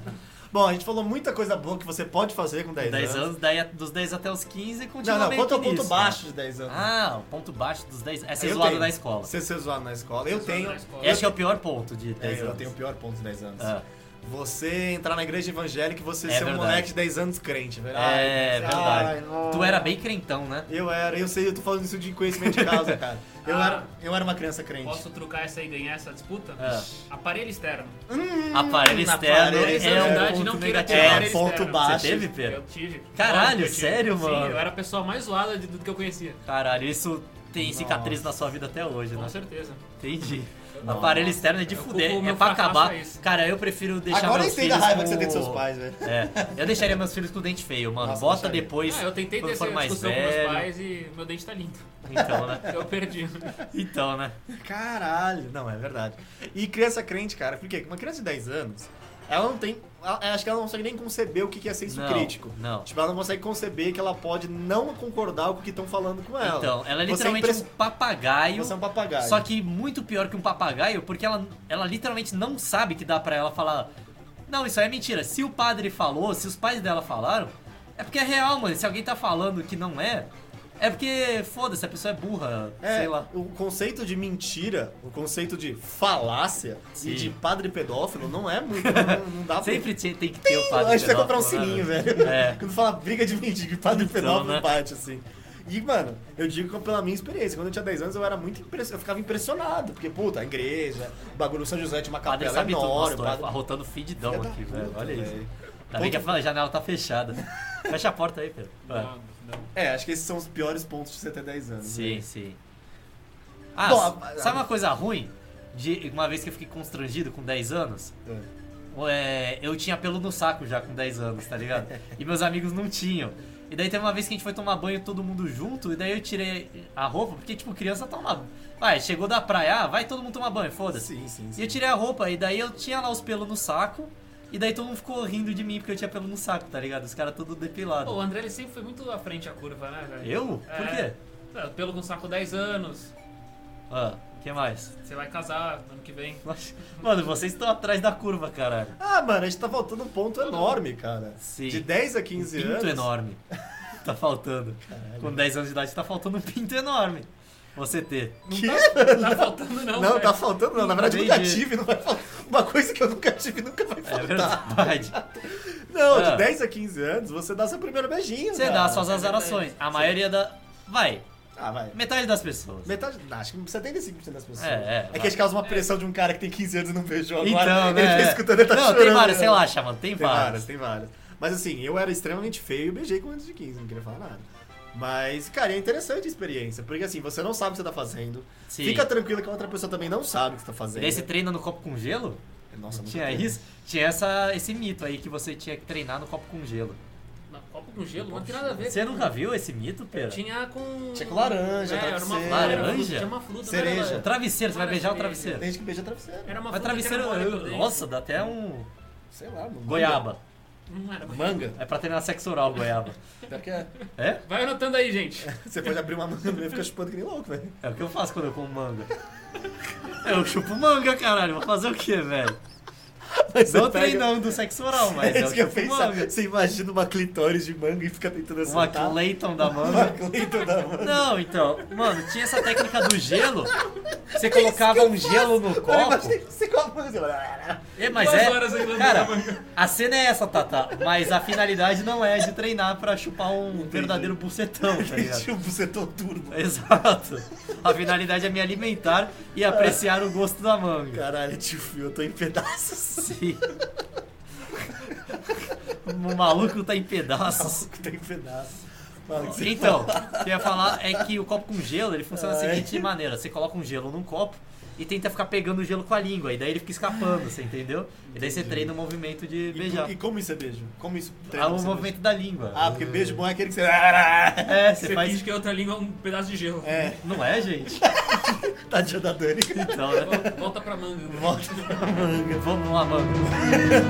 Speaker 3: Bom, a gente falou muita coisa boa que você pode fazer com 10,
Speaker 1: 10 anos, daí é dos 10 até os 15 continua
Speaker 3: Não, não,
Speaker 1: meio
Speaker 3: quanto é o
Speaker 1: que
Speaker 3: ponto
Speaker 1: nisso,
Speaker 3: baixo de 10 anos?
Speaker 1: Ah, o ponto baixo dos 10. É ser
Speaker 3: Eu
Speaker 1: zoado
Speaker 3: tenho.
Speaker 1: na escola.
Speaker 3: Você ser zoado na escola. Eu
Speaker 2: Ser zoado
Speaker 3: tenho.
Speaker 2: na escola.
Speaker 1: Esse é o pior ponto de
Speaker 3: É,
Speaker 1: 10
Speaker 3: eu
Speaker 1: anos.
Speaker 3: tenho o pior ponto de 10 anos.
Speaker 1: Ah,
Speaker 3: Você entrar na igreja evangélica e você
Speaker 1: É
Speaker 3: ser um
Speaker 1: verdade.
Speaker 3: moleque de 10 anos crente, velho.
Speaker 1: É,
Speaker 3: Ai,
Speaker 1: verdade.
Speaker 3: ai, nossa.
Speaker 1: tu era bem crentão, né?
Speaker 3: Eu era, eu sei, eu tô falando isso de conhecimento de causa, cara. Eu,
Speaker 2: Ah.
Speaker 3: era, eu era uma criança crente.
Speaker 2: Posso trucar essa e ganhar essa disputa?
Speaker 1: É.
Speaker 2: Aparelho externo.
Speaker 1: aparelho externo
Speaker 3: aparelho
Speaker 1: é um
Speaker 3: externo.
Speaker 1: ponto
Speaker 2: Não queira
Speaker 1: negativo.
Speaker 2: ter
Speaker 3: É,
Speaker 2: aparelho
Speaker 3: ponto
Speaker 2: externo.
Speaker 3: baixo.
Speaker 1: Você teve, Pedro?
Speaker 2: Eu tive.
Speaker 1: Caralho,
Speaker 2: Óbvio que eu tive.
Speaker 1: sério, mano?
Speaker 2: Sim, eu era a pessoa mais zoada de- do que eu conhecia.
Speaker 1: Caralho, isso tem cicatriz na sua vida até hoje,
Speaker 2: Com
Speaker 1: né?
Speaker 2: certeza.
Speaker 1: Entendi. Aparelho externo é de
Speaker 2: Eu
Speaker 1: fuder,
Speaker 2: culpo o
Speaker 1: é
Speaker 2: meu
Speaker 1: pra
Speaker 2: fracasso
Speaker 1: acabar.
Speaker 2: a isso.
Speaker 1: Cara, eu prefiro deixar
Speaker 3: Agora eu
Speaker 1: meus
Speaker 3: entendo
Speaker 1: filhos
Speaker 3: a raiva
Speaker 1: com-
Speaker 3: que você tem dos seus pais, velho.
Speaker 1: É, eu deixaria meus filhos com dente feio, mano.
Speaker 3: Nossa,
Speaker 1: Bota
Speaker 3: deixaria.
Speaker 1: depois
Speaker 2: Ah, eu tentei ter
Speaker 1: quando
Speaker 2: essa
Speaker 1: for mais
Speaker 2: discussão com meus
Speaker 1: velho.
Speaker 2: pais e meu dente tá lindo.
Speaker 1: Então, né?
Speaker 2: Eu perdi.
Speaker 1: Então, né?
Speaker 3: Caralho, não, é verdade. E criança crente, cara, por quê? Uma criança de 10 anos, ela não tem. ela- acho que ela não consegue nem conceber o que que é senso
Speaker 1: Não,
Speaker 3: crítico.
Speaker 1: não.
Speaker 3: Tipo, ela não consegue conceber que ela pode não concordar com o que estão falando com ela.
Speaker 1: Então, ela é
Speaker 3: Você
Speaker 1: literalmente
Speaker 3: impress-
Speaker 1: um papagaio.
Speaker 3: Você é um papagaio.
Speaker 1: Só que muito pior que um papagaio, porque ela, ela literalmente não sabe que dá pra ela falar. Não, isso aí é mentira. Se o padre falou, se os pais dela falaram, é porque é real, mano. Se alguém tá falando que não é, é porque foda-se, a pessoa é burra,
Speaker 3: É,
Speaker 1: sei lá.
Speaker 3: o conceito de mentira, o conceito de falácia
Speaker 1: Sim.
Speaker 3: e de padre pedófilo não é muito. Não, não dá pra.
Speaker 1: Sempre tinha- tem que ter o padre.
Speaker 3: a gente vai comprar um
Speaker 1: pedófilo, né,
Speaker 3: sininho,
Speaker 1: velho?
Speaker 3: velho.
Speaker 1: É.
Speaker 3: Quando fala briga de mendigo, de padre pedófilo
Speaker 1: né?
Speaker 3: bate, assim. E, mano, eu digo que pela minha experiência, quando eu tinha 10 anos, eu era muito impressionado. Eu ficava impressionado, porque, puta, a igreja, o bagulho São José tinha uma
Speaker 1: O padre
Speaker 3: capela
Speaker 1: sabe tudo.
Speaker 3: é enorme.
Speaker 1: Nossa,
Speaker 3: o
Speaker 1: tô
Speaker 3: padre-
Speaker 1: arrotando fedidão
Speaker 3: Filha da
Speaker 1: aqui,
Speaker 3: puta,
Speaker 1: velho. Olha isso.
Speaker 3: velho.
Speaker 1: Ainda bem que a janela tá fechada. Fecha a porta aí, Pedro. Vai.
Speaker 2: Não, não.
Speaker 3: É, acho que esses são os piores pontos de você ter 10 anos.
Speaker 1: Sim, sim. Ah,
Speaker 3: Bom,
Speaker 1: s-
Speaker 3: a-
Speaker 1: sabe uma coisa ruim? De uma vez que eu fiquei constrangido com 10 anos,
Speaker 3: É.
Speaker 1: é, eu tinha pelo no saco já com 10 anos, tá ligado? E meus amigos não tinham. E daí teve uma vez que a gente foi tomar banho todo mundo junto, e daí eu tirei a roupa, porque tipo, criança toma. Vai, chegou da praia, ah, vai todo mundo tomar banho, foda-se.
Speaker 3: Sim, sim,
Speaker 1: E
Speaker 3: sim.
Speaker 1: eu tirei a roupa, e daí eu tinha lá os pelos no saco, e daí todo mundo ficou rindo de mim porque eu tinha pelo no saco, tá ligado? Os caras tudo
Speaker 2: Pô,
Speaker 1: depilado.
Speaker 2: o André ele sempre foi muito à frente à curva, né, velho?
Speaker 1: Eu? Por
Speaker 2: É.
Speaker 1: quê?
Speaker 2: Tá, Pelo com saco 10 anos,
Speaker 1: Ah, o que mais?
Speaker 2: você vai casar ano que vem.
Speaker 1: Nossa, Mano, vocês estão atrás da curva, caralho.
Speaker 3: Ah, mano, a gente tá faltando um ponto enorme, cara.
Speaker 1: Sim.
Speaker 3: De 10 a
Speaker 1: Um
Speaker 3: 15
Speaker 1: pinto
Speaker 3: anos.
Speaker 1: enorme. Tá faltando. Com 10 anos de idade tá faltando um pinto enorme. Você ter.
Speaker 3: Que?
Speaker 2: Não tá faltando, não.
Speaker 3: Não,
Speaker 2: velho.
Speaker 3: tá faltando, não. Na verdade, eu nunca
Speaker 1: Entendi.
Speaker 3: tive, não vai faltar. Uma coisa que eu nunca tive nunca vai
Speaker 1: É
Speaker 3: faltar.
Speaker 1: verdade.
Speaker 3: Não,
Speaker 1: Ah.
Speaker 3: de 10 a 15 anos, você dá seu primeiro beijinho.
Speaker 1: Você
Speaker 3: cara.
Speaker 1: dá suas azarações. A maioria da. Vai,
Speaker 3: Ah, vai.
Speaker 1: metade das pessoas.
Speaker 3: Metade, não, acho que 75% das pessoas.
Speaker 1: É, é,
Speaker 3: é que
Speaker 1: vai.
Speaker 3: a gente causa uma pressão de um cara que tem 15 anos e não beijou agora.
Speaker 1: Então,
Speaker 3: Ele tá
Speaker 1: né?
Speaker 3: escutando, ele tá
Speaker 1: Não,
Speaker 3: chorando.
Speaker 1: tem várias,
Speaker 3: né?
Speaker 1: relaxa, mano. Tem
Speaker 3: Tem várias,
Speaker 1: várias.
Speaker 3: tem várias. Mas assim, eu era extremamente feio e beijei com antes de 15, não queria falar nada. Mas, cara, é interessante a experiência, porque assim, você não sabe o que você tá fazendo.
Speaker 1: Sim.
Speaker 3: Fica tranquilo que a outra pessoa também não sabe o que você tá fazendo.
Speaker 1: Daí você treina no copo com gelo?
Speaker 3: Nossa, né? nunca
Speaker 1: Tinha
Speaker 3: teve.
Speaker 1: isso? Tinha essa, esse mito aí que você tinha que treinar no copo com gelo.
Speaker 2: Não, copo com gelo, não tem nada a ver.
Speaker 1: Você nunca viu esse mito, Pera?
Speaker 2: Tinha com.
Speaker 3: Tinha com laranja,
Speaker 2: é, era uma
Speaker 3: travesseiro.
Speaker 2: fruta, era uma
Speaker 1: Laranja?
Speaker 2: fruta, Tinha uma fruta,
Speaker 3: Cereja.
Speaker 2: Não
Speaker 1: O
Speaker 2: era,
Speaker 1: É travesseiro, você vai
Speaker 2: Mara
Speaker 1: beijar o
Speaker 2: cereja.
Speaker 1: travesseiro.
Speaker 3: Tem gente que beija travesseiro.
Speaker 2: era uma
Speaker 1: Mas
Speaker 2: fruta.
Speaker 1: travesseiro,
Speaker 2: que era mole pelo dentro.
Speaker 1: nossa, dá até um.
Speaker 3: Sei lá, mano.
Speaker 1: Goiaba.
Speaker 2: Não era.
Speaker 3: Manga?
Speaker 1: É pra treinar sexo oral, goiaba.
Speaker 3: Pior que é.
Speaker 1: É?
Speaker 2: Vai anotando aí, gente.
Speaker 3: Você pode abrir uma manga e ficar chupando que nem louco, né? velho.
Speaker 1: É o que eu faço quando eu como manga. Eu chupo manga, caralho. Vou fazer o quê, velho?
Speaker 3: Mas
Speaker 1: Não
Speaker 3: você pega-
Speaker 1: treinando sexo oral, mas
Speaker 3: É
Speaker 1: eu
Speaker 3: isso que eu
Speaker 1: chupo
Speaker 3: pensava. tá-
Speaker 1: manga.
Speaker 3: Você imagina uma clitóris de manga e fica tentando
Speaker 1: Uma
Speaker 3: acertar.
Speaker 1: Clayton da
Speaker 3: Uma
Speaker 1: manga.
Speaker 3: Cleiton da manga.
Speaker 1: Não, então, mano, tinha essa técnica do gelo. Você colocava um gelo no
Speaker 3: Mano,
Speaker 1: copo.
Speaker 3: imagina você com a manga. você-
Speaker 1: É, mas
Speaker 2: Duas
Speaker 1: é.
Speaker 2: horas ainda
Speaker 1: Cara,
Speaker 2: andando na
Speaker 1: a cena é essa, Tata. Mas a finalidade não é de treinar pra chupar um verdadeiro bucetão, tá ligado?
Speaker 3: Tipo, você todo turbo.
Speaker 1: Exato. A finalidade é me alimentar e apreciar o gosto da manga.
Speaker 3: Caralho, tio Fio, eu tô em pedaços.
Speaker 1: Sim. O maluco tá em pedaços.
Speaker 3: Maluco, tô em pedaços. Fala que você
Speaker 1: Então, o que eu ia falar é que o copo com gelo, ele funciona da
Speaker 3: Ah, é?
Speaker 1: seguinte maneira. Você coloca um gelo num copo e tenta ficar pegando o gelo com a língua. E daí ele fica escapando, você entendeu? E daí você treina o movimento de
Speaker 3: E,
Speaker 1: beijar.
Speaker 3: e como isso é beijo? Como isso
Speaker 1: Ah, o
Speaker 3: você
Speaker 1: movimento da língua.
Speaker 3: beijo? Ah, porque beijo bom é aquele que você.
Speaker 1: É, você
Speaker 2: Você
Speaker 1: faz...
Speaker 2: finge que a outra língua é um pedaço de gelo.
Speaker 3: É,
Speaker 1: Não é, gente?
Speaker 3: tadinha da Dani.
Speaker 1: Então, né?
Speaker 2: Vol- Volta pra manga.
Speaker 3: Volta pra manga.
Speaker 1: Vamos lá, mano.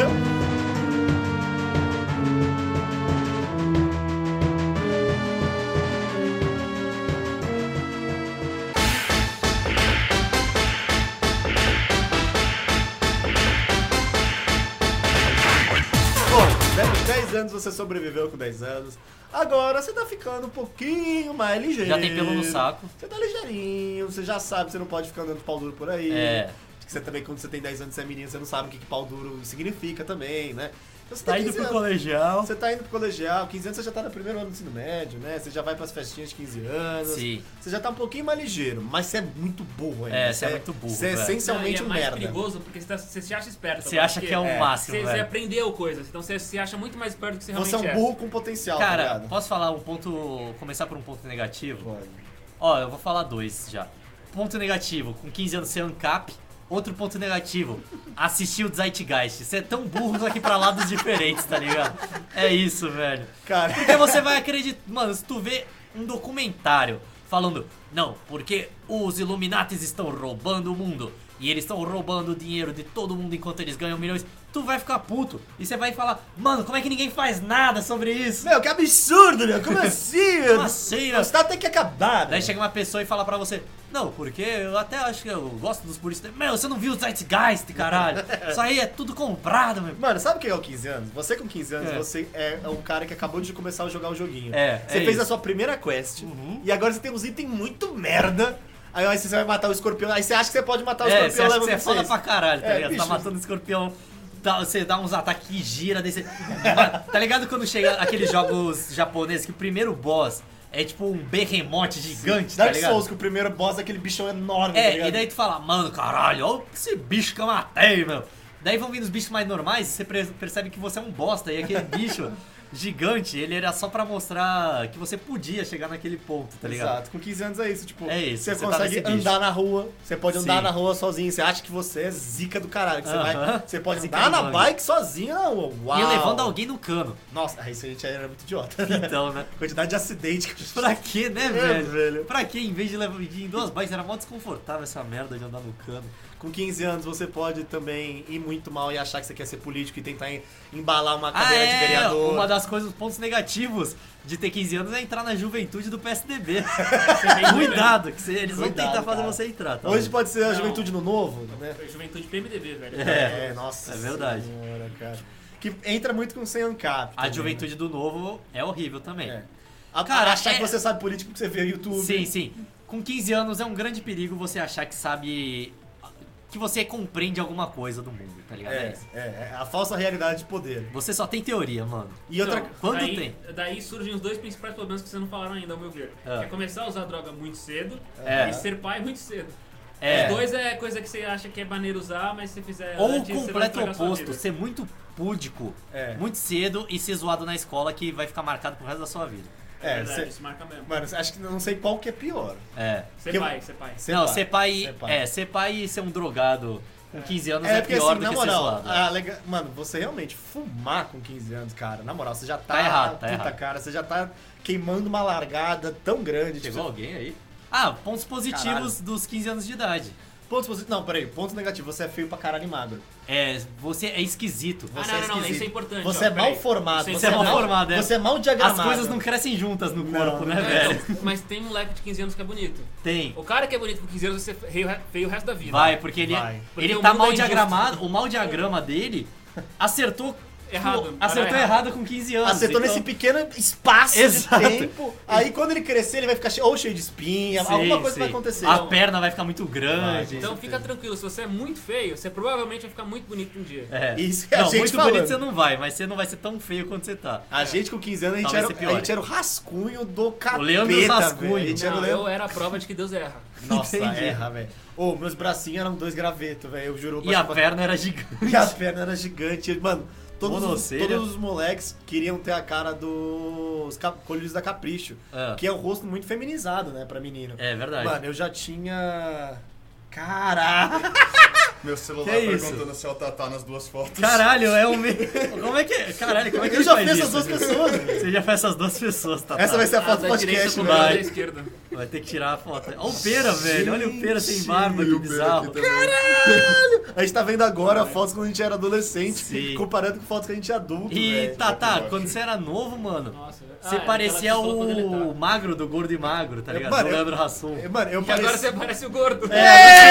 Speaker 3: Bom, 10 anos você sobreviveu com 10 anos. Agora você tá ficando um pouquinho mais ligeiro.
Speaker 1: Já tem pelo no saco.
Speaker 3: Você tá ligeirinho, você já sabe, você não pode ficar andando pau duro por aí.
Speaker 1: É.
Speaker 3: Acho que Você também, quando você tem 10 anos, você é menino, você não sabe o que, que pau duro significa também, né? Então você
Speaker 1: Tá
Speaker 3: tem
Speaker 1: indo
Speaker 3: 15
Speaker 1: pro
Speaker 3: anos.
Speaker 1: colegial.
Speaker 3: Você tá indo pro colegial, 15 anos você já tá no primeiro ano do ensino médio, né? Você já vai pras festinhas de 15 anos.
Speaker 1: Sim.
Speaker 3: Você já tá um pouquinho mais ligeiro, mas você é muito burro ainda.
Speaker 1: É, você é muito burro,
Speaker 3: Você é
Speaker 1: velho.
Speaker 3: essencialmente
Speaker 2: Não,
Speaker 3: um
Speaker 2: e é mais
Speaker 3: merda.
Speaker 2: perigoso porque você, tá- você se acha
Speaker 3: assim,
Speaker 2: esperto.
Speaker 1: Você
Speaker 2: agora,
Speaker 1: acha que é o
Speaker 2: porque
Speaker 1: máximo,
Speaker 2: Você, você
Speaker 1: velho.
Speaker 2: aprendeu coisas, então você se acha muito mais esperto do que você realmente
Speaker 3: Você é um burro com potencial, tá
Speaker 1: Cara,
Speaker 3: ligado?
Speaker 1: posso falar um ponto. Começar por um ponto negativo?
Speaker 3: Pode.
Speaker 1: Ó, eu vou falar dois já. Ponto negativo, com 15 anos ser ANCAP. Outro ponto negativo, assistir o Zeitgeist. Você é tão burro só que pra lados diferentes, tá ligado? É isso, velho.
Speaker 3: Cara,
Speaker 1: Porque você vai acreditar. Mano, se tu vê um documentário falando, não, porque os Illuminates estão roubando o mundo. E eles estão roubando o dinheiro de todo mundo enquanto eles ganham milhões. Tu vai ficar puto. E você vai falar, mano, como é que ninguém faz nada sobre isso?
Speaker 3: meu, que absurdo, meu. Como assim, meu?
Speaker 1: Como assim,
Speaker 3: O
Speaker 1: meu?
Speaker 3: Estado tem que acabar,
Speaker 1: Daí
Speaker 3: meu.
Speaker 1: chega uma pessoa e fala pra você, não, porque eu até acho que eu gosto dos puristas. Meu, você não viu o Zeitgeist, caralho? Isso aí é tudo comprado, meu.
Speaker 3: Mano, sabe o que é o 15 anos? Você com 15 anos,
Speaker 1: É.
Speaker 3: você é um cara que acabou de começar a jogar o joguinho.
Speaker 1: É,
Speaker 3: Você
Speaker 1: é
Speaker 3: fez
Speaker 1: isso.
Speaker 3: a sua primeira quest
Speaker 1: Uhum.
Speaker 3: e agora você tem uns itens muito merda. Aí, aí você vai matar o escorpião. Aí você acha que você pode matar Tá, o
Speaker 1: É, você
Speaker 3: escorpião
Speaker 1: acha que
Speaker 3: level
Speaker 1: você é foda
Speaker 3: 26.
Speaker 1: pra caralho, tá
Speaker 3: É,
Speaker 1: ligado?
Speaker 3: bicho.
Speaker 1: Tá matando escorpião, tá- você dá uns ataques que gira, daí você... Ma- tá ligado quando chega aqueles jogos japoneses que o primeiro boss é tipo um berremote gigante, tá
Speaker 3: Dark
Speaker 1: ligado?
Speaker 3: Souls, que o primeiro boss é aquele bichão enorme, tá
Speaker 1: É,
Speaker 3: ligado?
Speaker 1: e daí tu fala, mano, caralho, olha esse bicho que eu matei, meu. Daí vão vindo os bichos mais normais, você pre- percebe que você é um bosta, e aquele bicho gigante, ele era só pra mostrar que você podia chegar naquele ponto, tá ligado?
Speaker 3: Exato, com 15 anos é isso, tipo,
Speaker 1: É isso,
Speaker 3: você,
Speaker 1: você tá nesse
Speaker 3: consegue
Speaker 1: bicho.
Speaker 3: andar na rua, você pode andar
Speaker 1: Sim.
Speaker 3: na rua sozinho, você acha que você é zica do caralho, que você, vai,
Speaker 1: Aham.
Speaker 3: você pode
Speaker 1: Zica
Speaker 3: andar
Speaker 1: do
Speaker 3: na
Speaker 1: mano.
Speaker 3: bike sozinho na rua, uau.
Speaker 1: E levando alguém no cano.
Speaker 3: Nossa, isso a gente era muito idiota.
Speaker 1: Então, né?
Speaker 3: Quantidade de acidente que a gente
Speaker 1: Pra quê, né,
Speaker 3: É,
Speaker 1: velho?
Speaker 3: velho.
Speaker 1: Pra quê? Em vez de levar de ir em duas bikes, era mó desconfortável essa merda de andar no cano.
Speaker 3: Com 15 anos você pode também ir muito mal e achar que você quer ser político e tentar em- embalar uma cadeira de vereador.
Speaker 1: Ah, é, uma das coisas, os pontos negativos de ter 15 anos é entrar na juventude do PSDB. Cuidado, que você- eles vão
Speaker 3: Cuidado,
Speaker 1: tentar fazer
Speaker 3: cara.
Speaker 1: você entrar. tá
Speaker 3: Hoje
Speaker 1: bom?
Speaker 3: pode ser a
Speaker 2: Não.
Speaker 3: juventude no novo, né?
Speaker 2: Juventude PMDB, velho.
Speaker 1: É.
Speaker 3: nossa.
Speaker 1: é verdade.
Speaker 3: Senhora, cara. Que entra muito com sem ancap.
Speaker 1: A juventude do novo é horrível também.
Speaker 3: É. A,
Speaker 1: Cara, é-
Speaker 3: achar que você sabe político porque você vê YouTube.
Speaker 1: Sim, sim. Com 15 anos é um grande perigo você achar que sabe. que você compreende alguma coisa do mundo, tá ligado? É
Speaker 3: É,
Speaker 1: isso.
Speaker 3: é, é a falsa realidade de poder.
Speaker 1: Você só tem teoria, mano.
Speaker 3: E outra.
Speaker 2: Então,
Speaker 1: quando
Speaker 2: daí,
Speaker 1: tem?
Speaker 2: Daí surgem os dois principais problemas que vocês não falaram ainda, ao meu ver.
Speaker 1: Ah.
Speaker 2: Que é começar a usar droga muito cedo
Speaker 1: É.
Speaker 2: e ser pai muito cedo.
Speaker 1: É.
Speaker 2: Os dois é coisa que você acha que é maneiro usar, mas se fizer
Speaker 1: Ou o
Speaker 2: antes, você vai
Speaker 1: completo
Speaker 2: estragar a sua
Speaker 1: oposto,
Speaker 2: vida.
Speaker 1: ser muito púdico,
Speaker 3: É.
Speaker 1: muito cedo e ser zoado na escola que vai ficar marcado pro resto da sua vida.
Speaker 2: É,
Speaker 3: É,
Speaker 2: verdade,
Speaker 3: você-
Speaker 2: isso marca mesmo.
Speaker 3: Mano, acho que não sei qual que é pior.
Speaker 1: É.
Speaker 2: Ser
Speaker 3: que-
Speaker 2: pai, ser pai. Ah,
Speaker 3: Ser
Speaker 1: não,
Speaker 3: pai.
Speaker 1: ser pai,
Speaker 3: Ser pai.
Speaker 1: É, ser pai e ser um drogado com 15 anos é,
Speaker 3: É, porque
Speaker 1: pior
Speaker 3: assim,
Speaker 1: do
Speaker 3: na
Speaker 1: que ser
Speaker 3: moral,
Speaker 1: zoado.
Speaker 3: a lega- mano, você realmente fumar com 15 anos, cara, na moral, você já tá,
Speaker 1: Tá errado, tá
Speaker 3: puta
Speaker 1: errado.
Speaker 3: cara, você já tá queimando uma largada tão grande. tipo,
Speaker 1: Chegou alguém aí? Ah, pontos positivos
Speaker 3: Caralho.
Speaker 1: dos 15 anos de idade.
Speaker 3: Pontos positivos. Não, peraí, ponto negativo, você é feio pra caralho e magro.
Speaker 1: É, você é esquisito.
Speaker 3: Você
Speaker 2: não,
Speaker 3: é
Speaker 2: não, não,
Speaker 3: esquisito.
Speaker 2: isso é importante,
Speaker 3: Você
Speaker 2: ó,
Speaker 3: é mal
Speaker 2: peraí.
Speaker 3: formado,
Speaker 2: Isso é
Speaker 3: você, é mal formado,
Speaker 1: é.
Speaker 3: Você é mal
Speaker 1: As
Speaker 3: diagramado.
Speaker 1: coisas não crescem juntas no
Speaker 3: Não,
Speaker 1: corpo, né,
Speaker 3: não
Speaker 1: velho?
Speaker 2: É, então, mas tem um moleque de 15 anos que é bonito.
Speaker 1: Tem.
Speaker 2: O cara que é bonito com 15 anos vai ser feio, feio o resto da vida.
Speaker 1: Vai, porque ele,
Speaker 3: Vai.
Speaker 1: ele
Speaker 2: Porque o
Speaker 1: tá
Speaker 2: mundo
Speaker 1: mal
Speaker 2: é
Speaker 1: diagramado, o mal diagrama dele acertou
Speaker 2: Errado,
Speaker 1: acertou
Speaker 2: era
Speaker 1: errado com 15 anos.
Speaker 3: Acertou
Speaker 1: então-
Speaker 3: nesse pequeno espaço
Speaker 1: Exato.
Speaker 3: de tempo. Aí quando ele crescer, ele vai ficar cheio, ou cheio de espinha,
Speaker 1: Sim,
Speaker 3: alguma coisa
Speaker 1: sim.
Speaker 3: vai acontecer.
Speaker 1: A perna vai ficar muito grande.
Speaker 2: Então fica tranquilo, se você é muito feio, você provavelmente vai ficar muito bonito um dia.
Speaker 1: É.
Speaker 3: Isso é a
Speaker 1: não,
Speaker 3: gente
Speaker 1: muito
Speaker 3: falando.
Speaker 1: bonito você não vai, mas você não vai ser tão feio quanto você tá.
Speaker 3: A gente com 15 anos, a gente,
Speaker 1: Talvez
Speaker 3: era,
Speaker 1: você piore.
Speaker 3: a gente era o rascunho do capeta,
Speaker 1: Leandro
Speaker 3: velho.
Speaker 1: Rascunho.
Speaker 3: A gente era o
Speaker 2: Não,
Speaker 3: Leandro
Speaker 2: eu era a prova de que Deus erra.
Speaker 3: Nossa,
Speaker 1: Entendi.
Speaker 3: erra, velho. Ô, meus bracinhos eram dois gravetos, velho. Eu juro. eu
Speaker 1: E a
Speaker 3: bati-
Speaker 1: perna era gigante.
Speaker 3: E a perna era gigante. Mano, Todos, os,
Speaker 1: Monocelha.
Speaker 3: todos os moleques queriam ter a cara dos cap, colírios da Capricho,
Speaker 1: Ah.
Speaker 3: que é um rosto muito feminizado, né, pra menino.
Speaker 1: É verdade.
Speaker 3: Mano, eu já tinha... Caraca!
Speaker 8: Meu celular
Speaker 3: Que é isso?
Speaker 8: perguntando se ela tá, tá nas duas fotos.
Speaker 1: Caralho, é o mesmo. Como é que. Caralho, como é que
Speaker 3: Eu
Speaker 1: ele
Speaker 3: já
Speaker 1: faz
Speaker 3: fiz essas
Speaker 1: isso?
Speaker 3: duas pessoas.
Speaker 1: Você já fez essas duas pessoas, tá?
Speaker 3: Essa vai ser a
Speaker 2: Ah,
Speaker 3: foto do
Speaker 2: da direita
Speaker 3: podcast,
Speaker 2: com o
Speaker 3: né?
Speaker 1: vai.
Speaker 2: da esquerda.
Speaker 1: Vai ter que tirar a foto. Olha o Pera, velho. Olha o Pera sem
Speaker 8: Gente,
Speaker 1: barba, que
Speaker 8: o Pera
Speaker 1: bizarro.
Speaker 8: aqui também.
Speaker 3: A gente tá vendo agora fotos quando a gente era adolescente,
Speaker 1: É. Sim.
Speaker 3: comparando com fotos que a gente é adulto,
Speaker 1: E
Speaker 3: velho.
Speaker 1: Tata,
Speaker 8: baixo.
Speaker 1: quando você era novo, mano,
Speaker 2: Nossa, velho. Ah,
Speaker 1: você
Speaker 2: é,
Speaker 1: parecia
Speaker 2: aquela pistola quando ele
Speaker 1: o
Speaker 2: tá.
Speaker 1: magro do gordo e magro, tá ligado?
Speaker 3: mano,
Speaker 1: Do
Speaker 3: eu-
Speaker 1: Leandro Hassum.
Speaker 3: E, Mano, eu
Speaker 2: E agora
Speaker 3: parecia...
Speaker 2: você parece o gordo.
Speaker 3: É.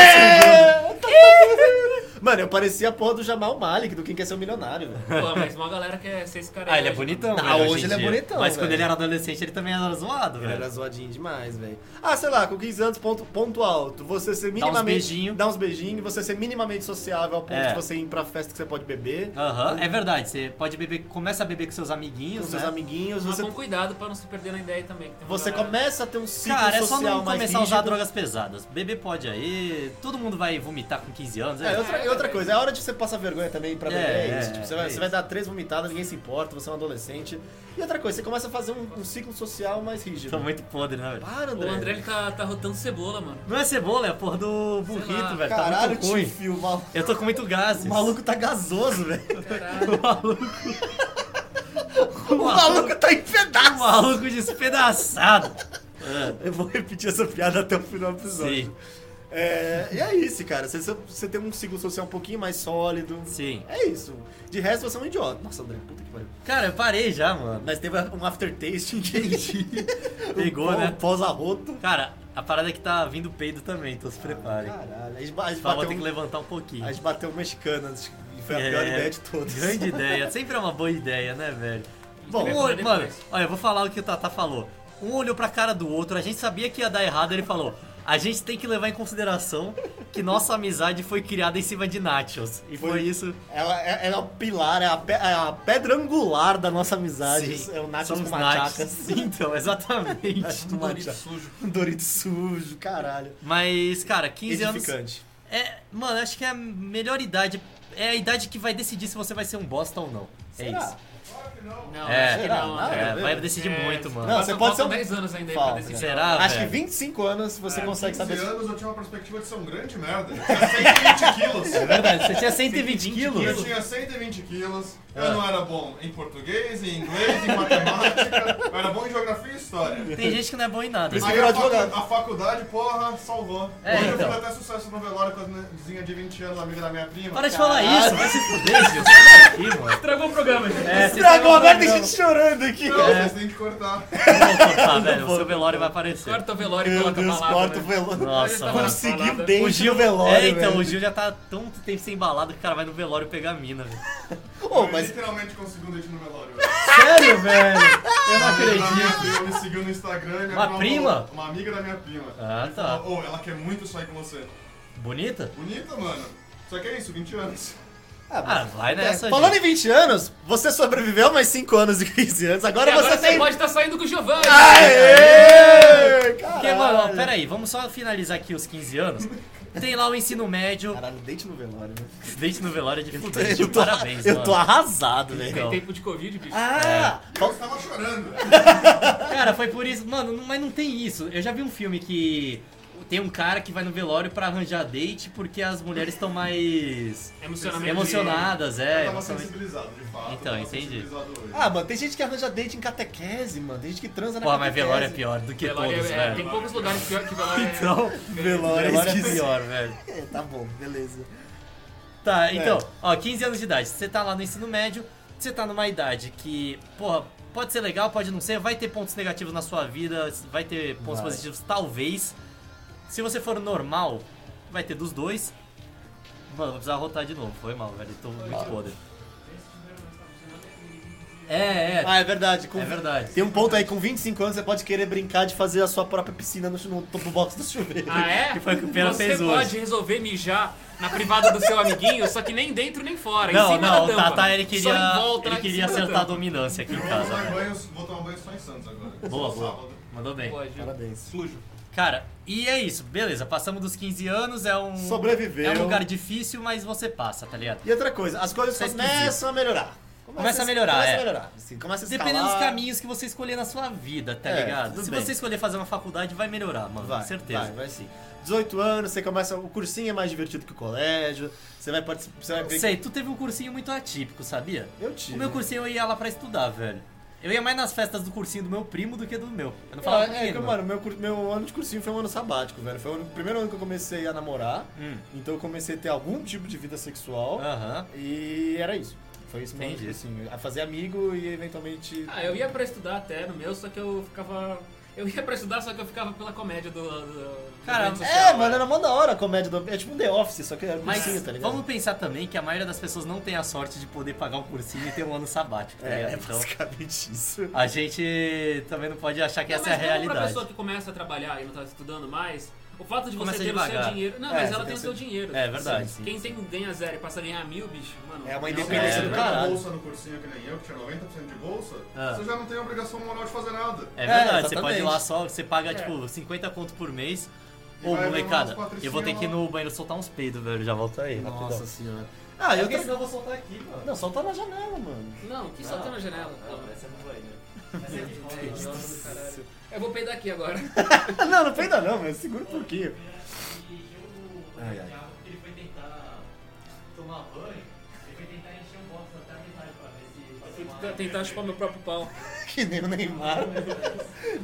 Speaker 3: Mano, eu parecia a porra do Jamal Malik, do Quem Quer Ser um Milionário, velho.
Speaker 2: É, Pô, mas uma galera quer ser esse cara.
Speaker 1: Ah,
Speaker 2: aí,
Speaker 1: ele é
Speaker 2: né?
Speaker 1: bonitão.
Speaker 3: Não,
Speaker 1: velho,
Speaker 3: hoje
Speaker 1: em
Speaker 3: ele é
Speaker 1: dia.
Speaker 3: bonitão,
Speaker 1: Mas quando
Speaker 3: velho.
Speaker 1: ele era adolescente, ele também era zoado,
Speaker 3: Ele era
Speaker 1: velho.
Speaker 3: zoadinho demais, velho. Ah, sei lá, com 15 anos, ponto, ponto alto. Você
Speaker 1: Dá
Speaker 3: ser
Speaker 1: uns
Speaker 3: minimamente.
Speaker 1: beijinho.
Speaker 3: Dá uns beijinhos, você ser minimamente sociável ao ponto
Speaker 1: É.
Speaker 3: de você ir pra festa que você pode beber.
Speaker 1: Aham, é verdade. Você pode beber, começa a beber com seus
Speaker 3: Com
Speaker 1: amiguinhos,
Speaker 3: seus
Speaker 1: né?
Speaker 3: amiguinhos,
Speaker 2: Mas
Speaker 3: você,
Speaker 2: com cuidado pra não se perder na ideia também. que tem uma
Speaker 3: você
Speaker 2: galera-
Speaker 3: começa a ter um ciclo
Speaker 1: É. Cara, é
Speaker 3: social
Speaker 1: só não
Speaker 3: mais
Speaker 1: começar a usar
Speaker 3: rígido.
Speaker 1: drogas pesadas. Beber pode aí, todo mundo vai vomitar com 15 anos.
Speaker 3: É,
Speaker 1: É,
Speaker 3: outra, e outra coisa, é hora de você passar vergonha também pra
Speaker 1: É,
Speaker 3: beber, é, isso.
Speaker 1: é,
Speaker 3: Tipo, você,
Speaker 1: é
Speaker 3: vai,
Speaker 1: isso.
Speaker 3: você vai dar três vomitadas, ninguém se importa, você é um adolescente. E outra coisa, você começa a fazer um, um ciclo social mais rígido.
Speaker 1: Tô muito podre, né, velho?
Speaker 3: Para,
Speaker 2: O
Speaker 3: André.
Speaker 2: André ele tá, tá rotando cebola, mano.
Speaker 1: Não é cebola, é a porra do
Speaker 2: Sei lá,
Speaker 1: burrito, velho. tá
Speaker 3: Caralho,
Speaker 1: muito
Speaker 3: tio
Speaker 1: ruim.
Speaker 3: Fio, o mal-
Speaker 1: Eu tô com muito gases.
Speaker 3: o maluco tá gasoso, velho.
Speaker 1: O maluco. o
Speaker 3: O
Speaker 1: maluco.
Speaker 3: maluco tá em
Speaker 1: O
Speaker 3: pedaço.
Speaker 1: maluco despedaçado. Ah,
Speaker 3: Eu vou repetir essa piada até o final do episódio.
Speaker 1: sim,
Speaker 3: É, e é isso, cara. Você, você tem um ciclo social um pouquinho mais sólido.
Speaker 1: sim.
Speaker 3: É isso. De resto, você é um idiota. Nossa, André, puta que pariu.
Speaker 1: Cara, eu parei já, mano.
Speaker 3: Mas teve um aftertaste entendi.
Speaker 1: Pegou,
Speaker 3: um
Speaker 1: né?
Speaker 3: Pós-arroto.
Speaker 1: Cara, a parada é que tá vindo peido também, então se preparem.
Speaker 3: Caralho. A gente, ba- a gente
Speaker 1: Só vou
Speaker 3: Ah, bateu
Speaker 1: ter que
Speaker 3: um,
Speaker 1: levantar um
Speaker 3: a
Speaker 1: pouquinho.
Speaker 3: gente bateu um mexicano antes, e foi a
Speaker 1: É.
Speaker 3: pior ideia de todas.
Speaker 1: Grande ideia, sempre é uma boa ideia, né, velho?
Speaker 3: Bom,
Speaker 1: Um
Speaker 2: Vai
Speaker 1: olho-
Speaker 2: depois.
Speaker 1: mano, olha, eu vou falar o que o Tata falou. Um olhou pra cara do outro, a gente sabia que ia dar errado, ele falou: a gente tem que levar em consideração que nossa amizade foi criada em cima de Nachos. E foi,
Speaker 3: Foi.
Speaker 1: isso.
Speaker 3: Ela, é- ela é o pilar, é a, pe- é a pedra angular da nossa amizade.
Speaker 1: Sim,
Speaker 3: É o Nachos
Speaker 1: somos
Speaker 3: com assim,
Speaker 1: nachos.
Speaker 3: machacas.
Speaker 1: Então, exatamente.
Speaker 3: Nachos com
Speaker 2: Bonito,
Speaker 3: machacas.
Speaker 2: Um sujo.
Speaker 3: Dorito um sujo, caralho.
Speaker 1: Mas, cara, 15 anos.
Speaker 3: Edificante.
Speaker 1: É, mano, acho que é a melhor idade. É a idade que vai decidir se você vai ser um bosta ou não.
Speaker 3: Será?
Speaker 1: É isso.
Speaker 2: Não,
Speaker 1: É.
Speaker 2: acho que não,
Speaker 3: Será?
Speaker 1: É,
Speaker 2: André.
Speaker 1: vai decidir
Speaker 2: É,
Speaker 1: muito, mano.
Speaker 3: Não, você pode ser um-
Speaker 2: 10 anos ainda aí pra
Speaker 3: Falta.
Speaker 2: decidir.
Speaker 1: Será,
Speaker 3: Ah, Acho
Speaker 1: velho?
Speaker 3: que 25 anos
Speaker 1: Ah,
Speaker 3: você consegue
Speaker 8: 15
Speaker 3: saber.
Speaker 1: assim?
Speaker 3: se-
Speaker 8: anos eu tinha uma perspectiva de ser um grande merda. Eu tinha 120 quilos.
Speaker 1: É Verdade, você tinha 120
Speaker 8: Eu
Speaker 1: quilos?
Speaker 8: tinha 120 quilos,
Speaker 1: É.
Speaker 8: eu não era bom em português, em inglês, em matemática, eu era bom em geografia e história.
Speaker 1: Tem gente que não é bom em nada.
Speaker 3: isso que
Speaker 8: Aí
Speaker 3: virou
Speaker 8: a, facu-
Speaker 3: advogado.
Speaker 8: a faculdade, porra, salvou.
Speaker 1: É,
Speaker 8: Hoje
Speaker 1: então.
Speaker 8: eu fiz até sucesso no velório com a vizinha de 20 anos, amiga da minha prima.
Speaker 1: Para de falar isso, vai se fuder, Gil. Sai daqui, mano.
Speaker 2: Estragou o programa, gente.
Speaker 1: É, você
Speaker 3: Estragou,
Speaker 1: tá-
Speaker 3: agora tem gente chorando aqui.
Speaker 8: Não,
Speaker 1: É.
Speaker 8: vocês têm que cortar.
Speaker 1: Não vou cortar, velho. O seu velório vai aparecer.
Speaker 2: Corta o velório e
Speaker 3: Meu
Speaker 2: coloca
Speaker 3: Deus,
Speaker 2: a
Speaker 3: corta o
Speaker 2: palavra. né?
Speaker 3: velório.
Speaker 1: Nossa, mano.
Speaker 3: Consegui o
Speaker 2: Balada.
Speaker 3: dente
Speaker 1: O Gil
Speaker 3: no velório,
Speaker 1: É, então,
Speaker 3: velho.
Speaker 1: o Gil já tá tanto tempo sem balada que o cara vai no velório pegar a mina, velho.
Speaker 3: Ô,
Speaker 8: Eu
Speaker 1: é,
Speaker 3: mas
Speaker 8: literalmente consegui um date no velório.
Speaker 1: Sério, velho? Eu não
Speaker 8: A minha
Speaker 1: acredito.
Speaker 8: prima me seguiu no Instagram. e me
Speaker 1: Uma
Speaker 8: arrumou
Speaker 1: prima?
Speaker 8: Uma amiga da minha prima.
Speaker 1: Ah, tá.
Speaker 8: Ô, ela quer muito sair com você.
Speaker 1: Bonita?
Speaker 8: Bonita, mano. Só que é isso, 20 anos.
Speaker 1: Ah, vai nessa,
Speaker 3: É, Falando
Speaker 1: gente.
Speaker 3: em 20 anos, você sobreviveu mais 5 anos e 15 anos. Agora
Speaker 2: E Agora
Speaker 3: você
Speaker 2: você
Speaker 3: tem.
Speaker 2: pode estar saindo com o Giovanni.
Speaker 3: Aê!
Speaker 1: Porque, mano, ó, peraí, vamos só finalizar aqui os 15 anos. Tem lá o ensino médio,
Speaker 3: Caralho, dente no velório, né?
Speaker 1: dente no velório é de fuder, de parabéns,
Speaker 3: eu
Speaker 1: mano.
Speaker 3: tô arrasado, velho.
Speaker 1: Então. é.
Speaker 2: Tem tempo de Covid, bicho.
Speaker 3: Ah!
Speaker 8: Eu estava chorando.
Speaker 1: Cara, foi por isso. Mano, não- mas não tem isso. Eu já vi um filme que tem um cara que vai no velório pra arranjar date porque as mulheres estão mais
Speaker 2: Emocionamento.
Speaker 1: emocionadas, é.
Speaker 8: eu tava
Speaker 1: emocionalmente.
Speaker 8: sensibilizado, de
Speaker 1: Então,
Speaker 8: fato. eu tava
Speaker 1: entendi.
Speaker 8: sensibilizado hoje.
Speaker 3: Ah, mano, tem gente que arranja date em catequese, mano. Tem gente que transa na
Speaker 1: Pô, mas
Speaker 3: catequese.
Speaker 1: velório é pior do que
Speaker 2: Velório
Speaker 1: todos,
Speaker 2: é- é, tem
Speaker 1: velho.
Speaker 2: poucos lugares pior que velório. é-
Speaker 1: Então,
Speaker 3: Velório,
Speaker 1: velório é
Speaker 3: esquisito.
Speaker 1: pior, velho.
Speaker 3: É, tá bom, beleza.
Speaker 1: Tá, então, ó, 15 anos de idade. Você tá lá no ensino médio, você tá numa idade que, porra, pode ser legal, pode não ser, vai ter pontos negativos na sua vida, vai ter pontos
Speaker 3: Vai.
Speaker 1: positivos, talvez. Se você for normal, vai ter dos dois. Mano, vou precisar rotar de novo, foi mal, velho, tô muito podre. É, é,
Speaker 3: Ah, é verdade. com-
Speaker 1: é verdade.
Speaker 3: Tem um ponto aí, com 25 anos você pode querer brincar de fazer a sua própria piscina no, no topo box do chuveiro.
Speaker 2: Ah, é?
Speaker 1: Que foi o que o Pena
Speaker 2: Você
Speaker 1: fez hoje.
Speaker 2: pode resolver mijar na privada do seu amiguinho, só que nem dentro nem fora. Tá em
Speaker 1: Não,
Speaker 2: cima da
Speaker 1: não, o
Speaker 2: tampa.
Speaker 1: Tata ele
Speaker 2: Só
Speaker 1: queria,
Speaker 2: em volta,
Speaker 1: ele
Speaker 2: em
Speaker 1: queria
Speaker 2: cima da
Speaker 1: acertar a
Speaker 2: tampa.
Speaker 1: dominância aqui em
Speaker 8: Vou
Speaker 1: casa.
Speaker 8: tomar,
Speaker 1: velho.
Speaker 8: banho, vou tomar banho só em Santos agora.
Speaker 1: Boa,
Speaker 8: Só
Speaker 1: boa.
Speaker 8: sábado.
Speaker 1: Mandou bem.
Speaker 2: Pô, Gil.
Speaker 3: Parabéns.
Speaker 2: Sujo.
Speaker 1: Cara, e é isso, beleza, passamos dos 15 anos, é um.
Speaker 3: Sobreviveu.
Speaker 1: É um lugar difícil, mas você passa, tá ligado?
Speaker 3: E outra coisa, as coisas
Speaker 1: Tá esquisito.
Speaker 3: começam a melhorar.
Speaker 1: Começa a melhorar,
Speaker 3: Começa
Speaker 1: é.
Speaker 3: a melhorar. assim, começa a escalar.
Speaker 1: Dependendo dos caminhos que você escolher na sua vida, tá
Speaker 3: É,
Speaker 1: ligado?
Speaker 3: tudo
Speaker 1: Se
Speaker 3: bem.
Speaker 1: você escolher fazer uma faculdade, vai melhorar, mano.
Speaker 3: Vai,
Speaker 1: com certeza.
Speaker 3: Vai, vai sim. 18 anos, você começa. O cursinho é mais divertido que o colégio. Você vai participar. Você vai ver.
Speaker 1: Não sei, tu teve um cursinho muito atípico, sabia?
Speaker 3: Eu tive.
Speaker 1: O meu cursinho eu ia lá pra estudar, velho. Eu ia mais nas festas do cursinho do meu primo do que do meu. Eu não falava
Speaker 3: Ah,
Speaker 1: com
Speaker 3: é,
Speaker 1: ninguém.
Speaker 3: que,
Speaker 1: do meu.
Speaker 3: mano, meu, cur- meu ano de cursinho foi um ano sabático, velho. Foi o ano- o primeiro ano que eu comecei a namorar.
Speaker 1: Hum. Ah.
Speaker 3: Então eu comecei a ter algum tipo de vida sexual.
Speaker 1: Aham.
Speaker 3: E era isso. Foi isso mesmo.
Speaker 1: Entendi.
Speaker 3: Assim, a fazer amigo e eventualmente.
Speaker 2: Ah, eu ia pra estudar até no meu, só que eu ficava. Eu ia pra estudar, só que eu ficava pela comédia do. do- do
Speaker 1: Cara,
Speaker 2: rede social, né?
Speaker 3: É, mano, era mó da hora a comédia do. É tipo um The Office, só que era
Speaker 1: Mas
Speaker 3: cursinho, tá ligado?
Speaker 1: vamos pensar também que a maioria das pessoas não tem a sorte de poder pagar um cursinho e ter um ano sabático, tá ligado?
Speaker 3: É, é
Speaker 1: Então,
Speaker 3: basicamente isso.
Speaker 1: a gente também não pode achar que
Speaker 2: Não,
Speaker 1: essa é a
Speaker 2: mas mesmo Pra
Speaker 1: realidade.
Speaker 2: pessoa que começa a trabalhar e não tá estudando mais, o fato de você
Speaker 1: Começa
Speaker 2: ter o seu
Speaker 1: devagar.
Speaker 2: dinheiro. Não,
Speaker 3: É,
Speaker 2: mas
Speaker 3: você
Speaker 2: ela
Speaker 3: tem
Speaker 2: tem o
Speaker 3: o
Speaker 2: seu dinheiro.
Speaker 1: É verdade,
Speaker 2: Sim.
Speaker 1: sim.
Speaker 2: Quem tem um ganha zero e passa a ganhar mil, bicho, mano.
Speaker 3: É uma
Speaker 2: não,
Speaker 3: independência
Speaker 2: é,
Speaker 3: do
Speaker 8: Você
Speaker 2: é,
Speaker 3: caralho.
Speaker 8: pega bolsa no cursinho que nem eu, que tinha 90% de bolsa,
Speaker 1: Ah.
Speaker 8: você já não tem obrigação moral de fazer nada.
Speaker 1: É verdade,
Speaker 3: É,
Speaker 1: você pode ir lá
Speaker 3: exatamente.
Speaker 1: só, você
Speaker 2: É.
Speaker 1: paga tipo 50 conto por mês.
Speaker 8: E
Speaker 1: Ô,
Speaker 8: vai ver
Speaker 1: molecada,
Speaker 8: umas patricinhas
Speaker 1: eu vou ter que ir
Speaker 8: lá.
Speaker 1: no banheiro soltar uns peidos, velho. Já volto aí,
Speaker 3: Nossa
Speaker 1: rapidão.
Speaker 3: senhora. Ah, eu tô...
Speaker 1: É eu vou soltar aqui, mano.
Speaker 3: Não, solta na janela, mano.
Speaker 2: Não, que só tem na janela.
Speaker 3: é
Speaker 1: né?
Speaker 3: Nossa.
Speaker 2: Eu vou peidar aqui agora.
Speaker 3: Ah, não, não peida não, mas segura um pouquinho. Ai, ai.
Speaker 1: Ele foi tentar tomar banho, ele foi tentar encher um box até a metade pra ver se
Speaker 2: Fui t- tentar chupar meu próprio pau.
Speaker 3: Que nem o Neymar.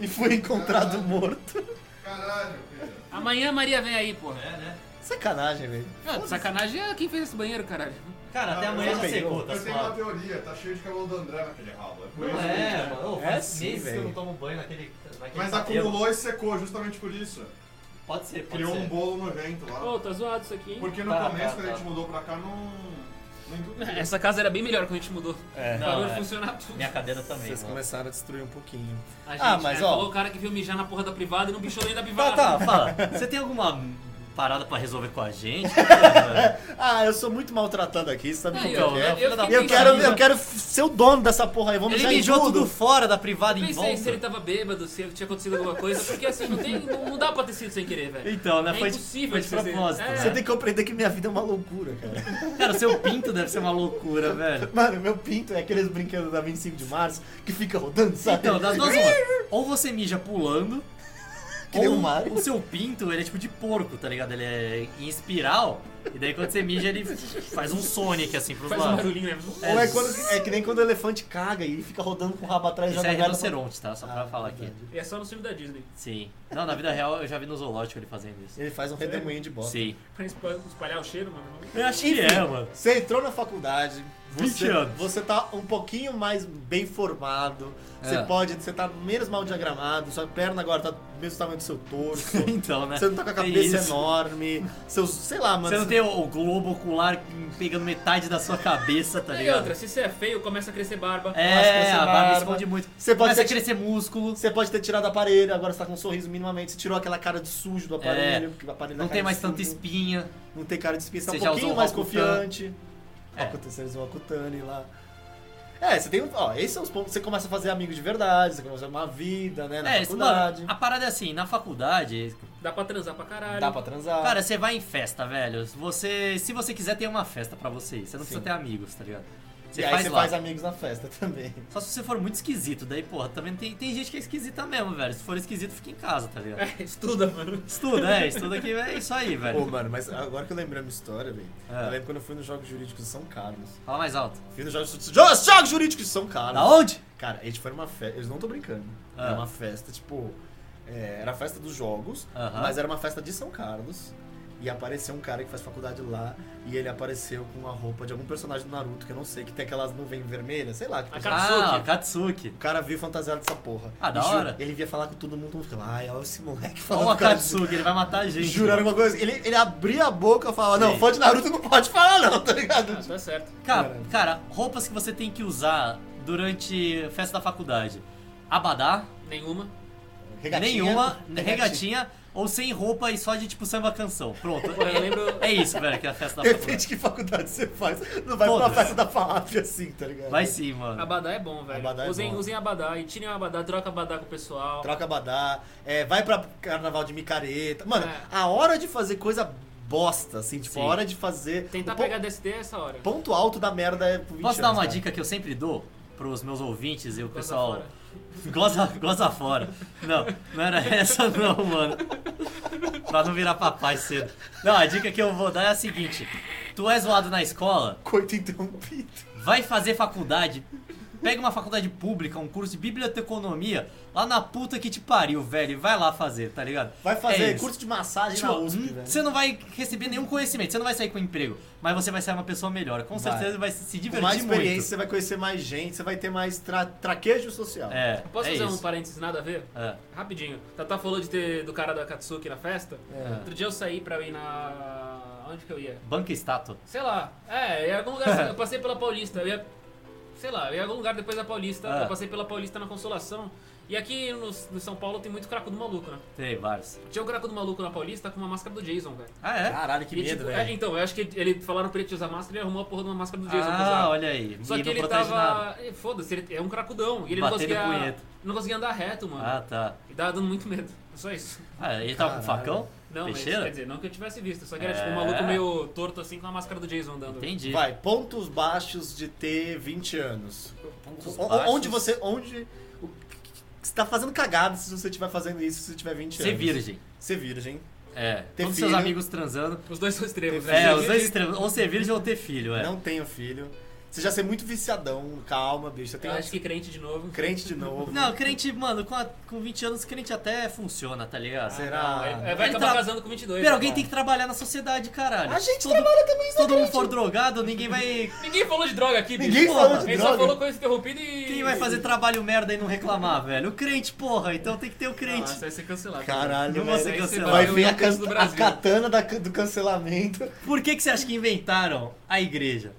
Speaker 3: E foi encontrado morto.
Speaker 8: Caralho, filho.
Speaker 2: Amanhã a Maria vem aí, porra.
Speaker 1: É, né?
Speaker 3: Sacanagem, velho.
Speaker 2: Ah, sacanagem é quem fez esse banheiro, caralho.
Speaker 1: Cara, até
Speaker 8: Ah,
Speaker 1: amanhã
Speaker 3: eu
Speaker 1: já
Speaker 3: sei,
Speaker 1: secou,
Speaker 3: eu
Speaker 1: tá
Speaker 8: Eu tenho uma
Speaker 1: suave.
Speaker 8: teoria, tá cheio de cabelo do André naquele ralo. É por
Speaker 1: Não
Speaker 8: isso que-
Speaker 1: é, mano.
Speaker 3: É
Speaker 1: Faz
Speaker 3: sim,
Speaker 1: meses que eu não
Speaker 3: velho.
Speaker 1: tomo banho naquele. naquele
Speaker 8: assim Mas
Speaker 1: cabelo.
Speaker 8: acumulou e secou, justamente por isso.
Speaker 1: Pode ser, pode
Speaker 8: Criou
Speaker 1: ser.
Speaker 8: um bolo nojento lá.
Speaker 2: Ô, tá zoado isso aqui, hein?
Speaker 8: Porque no
Speaker 1: Tá,
Speaker 8: começo,
Speaker 1: tá,
Speaker 8: quando a gente
Speaker 1: tá. É,
Speaker 8: mudou pra cá, não. Não entupiu.
Speaker 2: Essa casa era bem melhor quando a gente mudou.
Speaker 3: É.
Speaker 1: Não,
Speaker 2: Parou
Speaker 1: é.
Speaker 2: de funcionar tudo.
Speaker 1: Minha cadeira também.
Speaker 3: Vocês
Speaker 1: mano.
Speaker 3: começaram a destruir um pouquinho.
Speaker 2: A gente,
Speaker 3: Ah, mas,
Speaker 2: né,
Speaker 3: ó.
Speaker 2: falou o cara que viu mijar na porra da privada e não bichou nem da
Speaker 1: Tá,
Speaker 2: privada.
Speaker 1: tá, fala. Você tem alguma parada pra resolver com a gente? Mano,
Speaker 3: Ah, eu sou muito maltratado aqui, você sabe
Speaker 2: Aí,
Speaker 3: como
Speaker 2: ó,
Speaker 3: que é.
Speaker 2: eu fiquei
Speaker 3: E eu quero,
Speaker 2: pensando-
Speaker 3: eu quero ser o dono dessa porra aí, vamos
Speaker 1: Ele
Speaker 3: mijar em
Speaker 1: mijou
Speaker 3: tudo.
Speaker 1: tudo fora da privada em
Speaker 2: Pensei se ele
Speaker 1: volta.
Speaker 2: tava bêbado, se tinha acontecido alguma coisa, porque assim, não, tem, não, não dá pra ter sido sem querer, velho.
Speaker 1: Então, né?
Speaker 2: É
Speaker 1: foi, de,
Speaker 2: impossível
Speaker 1: foi de
Speaker 2: de fazer.
Speaker 1: propósito.
Speaker 2: É.
Speaker 3: Você
Speaker 1: Né?
Speaker 3: tem que compreender que minha vida é uma loucura, cara.
Speaker 1: Cara, o seu pinto deve ser uma loucura, velho.
Speaker 3: Mano, meu pinto é aqueles brincando da 25 de março que fica rodando, sabe?
Speaker 1: Então, das duas uma. Ou você mija pulando.
Speaker 3: Que nem um
Speaker 1: ou um
Speaker 3: o Mario.
Speaker 1: o seu pinto, ele é tipo de porco, tá ligado? Ele é em espiral. E daí quando você mija, ele faz um Sonic assim pros
Speaker 2: Faz um
Speaker 1: lados.
Speaker 2: barulhinho, né?
Speaker 3: Ou é, quando- é que nem quando o elefante caga e fica rodando com o rabo atrás
Speaker 1: Isso
Speaker 3: da
Speaker 1: é
Speaker 3: galera.
Speaker 1: rinoceronte, tá? Só pra
Speaker 3: Ah,
Speaker 1: falar aqui.
Speaker 2: E é só no filme da Disney.
Speaker 1: Sim. Não, na vida real eu já vi no zoológico ele fazendo isso.
Speaker 3: Ele faz um redemoinho de bosta.
Speaker 1: Sim.
Speaker 2: Pra espalhar espalhar o cheiro, mano.
Speaker 1: Eu acho que é, mano.
Speaker 3: Você entrou na faculdade,
Speaker 1: 20
Speaker 3: você,
Speaker 1: anos.
Speaker 3: você tá um pouquinho mais bem formado,
Speaker 1: É.
Speaker 3: você pode, você tá menos mal diagramado, sua perna agora tá do mesmo tamanho do seu torso,
Speaker 1: Então, né?
Speaker 3: você não tá com a
Speaker 1: Tem
Speaker 3: cabeça
Speaker 1: isso.
Speaker 3: enorme, assim. seus, sei lá, mano.
Speaker 1: Você não tem o o globo ocular pegando metade da sua cabeça, tá
Speaker 2: e
Speaker 1: ligado?
Speaker 2: outra, se você é feio, começa a crescer barba.
Speaker 1: É,
Speaker 3: Nossa,
Speaker 1: a barba
Speaker 3: barba.
Speaker 1: esconde muito.
Speaker 3: Você pode
Speaker 1: Começa a
Speaker 3: ser-
Speaker 1: crescer músculo.
Speaker 3: Você pode ter tirado o aparelho, agora você tá com um sorriso minimamente, você tirou aquela cara de sujo do aparelho, porque o aparelho
Speaker 1: É.
Speaker 3: dá
Speaker 1: Não tem
Speaker 3: cara
Speaker 1: mais
Speaker 3: de
Speaker 1: tanta
Speaker 3: sujo,
Speaker 1: espinha.
Speaker 3: Não tem cara de espinha, você tá
Speaker 1: Você
Speaker 3: um
Speaker 1: já
Speaker 3: pouquinho
Speaker 1: usou
Speaker 3: mais
Speaker 1: Rokutan.
Speaker 3: confiante.
Speaker 1: É.
Speaker 3: Aconteceu o Akutani lá. É, você tem um. Ó, esses são os pontos. Você começa a fazer amigos de verdade, você começa a uma vida, né? Na
Speaker 1: É, isso,
Speaker 3: faculdade.
Speaker 1: mano, a parada é assim, na faculdade,
Speaker 2: Dá pra transar pra caralho.
Speaker 3: Dá pra transar.
Speaker 1: Ah, cara, você vai em festa, velho. Você, se você quiser, tem uma festa pra você. ir. Você não precisa
Speaker 3: Sim.
Speaker 1: ter amigos, tá ligado? Você
Speaker 3: e aí
Speaker 1: faz
Speaker 3: você
Speaker 1: lá.
Speaker 3: faz amigos na festa também.
Speaker 1: Só se você for muito esquisito, daí, porra, também tem, tem gente que é esquisita mesmo, velho. Se for esquisito, fica em casa, tá ligado?
Speaker 2: É, estuda, mano.
Speaker 1: Estuda, é, estuda que é isso aí,
Speaker 3: Pô,
Speaker 1: velho.
Speaker 3: mano, mas agora que eu lembrei a minha história, velho.
Speaker 1: É.
Speaker 3: Eu lembro quando eu fui nos Jogos Jurídicos de São Carlos.
Speaker 1: Fala mais alto.
Speaker 3: Fui nos Jogos, Jogos, Jogos Jurídicos de São Carlos.
Speaker 1: Da onde?
Speaker 3: Cara, a gente foi numa festa. Eu não tô brincando.
Speaker 1: Ah.
Speaker 3: Era uma festa, tipo. é, era a festa dos jogos,
Speaker 1: Aham.
Speaker 3: mas era uma festa de São Carlos. E apareceu um cara que faz faculdade lá. E ele apareceu com uma roupa de algum personagem do Naruto, que eu não sei, que tem aquelas nuvens vermelhas, sei lá. Que
Speaker 2: A
Speaker 3: personagem-
Speaker 1: Ah,
Speaker 2: Katsuki.
Speaker 1: o Katsuki.
Speaker 3: o cara veio fantasiado dessa porra.
Speaker 1: Ah,
Speaker 3: E
Speaker 1: da
Speaker 3: juro,
Speaker 1: hora.
Speaker 3: Ele via falar com todo mundo. Falei, ai, olha esse moleque
Speaker 1: Olha o
Speaker 3: falando. com a gente."
Speaker 1: Akatsuki, ele vai matar a gente.
Speaker 3: Juraram alguma coisa. Ele, ele abria a boca e falava,
Speaker 1: Sim.
Speaker 3: não, fã de Naruto não pode falar não, tá ligado?
Speaker 2: Ah, tá certo.
Speaker 1: Cara,
Speaker 3: Caralho.
Speaker 1: cara, roupas que você tem que usar durante a festa da faculdade. Abadá,
Speaker 2: Nenhuma.
Speaker 3: Regatinha.
Speaker 1: nenhuma, regatinha. ou sem roupa e só de tipo samba canção. Pronto.
Speaker 2: Pô, eu lembro-
Speaker 1: É isso, velho, que é a festa da
Speaker 3: Depende
Speaker 1: faculdade.
Speaker 3: que faculdade você faz. Não vai pra
Speaker 1: Todas.
Speaker 3: uma festa da FAAP assim, tá ligado?
Speaker 1: um. Vai sim, mano.
Speaker 2: Abadá é bom, velho.
Speaker 3: Abadá é
Speaker 2: usem,
Speaker 3: bom.
Speaker 2: usem Abadá e tirem o Abadá, troca Abadá com o pessoal.
Speaker 3: Troca badá, é, vai pra carnaval de micareta. Mano,
Speaker 2: É.
Speaker 3: a hora de fazer coisa bosta, assim, tipo,
Speaker 1: Sim.
Speaker 3: a hora de fazer.
Speaker 2: Tentar
Speaker 3: o pon-
Speaker 2: pegar DST é essa hora.
Speaker 3: Ponto alto da merda é. por 20
Speaker 1: Posso dar
Speaker 3: anos,
Speaker 1: uma
Speaker 3: cara.
Speaker 1: dica que eu sempre dou pros meus ouvintes e o
Speaker 2: Goza
Speaker 1: pessoal.
Speaker 2: fora.
Speaker 1: Goza, goza fora. Não, não era essa não, mano. Pra não virar papai cedo. Não, a dica que eu vou dar é a seguinte: tu é zoado na escola,
Speaker 3: Coito interrompido.
Speaker 1: vai fazer faculdade. Pega uma faculdade pública, um curso de biblioteconomia, lá na puta que te pariu, velho. e Vai lá fazer, tá ligado?
Speaker 3: Vai
Speaker 1: É
Speaker 3: fazer
Speaker 1: isso.
Speaker 3: curso de massagem
Speaker 1: Tipo,
Speaker 3: na USP,
Speaker 1: hum,
Speaker 3: velho.
Speaker 1: você não vai receber nenhum conhecimento, você não vai sair com emprego, mas você vai ser uma pessoa melhor. Com
Speaker 3: Vai.
Speaker 1: certeza vai se
Speaker 3: Com
Speaker 1: divertir
Speaker 3: mais experiência,
Speaker 1: muito.
Speaker 3: você vai conhecer mais gente, você vai ter mais tra- traquejo social.
Speaker 1: É,
Speaker 2: Posso
Speaker 1: é
Speaker 2: fazer um
Speaker 1: isso.
Speaker 2: parênteses nada a ver?
Speaker 1: É.
Speaker 2: Rapidinho. Tata falou de ter do cara da Katsuki na festa.
Speaker 3: É.
Speaker 2: Outro dia eu saí pra ir na. Onde que eu ia?
Speaker 1: Banca estátua.
Speaker 2: Sei lá. É, em algum lugar. assim, eu passei pela Paulista. Eu ia. Sei lá, em algum lugar depois da Paulista.
Speaker 1: Ah.
Speaker 2: Eu passei pela Paulista na Consolação. E aqui no, no São Paulo tem muito cracudo maluco, né?
Speaker 1: Tem vários.
Speaker 2: Tinha um cracudo maluco na Paulista com uma máscara do Jason, velho.
Speaker 1: Ah, é?
Speaker 3: Caralho, que
Speaker 2: E,
Speaker 3: medo,
Speaker 2: tipo, é,
Speaker 3: velho.
Speaker 2: então, eu acho que ele falaram pra ele usar máscara e ele arrumou a porra de uma máscara do Jason pra
Speaker 1: Ah,
Speaker 2: usar.
Speaker 1: olha aí.
Speaker 2: Só
Speaker 1: e
Speaker 2: que
Speaker 1: não
Speaker 2: ele
Speaker 1: protege nada.
Speaker 2: tava. eh, Foda-se, ele é um cracudão. E ele não
Speaker 1: Batendo
Speaker 2: conseguia,
Speaker 1: punheta.
Speaker 2: não conseguia andar reto, mano.
Speaker 1: Ah, tá.
Speaker 2: E tava dando muito medo. Só isso.
Speaker 1: Ah, ele tava com facão?
Speaker 2: Não,
Speaker 1: Peixeira?
Speaker 2: mas quer dizer, não que eu tivesse visto. Só que era
Speaker 1: É.
Speaker 2: tipo um maluco meio torto assim com a máscara do Jason andando.
Speaker 1: Entendi.
Speaker 3: Vai, pontos baixos de ter 20 anos. O- o-
Speaker 1: baixos?
Speaker 3: Onde você. Onde. o- Você tá fazendo cagada se você estiver fazendo isso se você tiver 20
Speaker 1: Ser
Speaker 3: anos.
Speaker 1: virgem.
Speaker 3: Ser virgem.
Speaker 1: É.
Speaker 3: Ter
Speaker 1: Todos seus
Speaker 3: filho.
Speaker 1: amigos transando.
Speaker 2: Os dois são extremos.
Speaker 1: É,
Speaker 2: né?
Speaker 1: os dois extremos. Ou ser virgem ou ter filho, é.
Speaker 3: Não tenho filho. Você já ser muito viciadão. Calma, bicho. Você tem
Speaker 2: Eu acho que crente de novo.
Speaker 3: crente de novo.
Speaker 1: Não, crente, mano, com, a- com 20 anos, crente até funciona, tá ligado?
Speaker 3: Será?
Speaker 2: É, é, vai
Speaker 1: Ele tá-
Speaker 2: acabar casando com 22.
Speaker 1: Pera, alguém tem que trabalhar na sociedade, caralho.
Speaker 3: A gente
Speaker 1: Todo-
Speaker 3: trabalha também, né?
Speaker 1: Se todo mundo for drogado, ninguém vai.
Speaker 2: Ninguém falou de droga aqui, bicho.
Speaker 3: Ninguém
Speaker 1: Porra,
Speaker 3: falou de
Speaker 2: Ele
Speaker 3: droga.
Speaker 2: só falou coisa interrompida e.
Speaker 1: Quem vai fazer trabalho merda e não reclamar, velho? O crente, porra. Então tem que ter o crente.
Speaker 2: Nossa, vai ser cancelado.
Speaker 3: Caralho,
Speaker 1: Eu vou
Speaker 3: velho.
Speaker 1: ser
Speaker 2: Aí você
Speaker 1: cancelado.
Speaker 3: Vai
Speaker 2: eu
Speaker 3: vir
Speaker 2: ia
Speaker 3: a,
Speaker 2: preso
Speaker 3: can-
Speaker 2: do
Speaker 3: a
Speaker 2: Brasil.
Speaker 3: katana da ca- do cancelamento.
Speaker 1: Por que, que você acha que inventaram a igreja?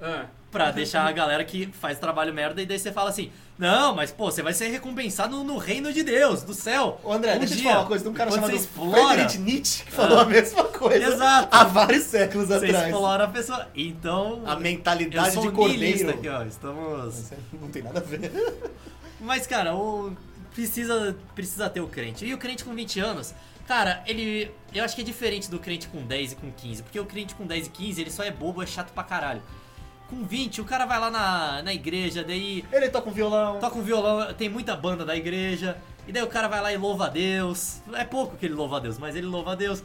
Speaker 2: Ah,
Speaker 1: Pra deixar a galera que faz trabalho merda e daí você fala assim: Não, mas pô, você vai ser recompensado no reino de Deus, do céu.
Speaker 3: Ô, André,
Speaker 1: um
Speaker 3: deixa eu te
Speaker 1: dia,
Speaker 3: falar uma coisa. Tem um cara
Speaker 1: enquanto
Speaker 3: chamado
Speaker 1: você explora, Ah,
Speaker 3: Friedrich Nietzsche que falou a mesma coisa
Speaker 1: Exato.
Speaker 3: há vários séculos
Speaker 1: você
Speaker 3: atrás.
Speaker 1: explora a pessoa. Então,
Speaker 3: A
Speaker 1: eu
Speaker 3: mentalidade
Speaker 1: sou um
Speaker 3: de
Speaker 1: niilista
Speaker 3: cordeiro.
Speaker 1: aqui, ó. Estamos.
Speaker 3: Não tem nada a ver.
Speaker 1: Mas, cara, o... precisa, precisa ter o crente. E o crente com 20 anos, cara, ele. Eu acho que é diferente do crente com 10 e com 15. Porque o crente com 10 e 15, ele só é bobo, é chato pra caralho. Com 20, o cara vai lá na, na igreja, daí
Speaker 3: Ele toca um violão.
Speaker 1: toca um violão, tem muita banda da igreja. E daí o cara vai lá e louva a Deus. É pouco que ele louva a Deus, mas ele louva a Deus.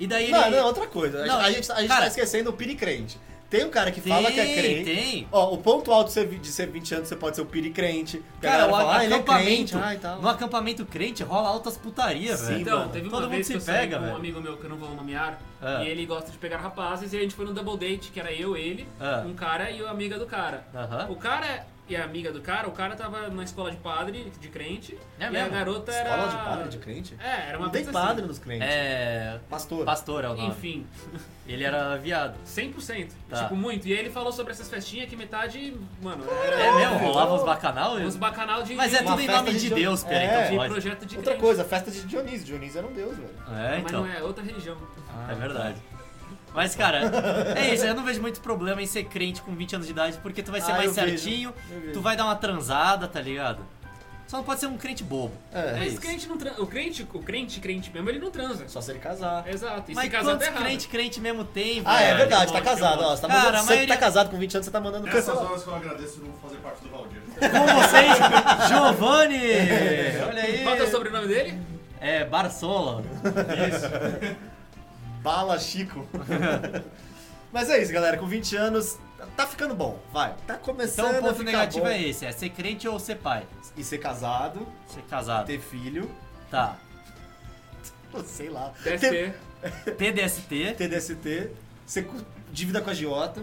Speaker 1: E daí ele.
Speaker 3: Não, não, outra coisa. A
Speaker 1: Não,
Speaker 3: gente- a gente, a gente
Speaker 1: cara-
Speaker 3: tá esquecendo o piricrente. Tem um cara que
Speaker 1: tem,
Speaker 3: fala que é crente.
Speaker 1: tem.
Speaker 3: Ó, o ponto alto de ser vi- de ser 20 anos, você pode ser o piricrente. Que a
Speaker 1: Cara,
Speaker 3: galera
Speaker 1: o
Speaker 3: fala, ah, ele é
Speaker 1: acampamento. então.
Speaker 3: crente. Ah, e tal.
Speaker 1: No acampamento crente rola altas putarias,
Speaker 3: Sim,
Speaker 1: velho.
Speaker 2: Então,
Speaker 3: mano.
Speaker 2: teve uma
Speaker 1: Todo mundo
Speaker 2: vez
Speaker 1: se
Speaker 2: que eu saí
Speaker 1: pega,
Speaker 2: com
Speaker 1: velho.
Speaker 2: um amigo meu que eu não vou nomear,
Speaker 1: Ah.
Speaker 2: e ele gosta de pegar rapazes, e a gente foi no double date, que era eu, ele,
Speaker 1: Ah.
Speaker 2: um cara e a amiga do cara.
Speaker 1: Aham.
Speaker 2: O cara e a amiga do cara, o cara tava na escola de padre, de crente,
Speaker 1: É
Speaker 2: e a
Speaker 1: mesmo?
Speaker 2: garota era...
Speaker 3: Escola de padre de crente?
Speaker 2: É, era uma
Speaker 3: Não tem
Speaker 2: vez
Speaker 3: padre nos crentes.
Speaker 1: assim. É.
Speaker 3: Pastor.
Speaker 1: Pastor é o
Speaker 2: assim.
Speaker 1: nome.
Speaker 2: Enfim,
Speaker 1: Ele era viado.
Speaker 2: 100%.
Speaker 1: Tá.
Speaker 2: Tipo, muito. E aí ele falou sobre essas festinhas que metade, mano, era
Speaker 1: É mesmo? Rolava uns bacanal?
Speaker 2: uns bacanal de...
Speaker 1: Mas é
Speaker 3: Uma
Speaker 1: tudo em
Speaker 3: festa
Speaker 1: nome de
Speaker 3: religiosa.
Speaker 1: Deus, pera,
Speaker 3: É.
Speaker 1: então
Speaker 2: de
Speaker 1: pode.
Speaker 2: projeto de
Speaker 3: Outra
Speaker 2: crente.
Speaker 3: coisa, festa de Dionísio. Dionísio era um deus, velho.
Speaker 1: É,
Speaker 2: Mas
Speaker 1: então.
Speaker 2: não é, é outra religião.
Speaker 1: É verdade. Mas, cara, é isso. Eu não vejo muito problema em ser crente com 20 anos de idade, porque tu vai ser
Speaker 3: Ah,
Speaker 1: mais
Speaker 3: eu vejo.
Speaker 1: certinho,
Speaker 3: Eu vejo.
Speaker 1: tu vai dar uma transada, tá ligado? Só não pode ser um crente bobo.
Speaker 3: É.
Speaker 2: Mas
Speaker 1: isso.
Speaker 2: crente não tran- O crente, o crente, crente mesmo, ele não transa.
Speaker 3: Só se ele casar.
Speaker 1: É.
Speaker 2: Exato. E
Speaker 1: Mas
Speaker 2: se casar tá
Speaker 1: quantos
Speaker 2: errado.
Speaker 1: crente, crente mesmo tem,
Speaker 3: Ah, é
Speaker 1: velho?
Speaker 2: tem
Speaker 3: verdade, tá
Speaker 2: um monte,
Speaker 3: casado,
Speaker 2: tem um
Speaker 3: ó. Você tá,
Speaker 1: monte.
Speaker 3: mandando,
Speaker 1: Cara, a
Speaker 3: você que
Speaker 1: maioria- É,
Speaker 3: tá casado com 20 anos, você tá mandando
Speaker 8: Nessas
Speaker 3: cancelar.
Speaker 8: horas que eu agradeço não fazer parte do Valdir.
Speaker 1: Com vocês, Giovanni! Olha aí!
Speaker 2: Qual que é o sobrenome dele?
Speaker 1: É, Barsola.
Speaker 3: Bala, Chico. Mas é isso, galera. Com 20 anos, tá ficando bom. Vai. Tá começando
Speaker 1: Então o
Speaker 3: a
Speaker 1: ponto
Speaker 3: ficar
Speaker 1: negativo
Speaker 3: bom.
Speaker 1: é esse, é ser crente ou ser pai?
Speaker 3: E ser casado,
Speaker 1: Ser casado.
Speaker 3: ter filho,
Speaker 1: Tá.
Speaker 3: pô, sei lá. Ter-
Speaker 2: DST.
Speaker 1: TDST.
Speaker 3: Ter DST, ser cu- dívida com a Giota.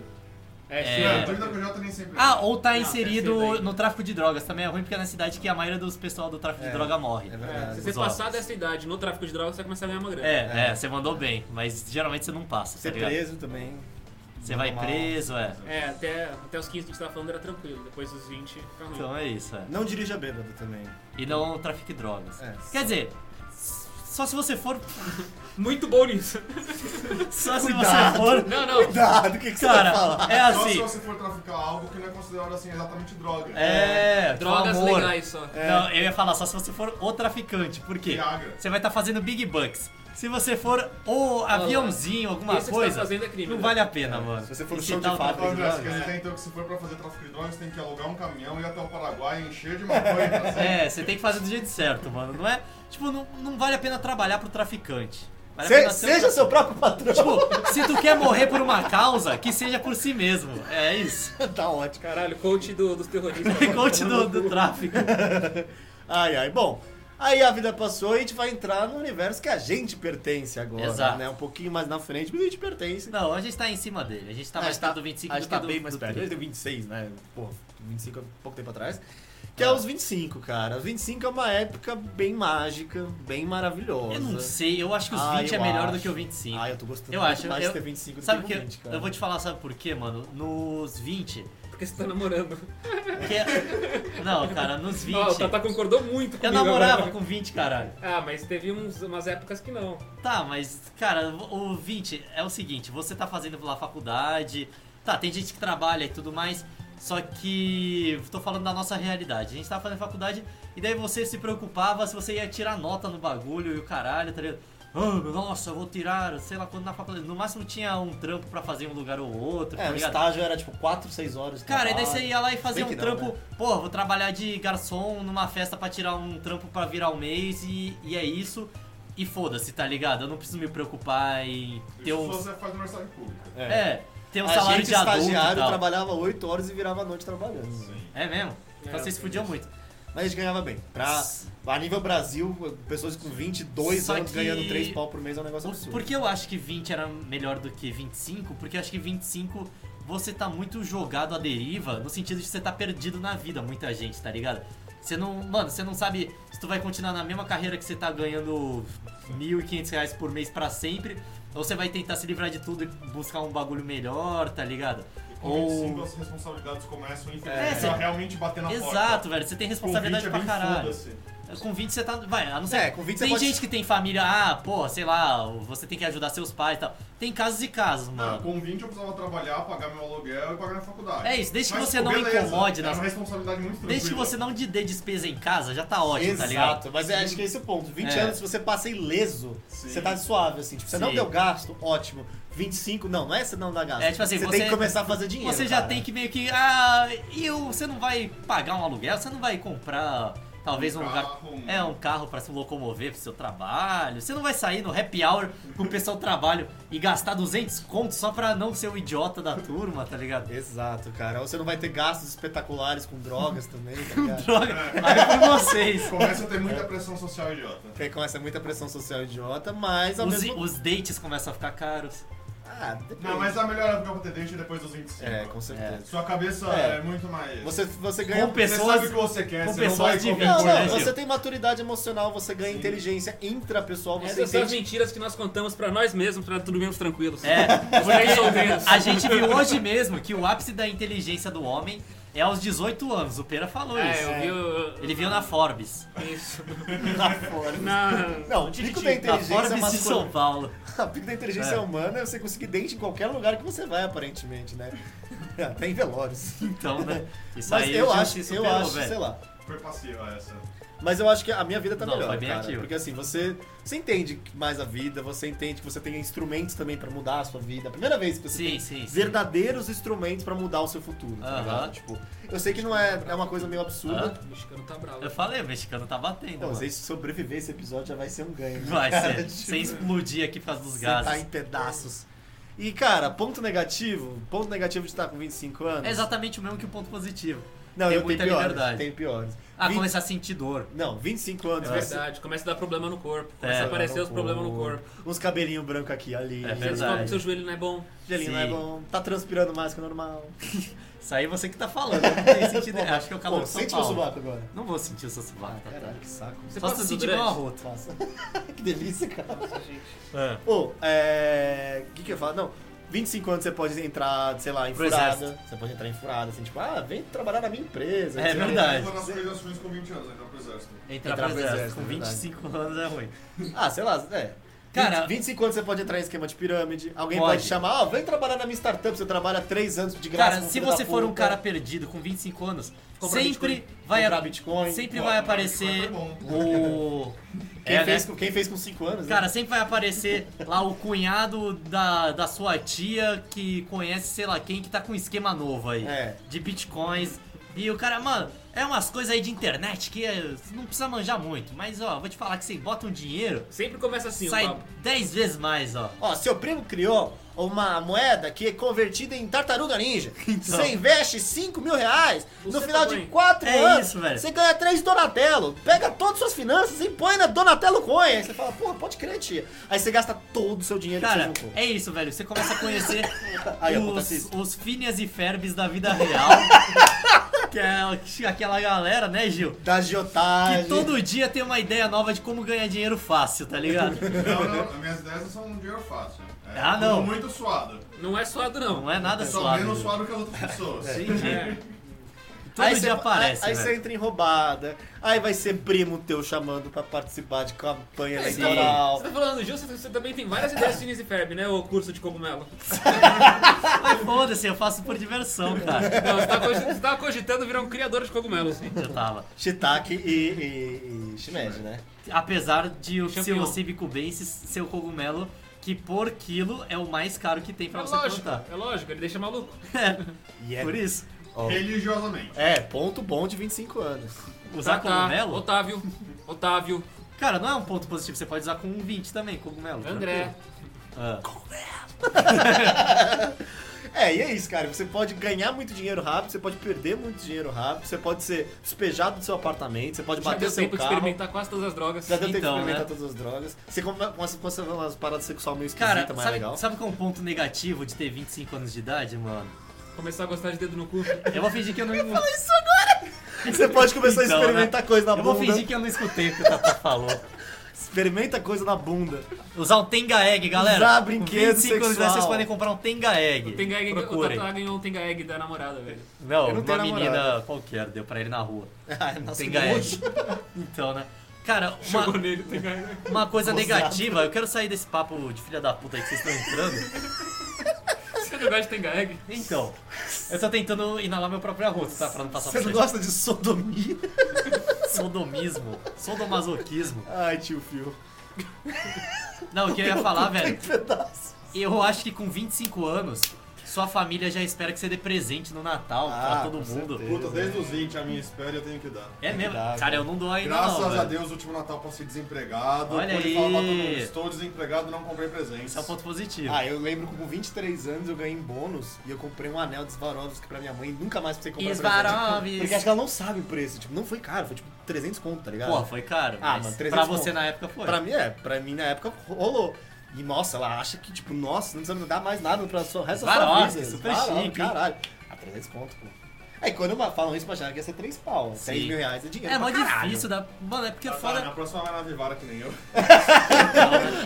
Speaker 2: É,
Speaker 1: É.
Speaker 8: A dúvida que eu já nem sempre.
Speaker 1: Ah, ou tá
Speaker 2: Não, perfeito
Speaker 1: inserido
Speaker 2: aí.
Speaker 1: no tráfico de drogas. Também é ruim porque é na cidade que a maioria dos pessoal do tráfico de droga morre.
Speaker 3: É
Speaker 2: É,
Speaker 3: verdade.
Speaker 2: se você
Speaker 1: Os óculos.
Speaker 2: passar dessa idade no tráfico de drogas, você vai começar a ganhar uma grana.
Speaker 1: É, é, você mandou bem, mas geralmente você não passa,
Speaker 3: Ser
Speaker 1: tá ligado?
Speaker 3: preso também.
Speaker 1: Você vai
Speaker 3: Normal.
Speaker 1: preso, é.
Speaker 2: É, até, até os 15 que a gente tava falando era tranquilo, depois dos 20 fica ruim.
Speaker 1: Então é isso, é.
Speaker 3: Não dirija bêbado também.
Speaker 1: E não trafique drogas.
Speaker 3: É.
Speaker 1: Quer dizer, s- só se você for.
Speaker 2: Muito bom nisso.
Speaker 1: Só se você
Speaker 3: Cuidado.
Speaker 1: for.
Speaker 2: Não, não.
Speaker 3: Cuidado, o Tá, que, que você vai falar?
Speaker 1: Cara, é
Speaker 8: Só se
Speaker 1: assim.
Speaker 8: você for traficar algo que não é considerado assim exatamente droga.
Speaker 1: É,
Speaker 2: Drogas
Speaker 1: com amor. É,
Speaker 2: legais só.
Speaker 3: É.
Speaker 1: Não, eu ia falar só se você for o traficante, porque
Speaker 8: Viagra.
Speaker 1: você vai estar fazendo big bucks. Se você for ou aviãozinho, alguma
Speaker 2: Isso que você tá
Speaker 1: coisa,
Speaker 2: fazendo é crime.
Speaker 1: não
Speaker 2: né?
Speaker 1: vale a pena, mano.
Speaker 3: se você for no
Speaker 1: Esse
Speaker 3: chão de
Speaker 1: tal- tá assim.
Speaker 3: fábrica,
Speaker 8: Fábio,
Speaker 3: Drogas,
Speaker 1: é.
Speaker 8: esquece até então que se for pra fazer tráfico de drogas, tem que alugar um caminhão e ir até o Paraguai, encher de maconha e trazer.
Speaker 1: É, você tem que fazer do jeito certo, mano. Não é. Tipo, não, não vale a pena trabalhar pro traficante. Vale a
Speaker 3: Se-
Speaker 1: pena ser- um
Speaker 3: seja seu próprio patrão.
Speaker 1: Tipo, se tu quer morrer por uma causa, que seja por si mesmo. É isso.
Speaker 3: tá ótimo.
Speaker 2: Caralho, coach do- dos terroristas.
Speaker 1: Coach do, do tráfico.
Speaker 3: Ai, ai. Bom, aí a vida passou e a gente vai entrar no universo que a gente pertence agora,
Speaker 1: Exato.
Speaker 3: né? Um pouquinho mais na frente, mas a gente pertence.
Speaker 1: Não, a gente tá em cima dele. A gente tá mais
Speaker 3: Ah, tá-
Speaker 1: perto do 25
Speaker 3: acho
Speaker 1: do
Speaker 3: que
Speaker 1: que
Speaker 3: tá
Speaker 1: do,
Speaker 3: bem mais
Speaker 1: do
Speaker 3: perto.
Speaker 1: 30.
Speaker 3: Desde o 26, né? Pô, 25 é pouco tempo atrás. Que é os 25, cara. Os 25 é uma época bem mágica, bem maravilhosa.
Speaker 1: Eu não sei, eu acho que os
Speaker 3: Ah,
Speaker 1: 20 é
Speaker 3: eu
Speaker 1: melhor do
Speaker 3: acho.
Speaker 1: que o 25.
Speaker 3: Ah, eu tô gostando
Speaker 1: Eu
Speaker 3: muito
Speaker 1: acho,
Speaker 3: mais
Speaker 1: eu-
Speaker 3: de ter 25 do
Speaker 1: sabe
Speaker 3: que
Speaker 1: que
Speaker 3: 20, cara.
Speaker 1: eu vou te falar, sabe por quê, mano? Nos 20.
Speaker 2: Porque você tá namorando.
Speaker 1: que- é- Não, cara, nos 20.
Speaker 3: tá-
Speaker 2: Ó, o Tata concordou muito comigo.
Speaker 1: Eu namorava
Speaker 2: agora.
Speaker 1: com 20, caralho.
Speaker 2: Ah, mas teve uns, umas épocas que não.
Speaker 1: Tá, mas, cara, o 20 é o seguinte, você tá fazendo lá faculdade, tá, tem gente que trabalha e tudo mais, só que tô falando da nossa realidade. A gente tá fazendo faculdade e daí você se preocupava se você ia tirar nota no bagulho e o caralho, tá ligado? Ah, nossa, eu vou tirar, sei lá quando na faculdade. No máximo tinha um trampo pra fazer em um lugar ou outro,
Speaker 3: É,
Speaker 1: tá
Speaker 3: o
Speaker 1: ligado?
Speaker 3: estágio era tipo 4, 6 horas. de
Speaker 1: Cara, e daí
Speaker 3: trabalho.
Speaker 1: você ia lá e fazia
Speaker 3: Bem
Speaker 1: um
Speaker 3: que não, né?
Speaker 1: trampo, pô, vou trabalhar de garçom numa festa pra tirar um trampo pra virar um mês e, e é isso. E foda-se, tá ligado? Eu não preciso me preocupar em ter
Speaker 8: Isso
Speaker 1: um.
Speaker 8: se você faz universidade pública.
Speaker 1: É, ter um
Speaker 3: a
Speaker 1: salário
Speaker 3: gente
Speaker 1: de adulto. e
Speaker 3: estagiário
Speaker 1: tal.
Speaker 3: trabalhava 8 horas e virava a noite trabalhando.
Speaker 1: É mesmo? Então
Speaker 2: É,
Speaker 1: vocês
Speaker 2: eu
Speaker 1: fudiam muito.
Speaker 3: Mas a gente ganhava bem. Pra, a nível Brasil, pessoas com 22
Speaker 1: Só
Speaker 3: anos
Speaker 1: que-
Speaker 3: ganhando 3 pau por mês é um negócio
Speaker 1: Por,
Speaker 3: absurdo.
Speaker 1: por que eu acho que 20 era melhor do que 25? Porque eu acho que 25 você tá muito jogado à deriva, no sentido de você tá perdido na vida, muita gente, tá ligado? Você não. Mano, você não sabe se tu vai continuar na mesma carreira que você tá ganhando 1.500 reais por mês pra sempre, ou você vai tentar se livrar de tudo e buscar um bagulho melhor, tá ligado?
Speaker 8: E com
Speaker 1: Ou.
Speaker 8: 25 as responsabilidades começam, infelizmente,
Speaker 1: É,
Speaker 8: a
Speaker 1: você-
Speaker 8: realmente bater na porta.
Speaker 1: Exato, velho, você tem
Speaker 8: Com 20
Speaker 1: responsabilidade
Speaker 8: é
Speaker 1: pra
Speaker 8: bem
Speaker 1: caralho.
Speaker 8: foda-se.
Speaker 1: Com 20 você tá. Vai, a não ser.
Speaker 3: É, com 20 você
Speaker 1: tem
Speaker 3: pode-
Speaker 1: gente que tem família, ah, pô, sei lá, você tem que ajudar seus pais e tal. Tem casos e casos,
Speaker 8: Não,
Speaker 1: mano.
Speaker 8: Ah, com 20 eu precisava trabalhar, pagar meu aluguel e pagar minha faculdade.
Speaker 1: É isso, desde que
Speaker 8: Mas,
Speaker 1: você
Speaker 8: pô,
Speaker 1: não
Speaker 8: beleza,
Speaker 1: incomode
Speaker 8: É
Speaker 1: nas-
Speaker 8: uma responsabilidade muito tranquila.
Speaker 1: Desde que você não te dê despesa em casa, já tá ótimo,
Speaker 3: Exato,
Speaker 1: tá ligado?
Speaker 3: mas eu acho que esse é o ponto. 20
Speaker 1: É.
Speaker 3: anos, se você passa ileso,
Speaker 8: Sim.
Speaker 3: você tá suave, assim. Tipo, você não
Speaker 1: Sim.
Speaker 3: deu gasto, ótimo. 25, não, não é você não dá gasto.
Speaker 1: É, tipo assim,
Speaker 3: você,
Speaker 1: você-
Speaker 3: tem que começar a fazer dinheiro.
Speaker 1: Você já
Speaker 3: cara.
Speaker 1: tem que meio que. Ah, e eu- você não vai pagar um aluguel, você não vai comprar talvez um,
Speaker 8: Um
Speaker 1: lugar.
Speaker 8: carro, um-
Speaker 1: É, um carro pra se locomover pro seu trabalho. Você não vai sair no happy hour com o pessoal do trabalho e gastar 200 contos só pra não ser o idiota da turma, tá ligado?
Speaker 3: Exato, cara. Ou você não vai ter gastos espetaculares com drogas também, tá ligado?
Speaker 1: Droga, aí por vocês.
Speaker 8: Começa a ter muita pressão social idiota.
Speaker 3: Porque começa muita pressão social idiota, mas ao
Speaker 1: Os,
Speaker 3: mesmo...
Speaker 1: os dates começam a ficar caros.
Speaker 3: Ah, depende.
Speaker 8: Não, mas a melhor época pra ter dente é depois dos 25.
Speaker 3: É, com certeza.
Speaker 8: Sua cabeça
Speaker 3: É.
Speaker 8: é, muito mais...
Speaker 3: Você, você ganha...
Speaker 1: Com né,
Speaker 8: Você
Speaker 1: pessoas-
Speaker 8: sabe o que você quer,
Speaker 1: com
Speaker 8: você não
Speaker 1: pessoas
Speaker 8: vai
Speaker 1: de
Speaker 8: comer
Speaker 3: Não,
Speaker 1: Por
Speaker 3: não,
Speaker 1: exemplo.
Speaker 3: você tem maturidade emocional, você ganha inteligência intrapessoal,
Speaker 1: É,
Speaker 3: você
Speaker 2: Essas são as
Speaker 3: entende
Speaker 2: mentiras que nós contamos pra nós mesmos, pra dormirmos tranquilos.
Speaker 1: É,
Speaker 2: Os três solteiros.
Speaker 1: a gente viu hoje mesmo que o ápice da inteligência do homem é aos 18 anos. O Pera falou
Speaker 2: É,
Speaker 1: isso.
Speaker 2: eu vi. o-
Speaker 1: Ele viu na Forbes.
Speaker 2: Isso.
Speaker 3: lá fora.
Speaker 2: Na.
Speaker 3: Não, o pico da
Speaker 1: Na
Speaker 3: inteligência é
Speaker 1: Forbes de São
Speaker 3: masculina.
Speaker 1: Paulo.
Speaker 3: O pico da inteligência
Speaker 1: É.
Speaker 3: humana é você conseguir dente em qualquer lugar que você vai, aparentemente, né? Até em velórios.
Speaker 1: Então, né? Isso
Speaker 3: Mas
Speaker 1: aí
Speaker 3: eu
Speaker 1: o Gil
Speaker 3: acho,
Speaker 1: se
Speaker 3: eu
Speaker 1: superou,
Speaker 3: acho,
Speaker 1: velho.
Speaker 3: sei lá.
Speaker 8: Foi passiva essa.
Speaker 3: Mas eu acho que a minha vida tá
Speaker 1: Não,
Speaker 3: melhor,
Speaker 1: foi bem
Speaker 3: cara.
Speaker 1: ativo.
Speaker 3: Porque assim, você, você entende mais a vida, você entende que você tem instrumentos também pra mudar a sua vida. A primeira vez que você
Speaker 1: Sim,
Speaker 3: tem
Speaker 1: sim, sim.
Speaker 3: verdadeiros instrumentos pra mudar o seu futuro, tá
Speaker 1: Aham.
Speaker 3: ligado? Tipo, eu sei que não é, é uma coisa meio absurda.
Speaker 1: Hã?
Speaker 2: O mexicano tá bravo.
Speaker 1: Eu falei, o mexicano tá batendo.
Speaker 3: Não,
Speaker 1: mano.
Speaker 3: mas se sobreviver esse episódio já vai ser um ganho. né,
Speaker 1: Vai
Speaker 3: cara?
Speaker 1: ser.
Speaker 3: Tipo,
Speaker 1: Sem explodir aqui por causa dos
Speaker 3: Você tá
Speaker 1: gases.
Speaker 3: em pedaços. E, cara, ponto negativo, ponto negativo de estar com 25 anos.
Speaker 1: É exatamente o mesmo que o ponto positivo.
Speaker 3: Não,
Speaker 1: tem
Speaker 3: eu tenho
Speaker 1: muita
Speaker 3: piores,
Speaker 1: liberdade.
Speaker 3: tenho piores.
Speaker 1: Ah,
Speaker 3: Vinte-
Speaker 1: começar a sentir dor.
Speaker 3: Não, 25 anos,
Speaker 2: É
Speaker 3: vai ser- Uhum.
Speaker 2: verdade, começa a dar problema no corpo. Começa
Speaker 1: É.
Speaker 2: a aparecer os problemas no corpo.
Speaker 3: Uns cabelinhos brancos aqui, ali.
Speaker 1: É
Speaker 2: Você
Speaker 1: verdade.
Speaker 2: descobre que seu joelho não é bom.
Speaker 3: Gelinho não é
Speaker 1: Sim.
Speaker 3: bom, tá transpirando mais que o normal.
Speaker 1: Isso aí você que tá falando. Não tem sentido. Acho que é o calor
Speaker 3: Pô,
Speaker 1: de São
Speaker 3: sente É meu
Speaker 1: Paulo.
Speaker 3: sovaco agora.
Speaker 1: Não vou sentir o seu sovaco. tá?
Speaker 3: Caralho, que saco.
Speaker 2: Você
Speaker 1: Só
Speaker 2: passa
Speaker 1: se eu
Speaker 2: do
Speaker 1: sentir meu
Speaker 2: durante?
Speaker 1: arroto.
Speaker 3: Faça. que delícia, cara.
Speaker 1: É.
Speaker 3: Ô, é... O que que eu falo? Não, 25 anos você pode entrar, sei lá, em
Speaker 1: Pro
Speaker 3: furada. Você pode entrar em furada, assim, tipo, ah, vem trabalhar na minha empresa.
Speaker 1: É
Speaker 3: sei lá.
Speaker 1: verdade.
Speaker 8: Eu nas coisas ruins com 20 anos, entrar pro exército.
Speaker 1: Entrar
Speaker 2: é
Speaker 3: Entrar
Speaker 1: pro
Speaker 3: pro
Speaker 1: exército
Speaker 3: exército,
Speaker 1: com
Speaker 3: é verdade.
Speaker 1: 25 anos é ruim.
Speaker 3: Ah, sei lá, é.
Speaker 1: Cara-
Speaker 3: 20, 25 anos você pode entrar em esquema de pirâmide. Alguém
Speaker 1: Pode.
Speaker 3: pode, te chamar, ó, vem trabalhar na minha startup, você trabalha 3 anos de graça.
Speaker 1: Cara,
Speaker 3: com
Speaker 1: se
Speaker 3: filho da
Speaker 1: você for um
Speaker 3: puta.
Speaker 1: cara perdido com 25 anos,
Speaker 3: Comprar
Speaker 1: sempre
Speaker 3: Bitcoin.
Speaker 1: vai
Speaker 3: Comprar
Speaker 1: a-
Speaker 3: Bitcoin. é tá
Speaker 1: sempre
Speaker 8: Bom,
Speaker 1: vai
Speaker 8: comprar
Speaker 1: aparecer
Speaker 8: Bitcoin foi
Speaker 1: o
Speaker 3: Quem,
Speaker 1: É, né?
Speaker 3: fez, com- quem fez com 5 anos? né?
Speaker 1: Cara, sempre vai aparecer lá o cunhado da, da sua tia que conhece, sei lá quem, que tá com um esquema novo aí.
Speaker 3: É.
Speaker 1: De bitcoins. E o cara, mano, é umas coisas aí de internet que é- não precisa manjar muito. Mas, ó, vou te falar que você bota um dinheiro,
Speaker 2: Sempre começa assim o
Speaker 1: sai
Speaker 2: papo.
Speaker 1: 10 vezes mais, ó.
Speaker 3: Ó, seu primo criou uma moeda que é convertida em tartaruga ninja.
Speaker 1: Então.
Speaker 3: Você investe 5 mil reais,
Speaker 2: Você
Speaker 3: no final
Speaker 2: também.
Speaker 3: de 4
Speaker 1: É
Speaker 3: anos,
Speaker 1: isso, velho.
Speaker 3: você ganha 3 Donatello. Pega todas as suas finanças e põe na Donatello Coin. Aí você fala, porra, pode crer, tia. Aí você gasta todo o seu dinheiro
Speaker 1: Cara,
Speaker 3: que você juntou.
Speaker 1: é isso, velho. Você começa a conhecer
Speaker 3: Aí, ó,
Speaker 1: os,
Speaker 3: Contacista.
Speaker 1: os Phineas e Ferbes da vida real. que é aquela galera, né, Gil?
Speaker 3: Da agiotagem.
Speaker 1: Que todo dia tem uma ideia nova de como ganhar dinheiro fácil, tá ligado?
Speaker 8: Não, não, as minhas ideias não são um dinheiro fácil. É
Speaker 1: Ah, não.
Speaker 8: tudo Muito suado.
Speaker 2: Não é suado, não.
Speaker 1: Não é assim. nada
Speaker 8: Só
Speaker 1: suave.
Speaker 8: menos
Speaker 1: Gil.
Speaker 8: suado que as outras pessoas.
Speaker 2: É.
Speaker 1: Todo
Speaker 3: você-
Speaker 1: dia aparece. né?
Speaker 3: Aí, aí
Speaker 1: velho.
Speaker 3: você entra em roubada. Aí vai ser primo teu chamando pra participar de campanha
Speaker 1: Sim.
Speaker 3: eleitoral.
Speaker 2: Você tá falando, Gil, você, você também tem várias ideias de Phineas e Ferb, né? O curso de cogumelo.
Speaker 1: Mas foda-se, eu faço por diversão, cara.
Speaker 2: Não, você tava, cogi- você tava cogitando virar um criador de cogumelos.
Speaker 1: Eu tava.
Speaker 3: Shiitake e, e, e shimeji, né?
Speaker 1: Apesar de o seu
Speaker 2: Champignon.
Speaker 1: cibicubense ser o cogumelo que por quilo é o mais caro que tem
Speaker 2: É
Speaker 1: pra você
Speaker 2: lógico,
Speaker 1: plantar.
Speaker 2: é lógico, ele deixa maluco.
Speaker 3: E é-
Speaker 1: Por isso,
Speaker 8: Religiosamente.
Speaker 3: É, ponto bom de 25 anos.
Speaker 1: usar
Speaker 2: Tá, tá.
Speaker 1: cogumelo.
Speaker 2: Otávio, Otávio,
Speaker 1: Cara, não é um ponto positivo, você pode usar com um 20 também, cogumelo.
Speaker 2: André.
Speaker 3: É, e é isso, cara. Você pode ganhar muito dinheiro rápido, você pode perder muito dinheiro rápido, você pode ser despejado do seu apartamento, você pode
Speaker 2: Já
Speaker 3: bater
Speaker 2: deu
Speaker 3: seu
Speaker 2: tempo de
Speaker 3: carro.
Speaker 2: experimentar quase todas as drogas.
Speaker 3: Já deu tempo de
Speaker 1: Então,
Speaker 3: experimentar
Speaker 1: né?
Speaker 3: todas as drogas. Você come- começa começa a ver umas paradas sexual meio esquisita,
Speaker 1: Cara,
Speaker 3: mas é legal.
Speaker 1: sabe, sabe qual é um ponto negativo de ter 25 anos de idade, mano?
Speaker 2: Começar a gostar de dedo no cu.
Speaker 1: Eu vou fingir que eu não.
Speaker 3: Você pode começar
Speaker 1: Então,
Speaker 3: a experimentar coisa na
Speaker 1: eu vou
Speaker 3: bunda.
Speaker 1: fingir que eu não escutei o que o Tata falou.
Speaker 3: Experimenta coisa na bunda.
Speaker 1: Usar um Tenga Egg, galera.
Speaker 3: Usar
Speaker 1: Com 25
Speaker 3: brinquedo
Speaker 1: anos de idade, vocês
Speaker 3: sexual.
Speaker 1: podem comprar um Tenga Egg.
Speaker 2: Tenga egg, o
Speaker 1: Procurem.
Speaker 2: Tatá ganhou um tenga egg da namorada, velho.
Speaker 1: Não,
Speaker 3: Eu não
Speaker 1: uma
Speaker 3: tenho
Speaker 1: menina
Speaker 3: namorada. É
Speaker 1: qualquer deu pra ele na rua.
Speaker 3: Ai, nossa,
Speaker 1: Tem
Speaker 3: que
Speaker 1: gaete.
Speaker 3: nojo.
Speaker 1: Então, né? Cara,
Speaker 2: Jogou
Speaker 1: uma,
Speaker 2: nele o tenga egg.
Speaker 1: uma coisa
Speaker 3: Gozado.
Speaker 1: negativa, eu quero sair desse papo de filha da puta aí que vocês estão entrando.
Speaker 2: Você não gosta de tenga egg?
Speaker 1: Então, eu tô tentando inalar meu próprio arroz, tá? Pra não passar
Speaker 3: Você não
Speaker 1: vocês.
Speaker 3: gosta de sodomia?
Speaker 1: Sodomismo, sodomasoquismo.
Speaker 3: Ai, tio Phil.
Speaker 1: Não, o que eu ia falar, velho. Eu acho que com 25 anos, sua família já espera que você dê presente no Natal pra
Speaker 3: Ah,
Speaker 1: todo
Speaker 3: com
Speaker 1: mundo.
Speaker 3: certeza.
Speaker 8: Puta, desde os 20 a minha espera eu tenho que dar.
Speaker 1: É mesmo?
Speaker 3: Verdade.
Speaker 1: Cara, eu É, não dou ainda
Speaker 8: Graças
Speaker 1: não,
Speaker 8: a
Speaker 1: velho.
Speaker 8: Deus, o último Natal passei desempregado.
Speaker 1: Olha
Speaker 8: pude
Speaker 1: aí.
Speaker 8: falar pra todo mundo, estou desempregado, não comprei presente.
Speaker 1: Isso é um ponto positivo.
Speaker 3: Ah, eu lembro que com 23 anos eu ganhei em bônus e eu comprei um anel de Swarovski pra minha mãe e nunca mais precisei comprar
Speaker 1: Swarovski.
Speaker 3: presente. Porque é acho que ela não sabe o preço. Tipo, não foi caro, foi tipo 300 conto, tá ligado?
Speaker 1: Pô, foi caro.
Speaker 3: Ah,
Speaker 1: mas
Speaker 3: mano, 300
Speaker 1: pra você
Speaker 3: conto.
Speaker 1: na época foi.
Speaker 3: Pra mim, é. Pra mim, na época, rolou. E, nossa, ela acha que, tipo, nossa, não precisa dar mais nada pra sua, resto da sua
Speaker 1: Swarovski,
Speaker 3: vida.
Speaker 1: super
Speaker 3: Swarovski,
Speaker 1: chique, hein?
Speaker 3: Caralho. Ah, 300 conto, pô. Aí, quando eu falam isso, imagina que ia ser 3 pau.
Speaker 1: Sim.
Speaker 3: 3 mil reais é dinheiro
Speaker 1: É
Speaker 3: pra
Speaker 1: mó
Speaker 3: caralho.
Speaker 1: difícil da. Mano, é porque
Speaker 8: Ah,
Speaker 1: é
Speaker 8: tá,
Speaker 1: foda.
Speaker 8: Na próxima vai na Vivara que nem eu.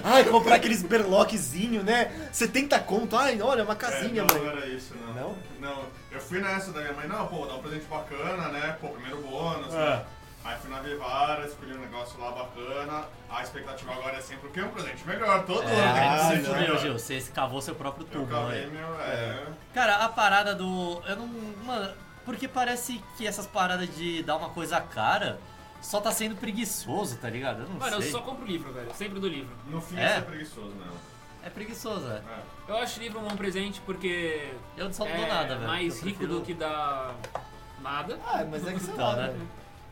Speaker 3: Ai, comprar aqueles berloquezinho, né? 70 conto. Ai, olha, uma casinha,
Speaker 8: É, não,
Speaker 3: mãe.
Speaker 8: era isso, não.
Speaker 3: Não?
Speaker 8: Não, eu fui nessa da minha mãe, não, pô, dá um presente bacana, né? Pô, primeiro bônus, né? Aí fui na Vivara, escolhi um negócio lá bacana. A expectativa agora é sempre o quê? Um presente melhor, todo
Speaker 1: É,
Speaker 8: ano. tem um
Speaker 1: aí
Speaker 8: presente
Speaker 1: você fudeu,
Speaker 8: melhor.
Speaker 1: Gil. Você escavou seu próprio
Speaker 8: Eu
Speaker 1: tubo,
Speaker 8: acabei,
Speaker 1: né?
Speaker 8: meu, é.
Speaker 1: Cara, a parada do. Eu não. Mano, porque parece que essas paradas de dar uma coisa cara só tá sendo preguiçoso, tá ligado? Eu não
Speaker 2: Mano, eu
Speaker 1: sei.
Speaker 2: só compro livro, velho. Sempre do livro.
Speaker 8: No fim,
Speaker 1: É?
Speaker 8: você é preguiçoso, né?
Speaker 1: É preguiçoso, é.
Speaker 8: É.
Speaker 2: Eu acho livro um bom presente porque
Speaker 1: Eu só não dou
Speaker 2: é
Speaker 1: nada, velho.
Speaker 2: mais
Speaker 1: Eu
Speaker 2: rico
Speaker 1: prefiro-
Speaker 2: do que dá nada.
Speaker 3: Ah, mas é que sei
Speaker 1: Então,
Speaker 3: lá,
Speaker 1: né?
Speaker 3: velho.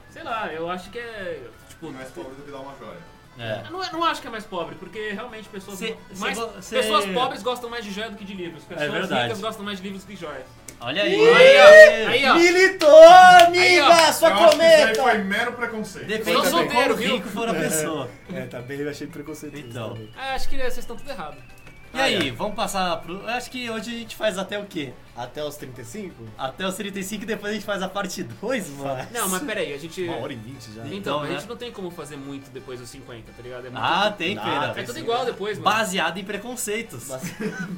Speaker 2: Sei lá, eu acho que é. Tipo,
Speaker 8: Mais pobre do que dá uma joia.
Speaker 1: É.
Speaker 2: Eu não, eu não acho que é mais pobre, porque realmente pessoas.
Speaker 1: Cê-
Speaker 2: mais,
Speaker 1: cê go- cê- É
Speaker 2: Pessoas pobres gostam mais de joia do que de livros. Pessoas
Speaker 1: verdade.
Speaker 2: ricas gostam mais de livros que de joias.
Speaker 1: Olha aí.
Speaker 2: Aí, ó.
Speaker 1: Aí,
Speaker 2: Aí, ó.
Speaker 3: Militou,
Speaker 2: Aí,
Speaker 3: amiga!
Speaker 2: ó,
Speaker 3: sua
Speaker 8: eu acho que isso aí
Speaker 3: cometa!
Speaker 8: foi mero preconceito.
Speaker 1: Depende
Speaker 2: Eu sou
Speaker 1: de quão
Speaker 2: solteiro, viu?
Speaker 1: rico for a pessoa.
Speaker 3: É, tá bem, eu achei preconceituoso.
Speaker 1: Então.
Speaker 3: também.
Speaker 2: É, acho que né, vocês estão tudo errado. Ah,
Speaker 1: E
Speaker 2: é.
Speaker 1: aí, vamos passar pro. Eu acho que hoje a gente faz até o quê?
Speaker 3: Até os 35?
Speaker 1: Até os 35 e depois a gente faz a parte 2, mano.
Speaker 2: Não, mas peraí, a gente.
Speaker 3: Uma hora e vinte já.
Speaker 2: Então,
Speaker 1: Então,
Speaker 2: mas
Speaker 1: né?
Speaker 2: a gente não tem como fazer muito depois dos 50, tá ligado? É muito-
Speaker 1: Ah, tem, pera.
Speaker 2: É tudo igual depois, mano.
Speaker 1: Baseado em preconceitos.
Speaker 3: Base-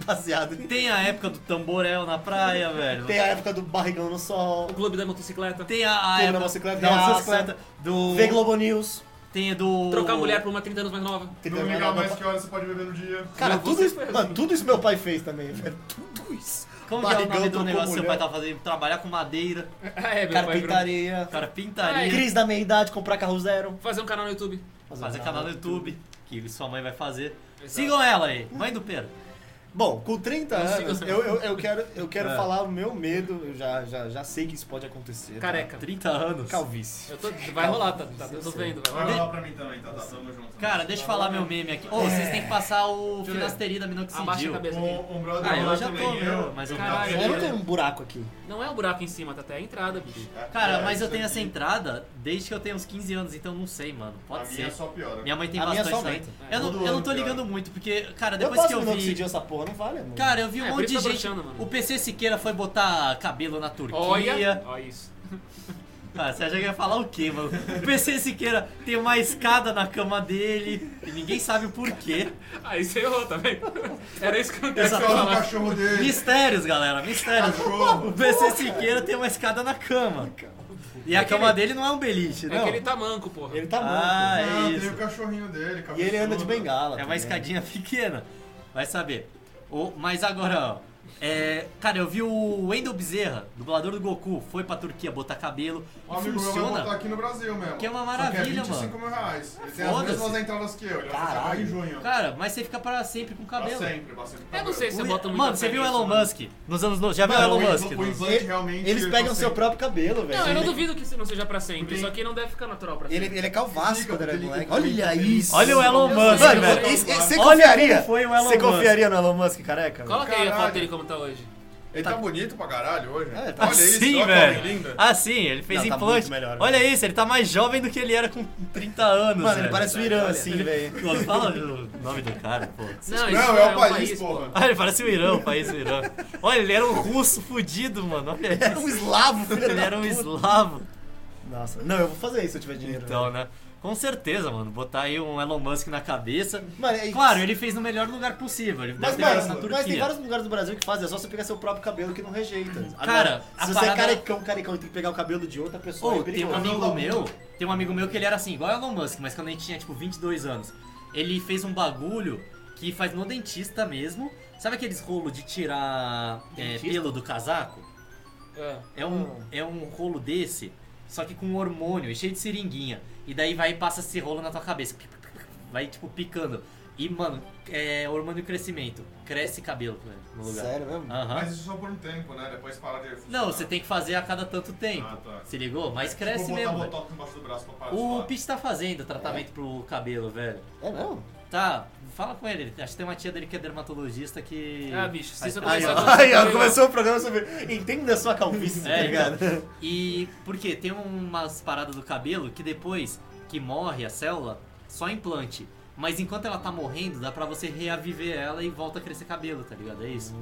Speaker 3: Baseado em...
Speaker 1: Tem a época do tamborel na praia, velho.
Speaker 3: Tem a época do barrigão no sol,
Speaker 2: O clube da motocicleta.
Speaker 1: Tem a, a
Speaker 3: Tem na
Speaker 1: época
Speaker 3: motocicleta,
Speaker 1: da
Speaker 3: raça.
Speaker 1: motocicleta, do
Speaker 3: vê um Globo News.
Speaker 1: tem a do.
Speaker 2: Trocar a mulher por uma 30 anos mais nova.
Speaker 8: Não ligar mais que hora você pode beber no dia.
Speaker 3: Cara,
Speaker 2: Não,
Speaker 3: tudo
Speaker 2: você
Speaker 3: isso,
Speaker 2: foi assim.
Speaker 3: mano, tudo isso meu pai fez também, velho. Tudo isso.
Speaker 1: Como que é o
Speaker 3: Barrigão
Speaker 1: nome do
Speaker 3: trocou
Speaker 1: negócio que seu
Speaker 3: mulher.
Speaker 1: pai tava fazendo? Trabalhar com madeira,
Speaker 2: É, meu pai. virou-
Speaker 3: Carpintaria.
Speaker 1: cara, pintaria,
Speaker 3: Cris da meia-idade, comprar carro zero.
Speaker 2: Fazer um canal no YouTube.
Speaker 1: fazer canal no YouTube, que sua mãe vai fazer. Sigam ela aí, mãe do Pedro.
Speaker 3: Bom, com 30
Speaker 2: Não siga
Speaker 3: anos,
Speaker 2: essa
Speaker 3: eu, eu, eu quero, eu quero
Speaker 1: É.
Speaker 3: falar o meu medo, eu já, já, já sei que isso pode acontecer. tá?
Speaker 2: Careca.
Speaker 1: 30 anos.
Speaker 3: Calvície.
Speaker 2: Eu tô, vai rolar, tá, tá, eu tô vendo, vai
Speaker 8: Vai
Speaker 2: rolar.
Speaker 8: rolar pra mim também, tá? tá tamo junto.
Speaker 1: Cara, deixa eu falar meu meme aqui. Ô, vocês têm que passar o
Speaker 2: eu ver.
Speaker 1: finasterida
Speaker 2: Abaixa a
Speaker 1: minoxidil.
Speaker 2: cabeça aqui.
Speaker 8: Um, um brother
Speaker 1: Ah, eu
Speaker 8: lá
Speaker 1: já tô,
Speaker 8: também,
Speaker 1: né?
Speaker 8: eu.
Speaker 1: Mas eu-
Speaker 8: tava-
Speaker 2: Caralho.
Speaker 3: Eu não tenho um buraco aqui.
Speaker 2: Não é o buraco em cima, tá até a entrada, bicho.
Speaker 1: Cara,
Speaker 8: É,
Speaker 1: mas eu
Speaker 8: isso
Speaker 1: tenho assim, essa
Speaker 8: aqui.
Speaker 1: entrada desde que eu tenho uns 15 anos, então não sei, mano.
Speaker 8: A
Speaker 1: Pode
Speaker 8: minha
Speaker 1: ser.
Speaker 8: só piora.
Speaker 1: Minha mãe tem
Speaker 3: é A minha é
Speaker 1: bastante
Speaker 3: só
Speaker 1: também.
Speaker 3: aumenta.
Speaker 1: Eu,
Speaker 8: todo
Speaker 1: não, eu não tô
Speaker 8: ano piora.
Speaker 1: ligando muito, porque, cara,
Speaker 3: Eu
Speaker 1: depois
Speaker 3: passo
Speaker 1: que eu
Speaker 3: minoxidil
Speaker 1: vi.
Speaker 3: essa porra, não vale, mano.
Speaker 1: Cara, eu vi um
Speaker 2: É, por
Speaker 1: monte
Speaker 2: isso
Speaker 1: de
Speaker 2: tá
Speaker 1: gente.
Speaker 2: broxando, mano.
Speaker 1: O PC Siqueira foi botar cabelo na Turquia.
Speaker 2: Olha, olha isso.
Speaker 1: Ah, você acha que ia falar o quê, mano? O PC Siqueira tem uma escada na cama dele e ninguém sabe o porquê.
Speaker 2: Aí você errou, tá vendo? Era isso que eu
Speaker 8: Esse
Speaker 2: queria
Speaker 8: é o
Speaker 2: falar.
Speaker 1: assim,
Speaker 8: cachorro dele.
Speaker 1: Mistérios, galera, mistérios.
Speaker 8: Cachorro.
Speaker 1: O PC Siqueira tem uma escada na cama. E a
Speaker 2: É que ele-
Speaker 1: cama dele não é um beliche,
Speaker 2: É
Speaker 1: não.
Speaker 2: que ele tá manco, porra.
Speaker 3: Ele tá
Speaker 1: Ah,
Speaker 3: manco.
Speaker 1: é
Speaker 8: Ah, tem
Speaker 1: isso.
Speaker 8: o cachorrinho dele,
Speaker 3: E ele anda de
Speaker 8: cabeçudo.
Speaker 3: bengala.
Speaker 1: É uma
Speaker 3: também.
Speaker 1: escadinha pequena. Vai saber. O- mas agora, ó. é, cara, eu vi o Wendel Bezerra, dublador do Goku, foi pra Turquia botar cabelo.
Speaker 8: Um
Speaker 1: e
Speaker 8: amigo meu vai
Speaker 1: funciona.
Speaker 8: botar aqui no Brasil mesmo.
Speaker 1: Que é uma
Speaker 8: Só
Speaker 1: maravilha,
Speaker 8: é 25 mil reais. Ele tem as
Speaker 1: Foda-se.
Speaker 8: mesmas entradas que eu. Ele vai acabar em junho.
Speaker 1: Cara, mas você fica pra sempre com
Speaker 8: Pra
Speaker 1: cabelo.
Speaker 8: sempre, pra sempre.
Speaker 2: Eu não sei se você
Speaker 1: O-
Speaker 2: bota muito
Speaker 1: mano, você viu o
Speaker 3: assim,
Speaker 1: Elon Musk? Nos anos. no- Já viu o
Speaker 3: Mano,
Speaker 1: Elon
Speaker 3: o Elon-
Speaker 1: Musk?
Speaker 8: O
Speaker 1: nos-
Speaker 8: implante realmente...
Speaker 3: Eles pegam seu
Speaker 8: consegue-
Speaker 3: próprio cabelo, velho.
Speaker 2: Não, eu não
Speaker 3: Ele-
Speaker 2: duvido que isso não seja pra sempre.
Speaker 8: Ele-
Speaker 2: Só que não deve ficar natural pra
Speaker 3: Ele,
Speaker 2: sempre.
Speaker 3: ele é calvasco,
Speaker 8: Liga,
Speaker 3: né,
Speaker 8: liga,
Speaker 3: moleque?
Speaker 8: liga,
Speaker 3: Olha
Speaker 8: liga.
Speaker 3: isso.
Speaker 1: Olha o Elon
Speaker 2: sei,
Speaker 1: Musk,
Speaker 2: eu
Speaker 3: Mano,
Speaker 1: velho.
Speaker 2: sei.
Speaker 3: esse- esse- você
Speaker 1: Olha
Speaker 3: confiaria?
Speaker 1: como foi o Elon
Speaker 3: Você
Speaker 1: Musk.
Speaker 3: confiaria no Elon Musk, careca? velho?
Speaker 2: Coloca aí a foto
Speaker 8: Caralho.
Speaker 2: dele como tá hoje.
Speaker 8: Ele tá bonito pra caralho hoje.
Speaker 3: É, tá
Speaker 8: Olha isso,
Speaker 1: Assim,
Speaker 8: olha que
Speaker 1: velho.
Speaker 8: linda.
Speaker 1: Assim, ele fez
Speaker 3: Não, tá
Speaker 1: implante.
Speaker 3: muito melhor,
Speaker 1: Olha isso, ele tá mais jovem do que ele era com 30 anos.
Speaker 3: Mano, ele
Speaker 1: velho.
Speaker 3: parece o Irã, assim, velho.
Speaker 1: Pô, Fala o nome do cara, pô.
Speaker 2: Não,
Speaker 8: Não, é o país, porra.
Speaker 1: Ah, ele parece o Irã, o país do Irã. Olha, ele era um russo fudido, mano. Olha
Speaker 3: Era
Speaker 1: isso.
Speaker 3: um eslavo, filho
Speaker 1: Ele
Speaker 3: da
Speaker 1: era um
Speaker 3: puta.
Speaker 1: eslavo.
Speaker 3: Nossa, não, eu vou fazer isso se eu tiver dinheiro.
Speaker 1: Então,
Speaker 3: velho.
Speaker 1: né? Com certeza, mano. Botar aí um Elon Musk na cabeça.
Speaker 3: Mano, é-
Speaker 1: Claro, ele fez no melhor lugar possível. Ele
Speaker 3: Mas,
Speaker 1: deve ter
Speaker 3: mano,
Speaker 1: feito na
Speaker 3: mas tem
Speaker 1: Turquia.
Speaker 3: vários lugares do Brasil que fazem, é só você pegar seu próprio cabelo que não rejeita. Agora,
Speaker 1: Cara, a
Speaker 3: se você
Speaker 1: parada-
Speaker 3: é carecão, carecão e tem que pegar o cabelo de outra pessoa,
Speaker 1: Ô,
Speaker 3: é
Speaker 1: tem um
Speaker 3: perigoso.
Speaker 1: amigo meu, tem um amigo meu que ele era assim, igual Elon Musk, mas quando ele tinha tipo 22 anos, ele fez um bagulho que faz no dentista mesmo. Sabe aqueles rolo de tirar é,
Speaker 3: Dentista? Hum.
Speaker 1: pelo do casaco?
Speaker 2: É.
Speaker 1: É um, é um rolo desse, só que com um hormônio, e cheio de seringuinha. E daí vai e passa esse rolo na tua cabeça. Vai, tipo, picando. E, mano, é hormônio crescimento. Cresce cabelo velho, no lugar.
Speaker 3: Sério mesmo?
Speaker 1: Aham.
Speaker 8: Mas isso só por um tempo, né? Depois para de...
Speaker 1: Não, você tem que fazer a cada tanto tempo.
Speaker 8: Ah, tá.
Speaker 1: Se ligou? Mas cresce
Speaker 8: Vou
Speaker 1: mesmo.
Speaker 8: botar
Speaker 1: velho.
Speaker 8: botox embaixo do braço pra parar de
Speaker 1: O
Speaker 8: falar.
Speaker 1: Pete tá fazendo tratamento pro cabelo, velho.
Speaker 3: É não?
Speaker 1: Tá, fala com ele. Acho que tem uma tia dele que é dermatologista que.
Speaker 2: Ah, bicho, se
Speaker 1: faz
Speaker 2: isso
Speaker 1: tratamento.
Speaker 3: Aí,
Speaker 2: Começou
Speaker 3: ó,
Speaker 2: a
Speaker 3: aí, ó,
Speaker 2: acontecer,
Speaker 3: começou o programa sobre. Entenda a sua calvície,
Speaker 1: É,
Speaker 3: tá ligado?
Speaker 1: E porque tem umas paradas do cabelo que depois que morre a célula, só implante. Mas enquanto ela tá morrendo, dá pra você reaviver ela e volta a crescer cabelo, tá ligado? É isso.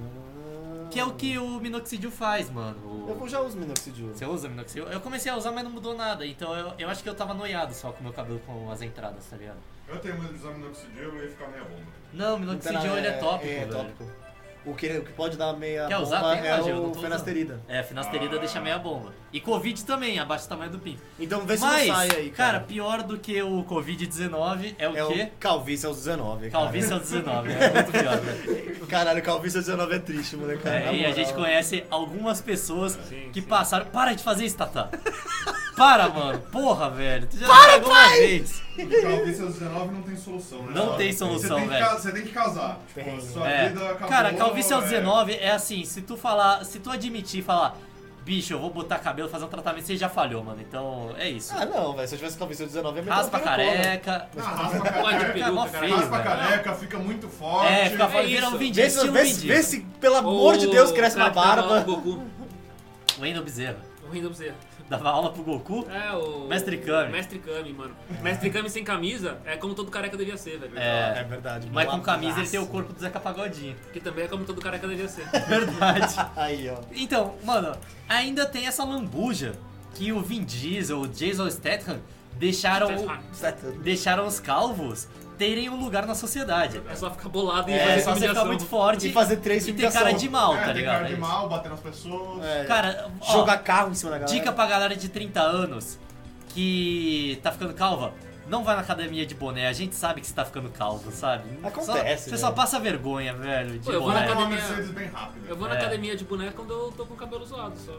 Speaker 1: Que é o que o minoxidil faz, mano. O-
Speaker 3: Eu vou já uso minoxidil.
Speaker 1: Você usa minoxidil? Eu comecei a usar, mas não mudou nada. Então eu, eu acho que eu tava noiado só com o meu cabelo com as entradas, tá ligado?
Speaker 8: Eu tenho medo de usar minoxidil e ficar meia bomba.
Speaker 1: Não,
Speaker 3: Não tem nada-
Speaker 1: minoxidil ele é tópico,
Speaker 3: É,
Speaker 1: velho.
Speaker 3: tópico. O que, o que pode dar meia
Speaker 1: Quer usar?
Speaker 3: bomba
Speaker 1: Tem
Speaker 3: é
Speaker 1: lá, Gil, eu não
Speaker 3: o
Speaker 1: tô
Speaker 3: fenasterida.
Speaker 1: É, finasterida
Speaker 8: Ah.
Speaker 1: deixa meia bomba. E Covid também, abaixo do tamanho do pinto.
Speaker 3: Então vê se
Speaker 1: Mas,
Speaker 3: não sai aí,
Speaker 1: cara,
Speaker 3: cara.
Speaker 1: pior do que o Covid-19 é o
Speaker 3: é
Speaker 1: quê?
Speaker 3: o calvície aos 19, cara.
Speaker 1: Calvície aos 19, é muito pior, né?
Speaker 3: Caralho, calvície aos 19 é triste, moleque. cara,
Speaker 1: É,
Speaker 3: na
Speaker 1: e a
Speaker 3: moral.
Speaker 1: gente conhece algumas pessoas que
Speaker 2: sim.
Speaker 1: passaram. Para de fazer isso, Tata! Para, mano! Porra, velho! Tu já Para, pai! Vez.
Speaker 8: Porque Calvície aos 19 não tem solução, né?
Speaker 1: Não
Speaker 8: Só-
Speaker 1: tem solução,
Speaker 8: você tem que
Speaker 1: velho.
Speaker 8: ca- Você tem que casar. Tipo, sua
Speaker 1: É.
Speaker 8: vida acabou.
Speaker 1: Cara, calvície aos
Speaker 8: é.
Speaker 1: 19 é assim, se tu falar, se tu admitir e falar, bicho, eu vou botar cabelo, fazer um tratamento, você já falhou, mano. Então, é isso.
Speaker 3: Ah, não, velho. Se eu tivesse calvície aos 19, é melhor.
Speaker 1: Raspa a careca,
Speaker 8: Ah, raspa a
Speaker 2: Pode
Speaker 8: careca,
Speaker 1: fica mó
Speaker 2: peruca, cara.
Speaker 1: feio,
Speaker 8: raspa a
Speaker 1: velho.
Speaker 8: careca, fica muito forte.
Speaker 1: É, fica falando,
Speaker 2: É
Speaker 1: vira um
Speaker 2: isso.
Speaker 1: vindinho,
Speaker 3: Vê se,
Speaker 1: estilo
Speaker 3: vê, se,
Speaker 1: vindinho.
Speaker 3: vê se, pelo amor de Deus, cresce
Speaker 2: na
Speaker 3: uma barba.
Speaker 1: Wendel Bezerra.
Speaker 2: O um Rindo pra você.
Speaker 1: Dava aula pro Goku.
Speaker 2: É, o.
Speaker 1: Mestre Kami.
Speaker 2: Mestre Kami, mano. Mestre Kami sem camisa é como todo careca devia ser, velho.
Speaker 1: É,
Speaker 3: verdade.
Speaker 1: mas com
Speaker 3: Boa
Speaker 1: camisa ele tem o
Speaker 3: praça.
Speaker 1: corpo do Zeca Pagodinho.
Speaker 2: Que também é como todo careca devia ser.
Speaker 1: Verdade.
Speaker 3: Aí, ó.
Speaker 1: então, mano, ainda tem essa lambuja que o Vin Diesel, o Jason Statham deixaram,
Speaker 3: Tá
Speaker 1: deixaram os calvos terem um lugar na sociedade.
Speaker 2: É só ficar bolado e
Speaker 1: É,
Speaker 2: fazer
Speaker 1: só você ficar
Speaker 2: humilhação.
Speaker 1: muito forte
Speaker 3: E fazer três
Speaker 1: e ter
Speaker 3: humilhação.
Speaker 1: cara de mal,
Speaker 8: É,
Speaker 1: tá
Speaker 8: tem
Speaker 1: ligado?
Speaker 8: cara
Speaker 1: É
Speaker 8: de
Speaker 1: isso.
Speaker 8: mal, bater nas pessoas.
Speaker 3: É.
Speaker 1: Cara, ó,
Speaker 3: Jogar carro em cima da galera.
Speaker 1: Dica pra galera de 30 anos que tá ficando calva. Não vai na academia de boné, a gente sabe que você tá ficando calvo, sabe?
Speaker 3: Acontece,
Speaker 1: Só- Você
Speaker 3: né?
Speaker 1: só passa vergonha, velho, de
Speaker 2: Pô, eu vou na
Speaker 1: boné.
Speaker 8: É uma
Speaker 2: academia-
Speaker 8: Mercedes bem rápida.
Speaker 2: Eu vou na
Speaker 1: É.
Speaker 2: academia de boneca quando eu tô com o cabelo zoado só.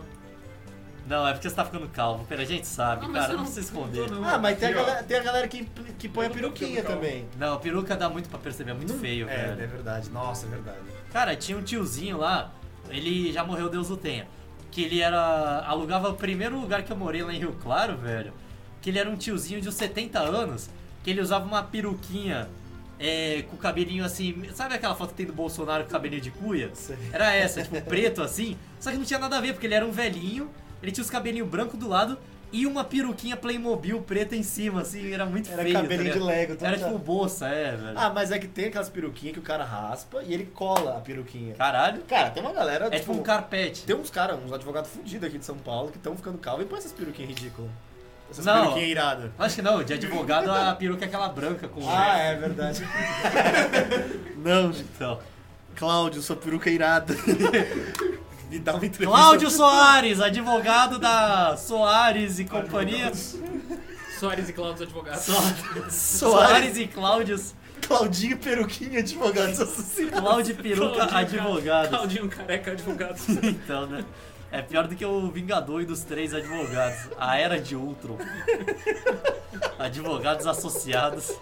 Speaker 1: Não, é porque você tá ficando calvo, pera, a gente sabe,
Speaker 2: Ah, mas
Speaker 1: cara,
Speaker 2: eu
Speaker 1: não
Speaker 2: não-
Speaker 1: precisa
Speaker 2: não
Speaker 1: esconder.
Speaker 2: tô,
Speaker 1: Não,
Speaker 2: não.
Speaker 3: Ah, mas tem a
Speaker 8: Aqui, ó.
Speaker 3: galera, tem a galera que, que põe a peruquinha
Speaker 2: calmo.
Speaker 3: também.
Speaker 1: peruca dá muito pra perceber, é muito feio,
Speaker 3: É,
Speaker 1: velho.
Speaker 3: é verdade. Nossa, é verdade.
Speaker 1: Cara, tinha um tiozinho lá, ele já morreu, Deus o tenha. Que ele era. alugava o primeiro lugar que eu morei lá em Rio Claro, velho. Que ele era um tiozinho de uns 70 anos, que ele usava uma peruquinha é, com o cabelinho assim. Sabe aquela foto que tem do Bolsonaro com cabelinho de cuia? Era essa, tipo, preto assim. Só que não tinha nada a ver, porque ele era um velhinho, ele tinha os cabelinhos brancos do lado e uma peruquinha Playmobil preta em cima, assim, era muito
Speaker 3: Era
Speaker 1: feio. tá
Speaker 3: cabelinho de
Speaker 1: ligado?
Speaker 3: Lego. todo
Speaker 1: Era
Speaker 3: mundo-
Speaker 1: tipo bolsa, é, velho.
Speaker 3: Ah, mas é que tem aquelas peruquinhas que o cara raspa e ele cola a peruquinha.
Speaker 1: Caralho.
Speaker 3: Cara, tem uma galera.
Speaker 1: É tipo um carpete.
Speaker 3: Tem uns caras, uns advogados fudidos aqui de São Paulo que estão ficando calvo e põe essas peruquinhas ridículas. Essas
Speaker 1: Não.
Speaker 3: peruquinhas iradas.
Speaker 1: Acho que não, de advogado a peruca é aquela branca com
Speaker 3: Ah, é verdade. Não,
Speaker 1: então.
Speaker 3: Cláudio, sua peruca é irada. Me dá uma entrevista.
Speaker 1: Cláudio Soares, advogado da Soares e companhia.
Speaker 2: Soares e Cláudio advogados.
Speaker 1: So- Soares e Cláudio.
Speaker 3: Claudinho Peruquinha, advogado assassino.
Speaker 1: Cláudio Peruca,
Speaker 2: Cláudio,
Speaker 1: advogado.
Speaker 2: Claudinho um careca advogados.
Speaker 1: Então, né? É pior do que o Vingador e dos Três Advogados. A Era de Ultron. Advogados associados.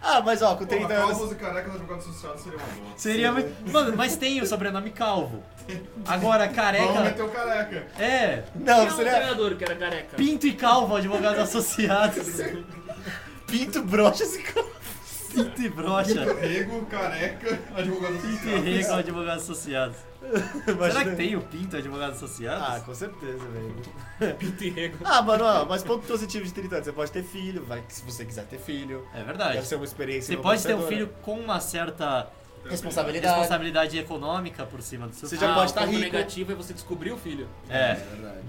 Speaker 3: Ah, mas ó, com 30
Speaker 8: Porra,
Speaker 3: anos.
Speaker 8: calvos e carecas advogados associados seria uma boa.
Speaker 1: Seria muito. Mano, mas tem o sobrenome Calvo. Agora,
Speaker 8: Vamos meter
Speaker 1: careca.
Speaker 8: o careca.
Speaker 1: É,
Speaker 3: Não,
Speaker 2: Tinha um
Speaker 3: seria
Speaker 2: treinador que era careca.
Speaker 1: Pinto e Calvo, advogados associados.
Speaker 3: pinto, brochas e calvo.
Speaker 1: Pinto e Brocha.
Speaker 8: Rego, careca, advogado
Speaker 1: Pinto
Speaker 8: associado.
Speaker 1: e Rei com advogados associados. Será que tem o Pinto advogados
Speaker 3: Ah,
Speaker 1: associados?
Speaker 3: com certeza, velho.
Speaker 2: Pinto e rego.
Speaker 3: Ah, mano, ó, mas ponto positivo de 30 anos. Você pode ter filho, vai, se você quiser ter
Speaker 1: é
Speaker 3: filho. Ah, Deve ser
Speaker 1: verdade.
Speaker 3: uma experiência
Speaker 1: Você pode ter um
Speaker 3: enobrecedora.
Speaker 1: filho com uma certa
Speaker 3: Responsabilidade.
Speaker 1: responsabilidade econômica por cima do seu
Speaker 3: Você
Speaker 1: filho.
Speaker 3: já
Speaker 2: ah,
Speaker 3: pode
Speaker 2: o
Speaker 3: tá
Speaker 2: ponto
Speaker 3: rico.
Speaker 2: negativo é você descobrir o filho.
Speaker 1: É.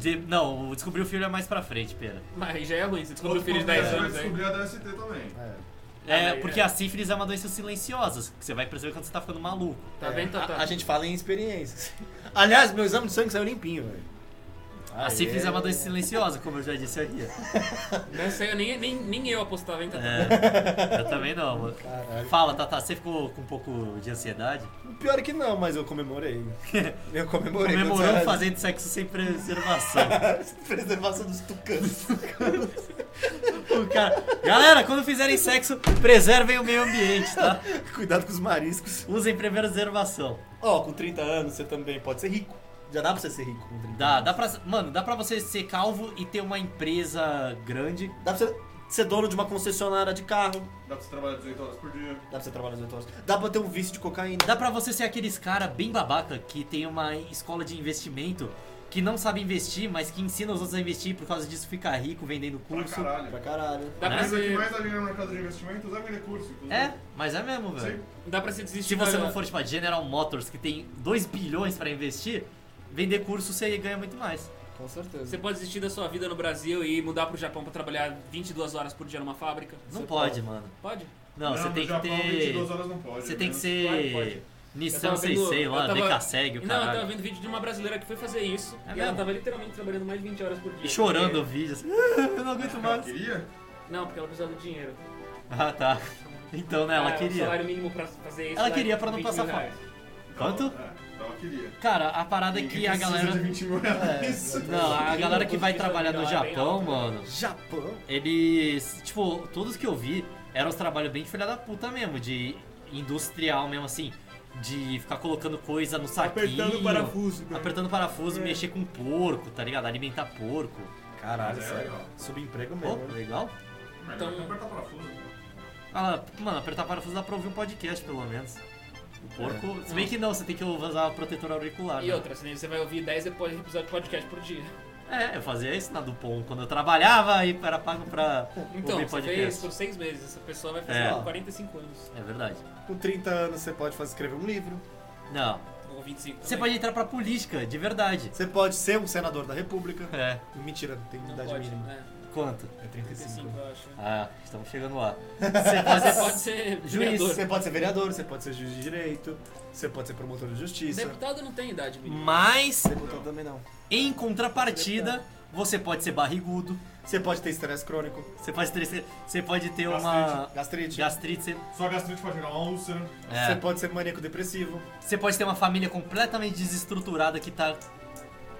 Speaker 1: De- não, o descobrir o filho é mais pra frente, pera.
Speaker 2: Mas aí já é ruim, você descobre
Speaker 8: Outro
Speaker 2: o filho de
Speaker 8: problema
Speaker 2: 10
Speaker 8: é
Speaker 2: anos aí.
Speaker 8: descobrir a DST também.
Speaker 1: É,
Speaker 2: Ah, mas
Speaker 1: porque
Speaker 2: é.
Speaker 1: a sífilis é uma doença silenciosa, que você vai perceber quando você tá ficando maluco.
Speaker 2: Tá vendo,
Speaker 1: É,
Speaker 3: A-
Speaker 2: Tata?
Speaker 3: A, gente fala em experiências. Aliás, meu exame de sangue saiu limpinho, velho.
Speaker 1: A sífilis é uma doença silenciosa, como eu já disse aqui.
Speaker 2: Não sei, eu nem, nem, nem eu apostava, hein, Tata?
Speaker 1: É, eu também não. mano.
Speaker 3: Caralho.
Speaker 1: Fala, Tata, você ficou com um pouco de ansiedade?
Speaker 3: Pior que não, mas eu comemorei. Eu comemorei.
Speaker 1: Comemorou
Speaker 3: Quando-
Speaker 1: fazendo sexo sem preservação.
Speaker 3: Preservação dos tucanos.
Speaker 1: O cara- Galera, quando fizerem sexo, preservem o meio ambiente, tá?
Speaker 3: Cuidado com os mariscos.
Speaker 1: Usem preservação.
Speaker 3: Ó, com 30 anos você também pode ser rico. Já dá pra você ser rico com 30
Speaker 1: Dá,
Speaker 3: anos.
Speaker 1: dá pra. Mano, dá pra você ser calvo e ter uma empresa grande.
Speaker 3: Dá pra você ser dono de uma concessionária de carro.
Speaker 8: Dá pra você trabalhar 18 horas por dia.
Speaker 3: Dá pra você trabalhar 18 horas. Dá pra ter um vício de cocaína.
Speaker 1: Dá pra você ser aqueles cara bem babaca que tem uma escola de investimento que não sabe investir, mas que ensina os outros a investir e por causa disso fica rico vendendo
Speaker 8: Pra
Speaker 1: curso.
Speaker 3: Pra
Speaker 8: caralho.
Speaker 3: caralho.
Speaker 2: Dá pra,
Speaker 1: Né?
Speaker 8: Mas o que
Speaker 2: você,
Speaker 8: mais alinha no mercado de investimentos é vender curso, inclusive.
Speaker 1: É, mas é mesmo, velho.
Speaker 8: Sim.
Speaker 2: dá pra você desistir
Speaker 1: Se você
Speaker 2: da-
Speaker 1: não for, tipo, a General Motors, que tem 2 bilhões pra investir, vender curso você ganha muito mais.
Speaker 3: Com certeza.
Speaker 2: Você pode desistir da sua vida no Brasil e mudar pro Japão pra trabalhar 22 horas por dia numa fábrica?
Speaker 1: Não
Speaker 3: Você
Speaker 1: pode, mano.
Speaker 2: Pode?
Speaker 1: Não, você
Speaker 8: no
Speaker 1: tem que
Speaker 8: Japão,
Speaker 1: ter.
Speaker 8: 22 horas não pode.
Speaker 1: Você tem que
Speaker 8: né?
Speaker 2: Claro,
Speaker 1: ser
Speaker 2: pode.
Speaker 1: Nissan
Speaker 2: Eu tava vendo-
Speaker 1: 66 lá,
Speaker 2: eu tava-
Speaker 1: DKSEG, o
Speaker 2: Não, eu tava
Speaker 1: caralho.
Speaker 2: vendo vídeo de uma brasileira que foi fazer isso
Speaker 1: É
Speaker 2: e ela
Speaker 1: mesmo?
Speaker 2: tava literalmente trabalhando mais de 20 horas por dia.
Speaker 1: E chorando o
Speaker 2: Porque-
Speaker 1: vídeo, assim, eu não aguento
Speaker 8: Ela
Speaker 1: mais.
Speaker 8: queria?
Speaker 2: Não, porque ela precisava do dinheiro.
Speaker 1: Ah, tá. Então, né, ela
Speaker 2: Ah, O
Speaker 1: queria.
Speaker 2: salário mínimo pra fazer isso.
Speaker 1: Ela
Speaker 2: lá,
Speaker 1: queria pra não
Speaker 2: 20
Speaker 1: passar
Speaker 2: mil reais.
Speaker 1: Quanto?
Speaker 8: É, então ela queria.
Speaker 1: Cara, a parada é
Speaker 8: Ninguém
Speaker 1: que a
Speaker 8: precisa
Speaker 1: galera. É,
Speaker 8: de 20 mil reais. é
Speaker 1: Não, a galera que vai trabalhar no
Speaker 2: Ela é bem
Speaker 1: Japão,
Speaker 2: alta, né?
Speaker 1: mano,
Speaker 3: Japão.
Speaker 1: eles. Tipo, todos que eu vi eram os trabalhos bem de filha da puta mesmo, de industrial mesmo, assim. De ficar colocando coisa no saquinho.
Speaker 2: Apertando o parafuso. né?
Speaker 1: Apertando parafuso, mexer com porco, tá ligado? Alimentar porco.
Speaker 3: Caralho,
Speaker 8: Mas é
Speaker 3: sério.
Speaker 8: legal.
Speaker 3: Subemprego
Speaker 1: Pô, é
Speaker 3: mesmo. né?
Speaker 1: legal.
Speaker 8: Melhor
Speaker 2: Então-
Speaker 8: que apertar parafuso. né?
Speaker 1: Ah, mano, apertar parafuso dá pra ouvir um podcast, pelo menos. O porco. Se bem que não, você tem que usar protetor auricular.
Speaker 2: É. E
Speaker 1: né?
Speaker 2: outra, senão você vai ouvir 10 episódios de podcast por dia.
Speaker 1: É, eu fazia isso na Dupont quando eu trabalhava e era pago pra
Speaker 2: Então,
Speaker 1: ouvir
Speaker 2: você fez
Speaker 1: podcast.
Speaker 2: por 6 meses. Essa pessoa vai fazer
Speaker 1: É.
Speaker 2: ó, 45 anos.
Speaker 1: É verdade.
Speaker 3: Com 30 anos você pode fazer, escrever um livro.
Speaker 1: Não.
Speaker 2: Ou 25.
Speaker 1: Você
Speaker 2: também.
Speaker 1: pode entrar pra política, de verdade.
Speaker 3: Você pode ser um senador da república.
Speaker 1: É.
Speaker 3: Mentira, tem
Speaker 2: Não
Speaker 3: idade
Speaker 2: pode,
Speaker 3: mínima.
Speaker 2: né?
Speaker 1: Quanto?
Speaker 3: É 35.
Speaker 2: 35, eu acho.
Speaker 1: Ah, estamos chegando lá. Você pode
Speaker 2: Você
Speaker 1: ser
Speaker 2: pode ser
Speaker 1: é Juiz.
Speaker 2: vereador.
Speaker 3: Você é pode ser vereador, você pode ser juiz de direito, você pode ser promotor de justiça.
Speaker 2: Hum. Deputado não tem idade mínima.
Speaker 1: Mas,
Speaker 3: Deputado também não.
Speaker 1: em contrapartida, Você pode ser barrigudo,
Speaker 3: Você pode ter estresse crônico,
Speaker 1: você pode ter, você pode ter uma
Speaker 3: gastrite,
Speaker 1: gastrite, você-
Speaker 8: Sua gastrite pode virar uma úlcera.
Speaker 1: é.
Speaker 3: você pode ser maníaco depressivo,
Speaker 1: você pode ter uma família completamente desestruturada que tá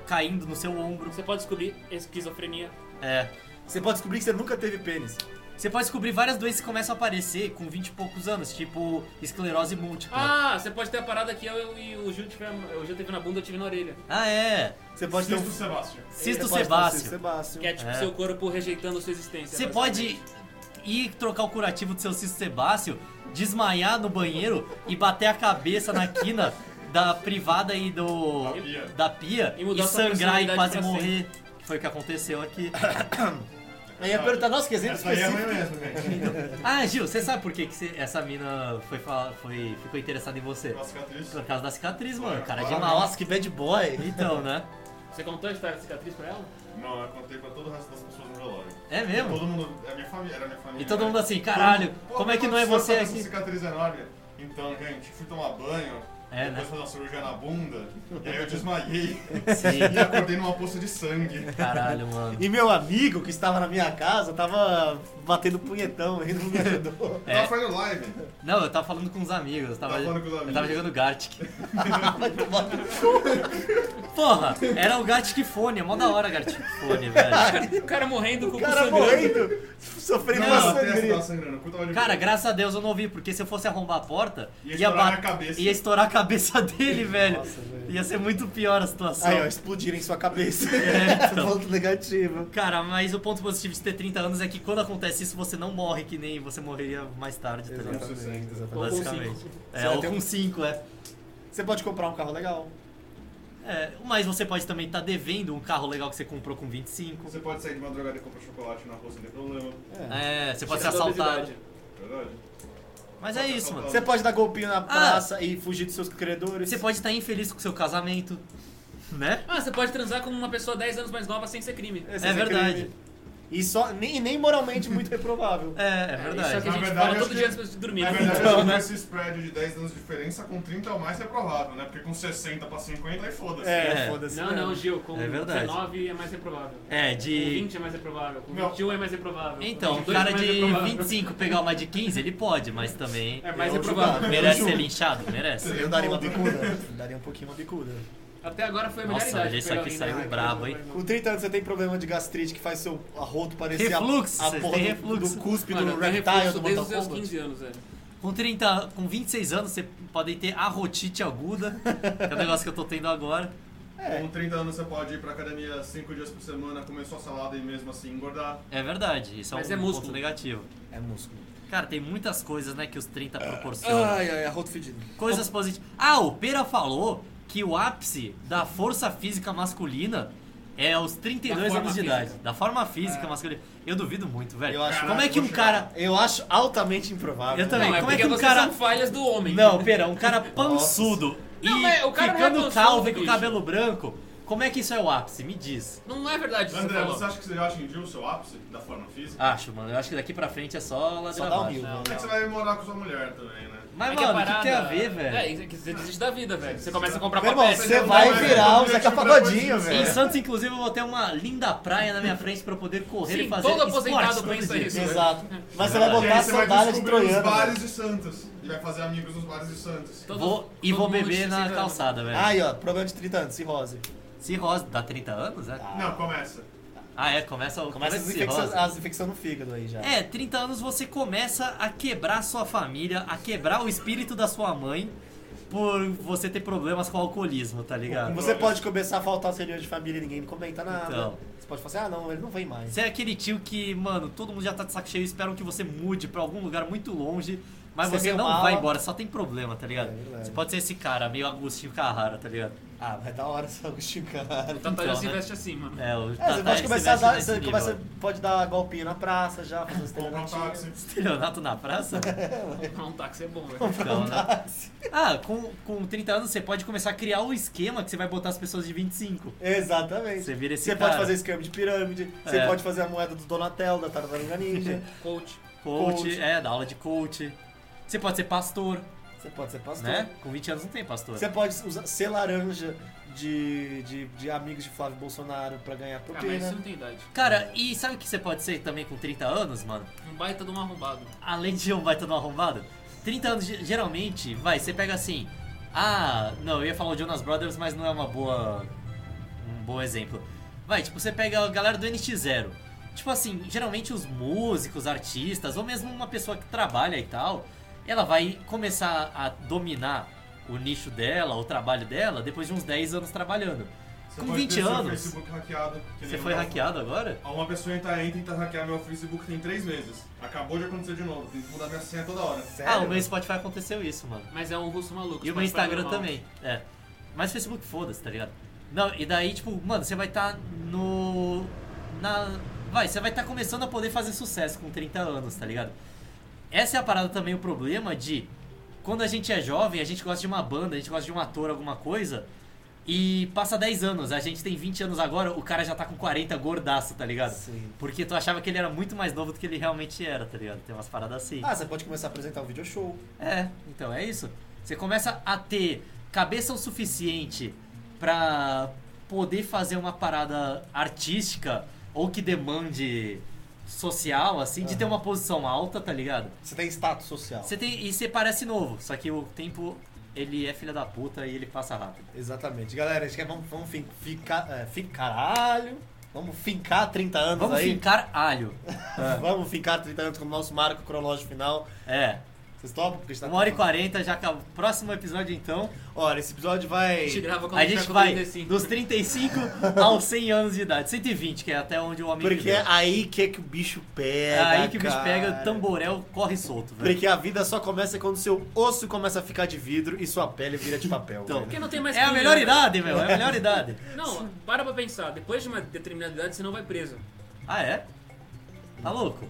Speaker 1: caindo no seu ombro.
Speaker 2: Você pode descobrir esquizofrenia.
Speaker 1: É.
Speaker 3: você pode descobrir que você nunca teve pênis.
Speaker 1: Você pode descobrir várias doenças que começam a aparecer com 20 e poucos anos, tipo esclerose múltipla.
Speaker 2: Ah, você pode ter a parada que eu, e o Gil tivemos. O Gil teve na bunda, eu tive na orelha.
Speaker 1: Ah, é.
Speaker 3: Você pode ter um
Speaker 8: Cisto Sebastião.
Speaker 1: Cisto
Speaker 3: você pode ter um
Speaker 1: sebáceo.
Speaker 3: cisto sebáceo.
Speaker 2: Que é tipo
Speaker 1: É.
Speaker 2: seu corpo rejeitando sua existência.
Speaker 1: Você
Speaker 2: basicamente.
Speaker 1: pode ir trocar o curativo do seu cisto sebáceo, desmaiar no banheiro e bater a cabeça na quina da privada e do
Speaker 8: Da pia.
Speaker 1: da pia
Speaker 2: E
Speaker 1: e,
Speaker 2: mudar sua
Speaker 1: sangrar e
Speaker 2: personalidade
Speaker 1: quase
Speaker 2: pra
Speaker 1: morrer. que Foi o que aconteceu aqui.
Speaker 3: Aí ia perguntar, nossa, que exemplo
Speaker 8: Essa aí é
Speaker 3: específico.
Speaker 8: ruim mesmo, gente.
Speaker 1: Ah, Gil, você sabe por que, que você- essa mina foi, fa- foi- ficou interessada em você?
Speaker 8: Nossa, cicatriz.
Speaker 1: Por causa da cicatriz, mano. Cara de
Speaker 8: Claro.
Speaker 1: mal.
Speaker 3: Nossa, que bad boy.
Speaker 1: Então, né?
Speaker 2: Você contou a história da cicatriz pra ela?
Speaker 8: Não, eu contei pra todo o resto das pessoas no velório.
Speaker 1: É mesmo?
Speaker 8: Todo mundo. É minha família, era minha família.
Speaker 1: E todo mundo
Speaker 8: né?
Speaker 1: assim, caralho,
Speaker 8: Pô,
Speaker 1: como é que
Speaker 8: aconteceu
Speaker 1: não é você
Speaker 8: essa
Speaker 1: aqui?
Speaker 8: cicatriz enorme. Então, gente, fui tomar banho.
Speaker 1: É,
Speaker 8: depois
Speaker 1: né?
Speaker 8: fazer uma cirurgia na bunda. E aí eu desmaiei.
Speaker 1: Sim.
Speaker 8: e acordei numa poça de sangue.
Speaker 1: Caralho, mano.
Speaker 3: E meu amigo que estava na minha casa tava batendo punhetão aí no corredor.
Speaker 8: Eu Tava fazendo live.
Speaker 1: Não, eu tava falando com uns amigos. Eu tava,
Speaker 8: Tava falando com os
Speaker 1: Eu tava
Speaker 8: amigos.
Speaker 1: jogando Gartic. Porra, era o Gartic Fone. É mó da hora Gartic Fone, velho.
Speaker 2: O cara morrendo com o
Speaker 3: O cara
Speaker 2: sangrando.
Speaker 3: morrendo,
Speaker 1: Não,
Speaker 3: sofrendo uma
Speaker 8: a testa
Speaker 3: sangria.
Speaker 8: tava sangrando. o cu tava de
Speaker 1: Cara,
Speaker 8: boa.
Speaker 1: graças a Deus eu não vi, porque se eu fosse arrombar a porta,
Speaker 8: Ia estourar
Speaker 1: ba-
Speaker 8: a cabeça.
Speaker 1: ia estourar a cabeça dele, velho.
Speaker 3: Nossa, velho.
Speaker 1: Ia ser muito pior a situação.
Speaker 3: Aí, ó, explodir em sua cabeça.
Speaker 1: É, então.
Speaker 3: Ponto negativo.
Speaker 1: Cara, mas o ponto positivo de ter 30 anos é que quando acontece isso, você não morre que nem você morreria mais tarde, tá ligado?
Speaker 3: Exatamente, exatamente.
Speaker 2: Ou com
Speaker 1: Basicamente.
Speaker 2: cinco.
Speaker 1: É,
Speaker 3: Você
Speaker 1: ou
Speaker 3: vai ter
Speaker 1: com
Speaker 3: um-
Speaker 1: 5, é.
Speaker 3: Você pode comprar um carro legal.
Speaker 1: É, mas você pode também estar devendo um carro legal que você comprou com 25.
Speaker 8: Você pode sair de madrugada e comprar chocolate na rua sem ter problema. é
Speaker 1: É, você pode ser
Speaker 2: Tira da
Speaker 1: assaltado.
Speaker 2: obesidade.
Speaker 8: Verdade?
Speaker 1: Mas é isso, mano.
Speaker 3: Você pode dar golpinho
Speaker 2: Ah.
Speaker 3: na praça e fugir dos seus credores.
Speaker 1: Você pode estar infeliz com seu casamento, né?
Speaker 2: Ah, você pode transar com uma pessoa 10 anos mais nova sem ser crime.
Speaker 3: Esse
Speaker 1: É
Speaker 3: crime.
Speaker 1: verdade.
Speaker 3: E só, nem, nem moralmente muito reprovável.
Speaker 1: É, é
Speaker 2: Isso é o
Speaker 1: verdade.
Speaker 2: que a
Speaker 8: Na
Speaker 2: gente
Speaker 8: verdade,
Speaker 2: fala
Speaker 8: eu
Speaker 2: todo
Speaker 8: acho
Speaker 2: dia
Speaker 8: que-
Speaker 2: antes de dormir.
Speaker 8: Na
Speaker 2: né?
Speaker 8: verdade,
Speaker 3: Então,
Speaker 8: eu acho
Speaker 3: né?
Speaker 8: que esse spread de 10 anos de diferença com 30 ou mais é provável, né? Porque com 60 pra 50 aí foda-se.
Speaker 1: É.
Speaker 3: foda-se.
Speaker 2: Não, não, Gil, com
Speaker 1: É verdade.
Speaker 2: 19 é mais reprovável.
Speaker 1: É,
Speaker 2: Com
Speaker 1: de.
Speaker 2: 20 é mais reprovável, com
Speaker 8: Não.
Speaker 2: 21 é mais reprovável. com
Speaker 1: Então, o
Speaker 2: 22
Speaker 1: cara
Speaker 2: é mais
Speaker 1: de
Speaker 2: reprovável.
Speaker 1: 25 pegar uma de 15, ele pode, mas também.
Speaker 2: É mais
Speaker 3: Eu
Speaker 2: reprovável.
Speaker 1: Merece ser linchado? Merece.
Speaker 3: Eu daria uma bicuda. Daria um pouquinho uma bicuda.
Speaker 2: Até agora foi a melhor
Speaker 1: Nossa,
Speaker 2: idade.
Speaker 1: mas esse
Speaker 2: pra
Speaker 1: aqui
Speaker 2: alguém,
Speaker 1: saiu
Speaker 2: né?
Speaker 1: brabo, hein?
Speaker 3: Com 30 anos você tem problema de gastrite que faz seu arroto parecer
Speaker 1: Refluxo,
Speaker 3: a, a
Speaker 1: você
Speaker 3: porra
Speaker 1: tem
Speaker 3: do-
Speaker 1: refluxo.
Speaker 3: do cuspe
Speaker 2: Mano,
Speaker 3: do
Speaker 2: eu tenho
Speaker 3: reptile
Speaker 2: refluxo
Speaker 3: do
Speaker 2: desde
Speaker 3: Mortal
Speaker 2: os seus
Speaker 3: Kombat.
Speaker 2: 15 anos, velho.
Speaker 1: Com 30, com 26 anos, você pode ter arrotite aguda, que é o negócio que eu tô tendo agora.
Speaker 8: Com 30 anos você pode ir pra academia 5 dias por semana, comer sua salada e mesmo assim engordar.
Speaker 1: É verdade, isso
Speaker 2: Mas
Speaker 1: é
Speaker 2: é
Speaker 1: um ponto
Speaker 2: músculo.
Speaker 1: negativo.
Speaker 3: É músculo.
Speaker 1: Cara, tem muitas coisas, né, que os 30
Speaker 3: Ah.
Speaker 1: proporcionam.
Speaker 3: Ai, ai, é arroto fedido.
Speaker 1: Coisas positivas. Ah, o Pera falou que o ápice da força física masculina é aos 32
Speaker 2: Da
Speaker 1: anos de
Speaker 2: forma Ah.
Speaker 1: idade. Da forma física masculina. Eu duvido muito, velho.
Speaker 3: Eu acho
Speaker 1: Como é
Speaker 8: que
Speaker 1: que
Speaker 8: eu
Speaker 1: um
Speaker 8: vou
Speaker 1: cara.
Speaker 3: Eu acho altamente improvável. né?
Speaker 1: Eu também.
Speaker 2: Não, é
Speaker 1: Como é
Speaker 2: porque
Speaker 1: que um
Speaker 2: vocês
Speaker 1: cara.
Speaker 2: são falhas do
Speaker 3: é.
Speaker 2: homem.
Speaker 1: Não, pera, um cara pançudo e
Speaker 2: Não, mas o cara não é
Speaker 1: ficando
Speaker 2: pançudo,
Speaker 1: calvo e com
Speaker 2: bicho.
Speaker 1: cabelo branco. Como é que isso é o ápice? Me diz.
Speaker 2: Não é verdade isso que você
Speaker 8: André,
Speaker 2: falou.
Speaker 8: você acha que você já atingiu o seu ápice da forma física?
Speaker 1: Acho, mano. Eu acho que daqui pra frente é só
Speaker 3: Só
Speaker 1: ladeira
Speaker 3: dá um
Speaker 1: abaixo.
Speaker 3: mil.
Speaker 2: Não,
Speaker 8: Como é que você vai morar com sua mulher também, né?
Speaker 1: Mas,
Speaker 2: É
Speaker 1: mano, o
Speaker 2: a
Speaker 1: que, que
Speaker 2: parada-
Speaker 1: tem a ver, velho?
Speaker 2: É, que você desiste da vida, velho. Você começa a comprar
Speaker 3: Meu irmão,
Speaker 2: papel.
Speaker 3: você vai virar o Zeca Pagodinho,
Speaker 1: Em
Speaker 3: velho.
Speaker 1: Santos, inclusive, eu vou ter uma linda praia na minha frente pra eu poder correr e
Speaker 2: Sim,
Speaker 1: fazer
Speaker 2: todo aposentado
Speaker 1: esporte todo
Speaker 2: pensa
Speaker 1: dia.
Speaker 2: isso.
Speaker 3: Exato. Mas você
Speaker 1: É verdade.
Speaker 3: vai
Speaker 8: E
Speaker 3: botar né? a
Speaker 8: aí você vai
Speaker 3: sandália de
Speaker 8: descobrir os
Speaker 3: troiano.
Speaker 8: bares
Speaker 3: velho.
Speaker 8: de Santos. E vai fazer amigos nos bares de Santos.
Speaker 2: Todo-
Speaker 1: Vou, e
Speaker 2: todo
Speaker 1: vou
Speaker 2: mundo
Speaker 1: beber
Speaker 2: de
Speaker 1: na
Speaker 2: 16 anos.
Speaker 1: calçada, velho.
Speaker 3: Aí, ó, problema de 30 anos, cirrose.
Speaker 1: Cirrose, dá 30 anos, é?
Speaker 8: Não, começa.
Speaker 1: Ah, é, começa,
Speaker 3: Começa as infecções,
Speaker 1: cirrose.
Speaker 3: as infecções no fígado aí já.
Speaker 1: É, 30 anos você começa a quebrar sua família, a quebrar o espírito da sua mãe por você ter problemas com o alcoolismo, tá ligado?
Speaker 3: Você pode começar a faltar as reuniões de família e ninguém comenta nada.
Speaker 1: Então.
Speaker 3: Você pode falar assim, ah não, ele não vem mais.
Speaker 1: Você é aquele tio que, mano, todo mundo já tá de saco cheio, esperam que você mude pra algum lugar muito longe, mas
Speaker 3: Você
Speaker 1: você,
Speaker 3: tem
Speaker 1: não
Speaker 3: uma
Speaker 1: vai
Speaker 3: aula.
Speaker 1: embora, só tem problema, tá ligado?
Speaker 3: É verdade.
Speaker 1: você pode ser esse cara, meio Agostinho Carrara, tá ligado?
Speaker 3: Ah, mas da hora essa Agostinho, cara.
Speaker 2: O Tata já
Speaker 1: Então,
Speaker 2: se
Speaker 1: né?
Speaker 2: veste assim, mano.
Speaker 1: É, o
Speaker 3: É, você
Speaker 1: Tatá,
Speaker 3: pode
Speaker 1: ele se
Speaker 3: começar a
Speaker 1: veste
Speaker 3: dar.
Speaker 1: nesse
Speaker 3: Você
Speaker 1: nível.
Speaker 3: começa, pode dar golpinho na praça já, fazer os
Speaker 8: Comprar um táxi.
Speaker 3: treinamentos.
Speaker 1: Estelionato na praça?
Speaker 2: Ah, um táxi é bom, velho.
Speaker 1: Então, né? Ah, com, com 30 anos você pode começar a criar um esquema que você vai botar as pessoas de 25.
Speaker 3: Exatamente.
Speaker 1: Você vira esse
Speaker 3: Você
Speaker 1: cara.
Speaker 3: pode fazer esquema de pirâmide, você
Speaker 1: É.
Speaker 3: pode fazer a moeda do Donatello, da Tartaruga Ninja,
Speaker 2: Coach.
Speaker 1: coach,
Speaker 3: coach.
Speaker 1: é, da aula de coach. Você pode ser pastor,
Speaker 3: você pode ser pastor.
Speaker 1: né? Com 20 anos não tem pastor.
Speaker 3: Você pode usar, ser laranja, de, de, de amigos de Flávio Bolsonaro pra ganhar né?
Speaker 2: Ah, mas
Speaker 3: propina.
Speaker 2: isso não tem idade.
Speaker 1: Cara, e sabe o que você pode ser também com 30 anos, mano?
Speaker 2: Um baita de um arrombado.
Speaker 1: Além de um baita de um arrombado, 30 anos ge- geralmente, vai, você pega assim. Ah, não, eu ia falar o Jonas Brothers, mas não é uma boa. um bom exemplo. Vai, tipo, você pega a galera do NX0. Tipo assim, geralmente os músicos, artistas, ou mesmo uma pessoa que trabalha e tal, ela vai começar a dominar o nicho dela, o trabalho dela, depois de uns 10 anos trabalhando.
Speaker 8: Você
Speaker 1: Com
Speaker 8: pode
Speaker 1: 20
Speaker 8: ter seu
Speaker 1: anos?
Speaker 8: Facebook hackeado, que
Speaker 1: Você
Speaker 8: nem
Speaker 1: foi
Speaker 8: o meu.
Speaker 1: hackeado agora?
Speaker 8: Uma pessoa entra, entra e tenta hackear meu Facebook tem três vezes. Acabou de acontecer de novo. Tem que mudar minha senha toda hora.
Speaker 1: Ah, o meu Spotify aconteceu isso, mano.
Speaker 2: Mas é um russo maluco.
Speaker 1: E o meu
Speaker 2: Spotify
Speaker 1: Instagram
Speaker 2: normal.
Speaker 1: também. É. Mas Facebook foda-se, tá ligado? Não, e daí, tipo, mano, você vai estar no. Na. Vai, você vai estar começando a poder fazer sucesso com 30 anos, tá ligado? Essa é a parada também, o problema de. Quando a gente é jovem, a gente gosta de uma banda, a gente gosta de um ator, alguma coisa. E passa 10 anos, a gente tem 20 anos agora, o cara já tá com 40 gordaço, tá ligado?
Speaker 3: Sim.
Speaker 1: Porque tu achava que ele era muito mais novo do que ele realmente era, tá ligado? Tem umas paradas assim.
Speaker 3: Ah, você pode começar a apresentar um video show.
Speaker 1: É, então é isso. Você começa a ter cabeça o suficiente pra poder fazer uma parada artística ou que demande social, assim, de ter uma posição alta, tá ligado?
Speaker 3: Você tem status social.
Speaker 1: Você tem, e você parece novo, só que o tempo ele é filha da puta e ele passa rápido.
Speaker 3: Exatamente. Galera, a gente quer, vamos, vamos fin- ficar. É, fin- caralho! Vamos fincar 30 anos
Speaker 1: Vamos é.
Speaker 3: aí.
Speaker 1: fincar alho.
Speaker 3: Vamos fincar 30 anos como nosso marco cronológico final.
Speaker 1: É.
Speaker 3: Vocês topam? Porque a gente tá
Speaker 1: 1 hora e 40 já acabou. Próximo episódio então.
Speaker 3: Olha, esse episódio vai.
Speaker 2: A gente grava quando
Speaker 1: A gente
Speaker 2: tiver com
Speaker 1: vai
Speaker 2: 35.
Speaker 1: dos 35 aos 100 anos de idade. 120, que é até onde o homem
Speaker 3: Porque
Speaker 1: viveu.
Speaker 3: é aí que é que o bicho
Speaker 1: É
Speaker 3: pega.
Speaker 1: aí que o bicho
Speaker 3: cara.
Speaker 1: pega, o tamborel corre solto, velho.
Speaker 3: Porque a vida só começa quando seu osso começa a ficar de vidro e sua pele vira de papel.
Speaker 1: Então,
Speaker 3: velho.
Speaker 2: Porque não tem mais
Speaker 1: É a
Speaker 2: quem,
Speaker 1: melhor
Speaker 2: né?
Speaker 1: idade, meu, é a melhor idade.
Speaker 2: Não, para pra pensar. Depois de uma determinada idade, você não vai preso.
Speaker 1: Ah, é? Tá louco?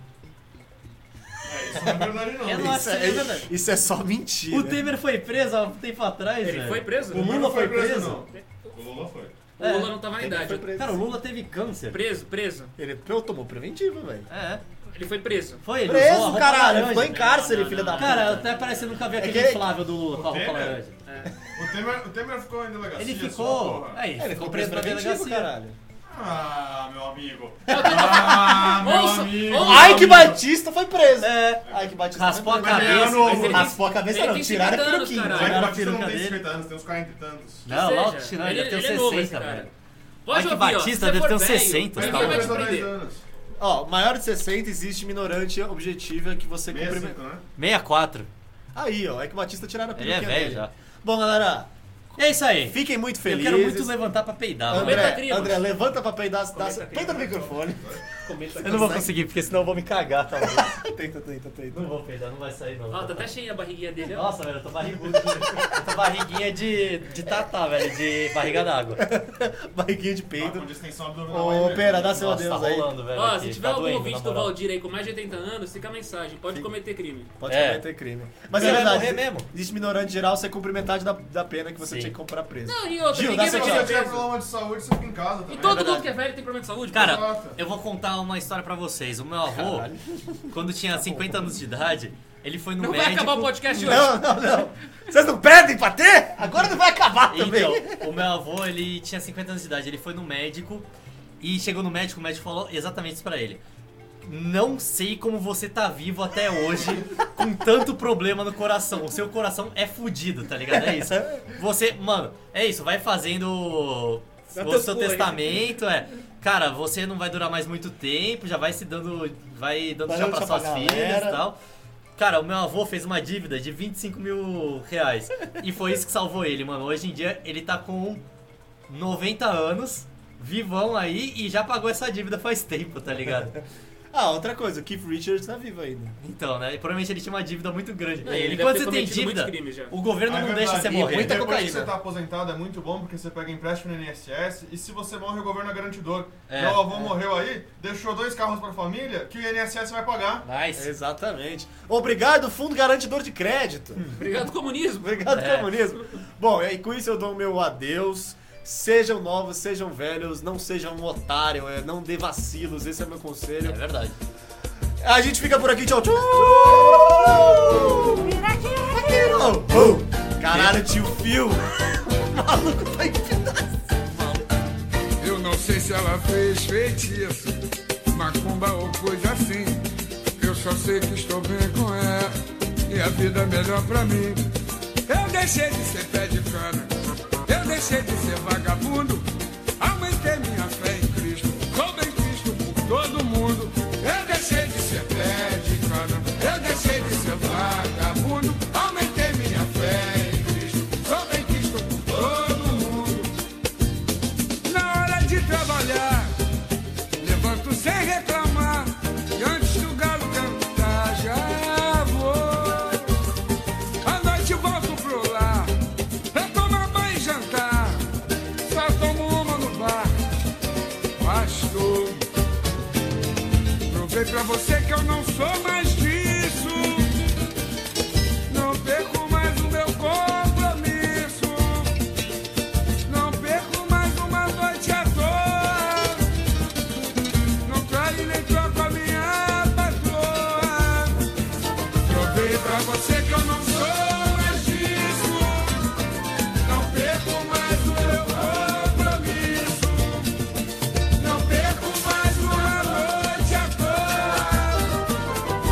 Speaker 8: É, isso não é verdade não.
Speaker 1: Eu não acho
Speaker 3: isso,
Speaker 1: que
Speaker 3: é,
Speaker 1: é verdade.
Speaker 3: isso é só mentira.
Speaker 1: O Temer foi preso há um tempo atrás,
Speaker 2: Ele
Speaker 1: velho.
Speaker 2: foi preso?
Speaker 1: O
Speaker 8: Mas
Speaker 1: Lula
Speaker 8: não
Speaker 1: foi É. preso?
Speaker 8: não. O Lula foi.
Speaker 2: O Lula não tava na
Speaker 3: Ele
Speaker 2: idade.
Speaker 3: foi preso.
Speaker 1: Cara, o Lula teve câncer.
Speaker 2: Preso, preso.
Speaker 3: Ele eu tomou preventiva, velho.
Speaker 1: É,
Speaker 2: Ele foi preso.
Speaker 1: foi ele. usou a
Speaker 3: Preso,
Speaker 1: roupa
Speaker 3: caralho. Ele
Speaker 1: laranja. né?
Speaker 3: ficou em cárcere,
Speaker 2: Não, não,
Speaker 3: filho
Speaker 2: não.
Speaker 3: da puta.
Speaker 1: Cara, até parece É que eu nunca vi aquele
Speaker 3: que-
Speaker 1: inflável do Lula com a roupa
Speaker 8: Temer? assim,
Speaker 1: laranja.
Speaker 8: O Temer, o Temer ficou em delegacia.
Speaker 1: Ele
Speaker 8: sua
Speaker 1: ficou.
Speaker 8: porra.
Speaker 1: É, ele ficou preso na
Speaker 3: preventivo,
Speaker 1: delegacia.
Speaker 3: caralho.
Speaker 8: Ah, meu amigo. Ah, meu
Speaker 2: Ouça,
Speaker 8: amigo.
Speaker 2: ouça.
Speaker 3: Ai, que Batista foi preso.
Speaker 1: É.
Speaker 3: Ai, que Batista
Speaker 1: Raspou a
Speaker 3: foi preso.
Speaker 8: Mas ele era
Speaker 1: cabeça.
Speaker 8: novo.
Speaker 2: Mas ele-
Speaker 3: Raspou a cabeça
Speaker 2: Ele
Speaker 3: não,
Speaker 2: tem
Speaker 3: tiraram
Speaker 2: 50
Speaker 3: a
Speaker 2: anos,
Speaker 3: peruquinha.
Speaker 8: Mas
Speaker 2: caralho.
Speaker 8: o
Speaker 1: Pegaram a
Speaker 8: Batista não
Speaker 1: peruca
Speaker 8: tem
Speaker 1: dele.
Speaker 8: 50 anos, tem uns 40 e tantos.
Speaker 1: Não,
Speaker 2: Ou
Speaker 1: logo
Speaker 2: seja,
Speaker 1: que não, ele, deve ter
Speaker 2: é
Speaker 1: uns
Speaker 2: novo, esse
Speaker 1: 60, velho.
Speaker 2: Pode
Speaker 1: Mike
Speaker 2: ouvir, ó, se
Speaker 1: Batista
Speaker 2: você
Speaker 1: deve
Speaker 2: for
Speaker 1: ter uns
Speaker 2: velho,
Speaker 1: 60,
Speaker 2: ninguém
Speaker 1: tá
Speaker 2: vai
Speaker 1: bom.
Speaker 2: te prender.
Speaker 8: anos.
Speaker 3: Ó, maior de 60 existe minorante objetiva que você cumprimenta.
Speaker 8: 65, né?
Speaker 1: 64.
Speaker 3: Aí, ó, é que o Batista tiraram a
Speaker 1: Ele é
Speaker 3: peruquinha
Speaker 1: velho
Speaker 3: dele.
Speaker 1: já.
Speaker 3: Bom, galera,
Speaker 1: É isso aí.
Speaker 3: fiquem muito
Speaker 1: Eu
Speaker 3: felizes.
Speaker 1: quero muito levantar pra peidar, mano.
Speaker 2: Comenta
Speaker 3: André,
Speaker 2: tribo.
Speaker 3: André, levanta pra peidar. Dá,
Speaker 2: Comenta tribo.
Speaker 3: peida no microfone.
Speaker 2: Comenta
Speaker 1: Eu não vou conseguir, porque senão eu vou me cagar, tá
Speaker 3: tenta, tenta, tenta.
Speaker 1: Não vou peidar, não vai sair, não.
Speaker 2: Ó, tá até cheia a barriguinha dele, ó.
Speaker 1: Nossa, velho, eu tô barrigudo. de- eu tô barriguinha de, de tatá, velho, de barriga d'água.
Speaker 3: Barriguinha de
Speaker 8: Tá
Speaker 3: peido.
Speaker 8: com distensão abdominal aí
Speaker 3: Ô,
Speaker 8: mesmo.
Speaker 3: pera, dá seu
Speaker 1: Nossa,
Speaker 3: adeus
Speaker 1: tá
Speaker 3: aí.
Speaker 1: rolando, velho.
Speaker 2: Ó,
Speaker 1: aqui,
Speaker 2: se tiver
Speaker 1: tá
Speaker 2: algum
Speaker 1: doendo,
Speaker 2: ouvinte
Speaker 1: na
Speaker 2: do
Speaker 1: moral.
Speaker 2: Valdir aí com mais de 80 anos, fica a mensagem. Pode cometer crime.
Speaker 3: Pode
Speaker 1: É.
Speaker 3: cometer crime. Mas
Speaker 1: Ele
Speaker 3: é
Speaker 1: vai
Speaker 3: verdade,
Speaker 1: morrer mesmo.
Speaker 3: existe minorante geral, você cumpre metade da, da pena que você
Speaker 1: Sim.
Speaker 3: tinha que comprar preso.
Speaker 2: Não, e outra,
Speaker 3: Gil,
Speaker 2: ninguém vai
Speaker 3: dá seu
Speaker 8: Se
Speaker 2: te
Speaker 3: tchau.
Speaker 8: você
Speaker 2: dar
Speaker 8: tiver
Speaker 2: preso.
Speaker 8: problema de saúde, você fica em casa também.
Speaker 2: E todo
Speaker 3: verdade.
Speaker 2: mundo que é velho tem problema de saúde? pô.
Speaker 1: Cara,
Speaker 8: Exato.
Speaker 1: eu vou contar uma história pra vocês. O meu avô, quando
Speaker 3: Tá
Speaker 1: tinha 50 anos de idade, ele foi no
Speaker 2: Não
Speaker 1: médico...
Speaker 2: vai acabar o podcast hoje.
Speaker 3: Não, não, não. Vocês não pedem pra ter? Agora não vai acabar também.
Speaker 1: Então, o meu avô, ele tinha 50 anos de idade, ele foi no médico e chegou no médico, o médico falou exatamente isso pra ele. Não sei como você tá vivo até hoje com tanto problema no coração. O seu coração é fudido, tá ligado? É isso. Você, mano, é isso, vai fazendo o-
Speaker 2: Dá
Speaker 1: o
Speaker 2: teu
Speaker 1: seu
Speaker 2: cu aí.
Speaker 1: testamento, é. Cara, você não vai durar mais muito tempo, já vai se dando, vai dando
Speaker 3: Vai
Speaker 1: já
Speaker 3: dando
Speaker 1: pra
Speaker 3: tchau pra
Speaker 1: suas filhas
Speaker 3: galera.
Speaker 1: e tal. Cara, o meu avô fez uma dívida de 25 mil reais. E foi isso que salvou ele, mano. Hoje em dia ele tá com 90 anos, vivão aí, e já pagou essa dívida faz tempo, tá ligado?
Speaker 3: Ah, outra coisa, o Keith Richards tá vivo ainda.
Speaker 1: Então, né? E provavelmente ele tinha uma dívida muito grande.
Speaker 2: É, ele
Speaker 1: E
Speaker 2: deve
Speaker 1: quando
Speaker 2: ter
Speaker 1: você tem
Speaker 2: cometido muitos
Speaker 1: dívida,
Speaker 2: crimes já.
Speaker 1: o governo
Speaker 8: É
Speaker 1: não
Speaker 8: verdade.
Speaker 1: deixa você
Speaker 8: E
Speaker 1: morrer.
Speaker 3: muita
Speaker 8: Depois que
Speaker 3: cocaína.
Speaker 8: você tá aposentado é muito bom porque você pega empréstimo no INSS e se você morre o governo é garantidor.
Speaker 1: É.
Speaker 8: Meu avô morreu aí, deixou dois carros pra família que o INSS vai pagar.
Speaker 1: Nice.
Speaker 3: Exatamente. Obrigado, Fundo Garantidor de
Speaker 1: Hum.
Speaker 3: Crédito.
Speaker 2: Obrigado, comunismo.
Speaker 3: Obrigado,
Speaker 1: É.
Speaker 3: comunismo. Bom, e com isso eu dou o meu adeus. Sejam novos, sejam velhos, não sejam um otário, é, não dê vacilos, esse é meu
Speaker 1: É
Speaker 3: conselho.
Speaker 1: verdade.
Speaker 3: A gente fica por aqui, tchau, tchau! Caralho, tio Phil! O maluco tá em pedaço!
Speaker 7: ela fez feitiço, macumba ou coisa assim. Eu só sei que estou bem com ela e a vida é melhor pra mim. Eu deixei de ser pé de cana, eu deixei de ser vagabundo, aumentei minha fé em Cristo, sou bem Cristo por todo mundo. Eu deixei de ser pé de cana, eu deixei de ser vagabundo, aumentei minha fé em Cristo, sou bem Cristo por todo mundo. Na hora de trabalhar, levanto sem reclamar. E antes do galo cantar, já vou. À noite volto pro lar, pra tomar banho e jantar. Só tomo uma no bar, pastor. Provei pra você que eu não sou mais disso. Não perco mais o meu compromisso. Não perco mais uma noite à toa. Não traio nem troco a minha patroa. Provei pra você que eu não sou mais disso. Não perco mais o meu compromisso. Não perco mais uma noite à toa.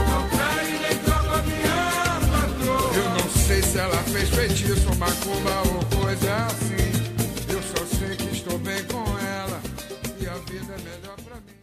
Speaker 7: Não traio nem troco a minha patroa. Eu não sei se ela fez feitiço, macumba ou coisa assim. Eu só sei que estou bem com ela e a vida é melhor pra mim.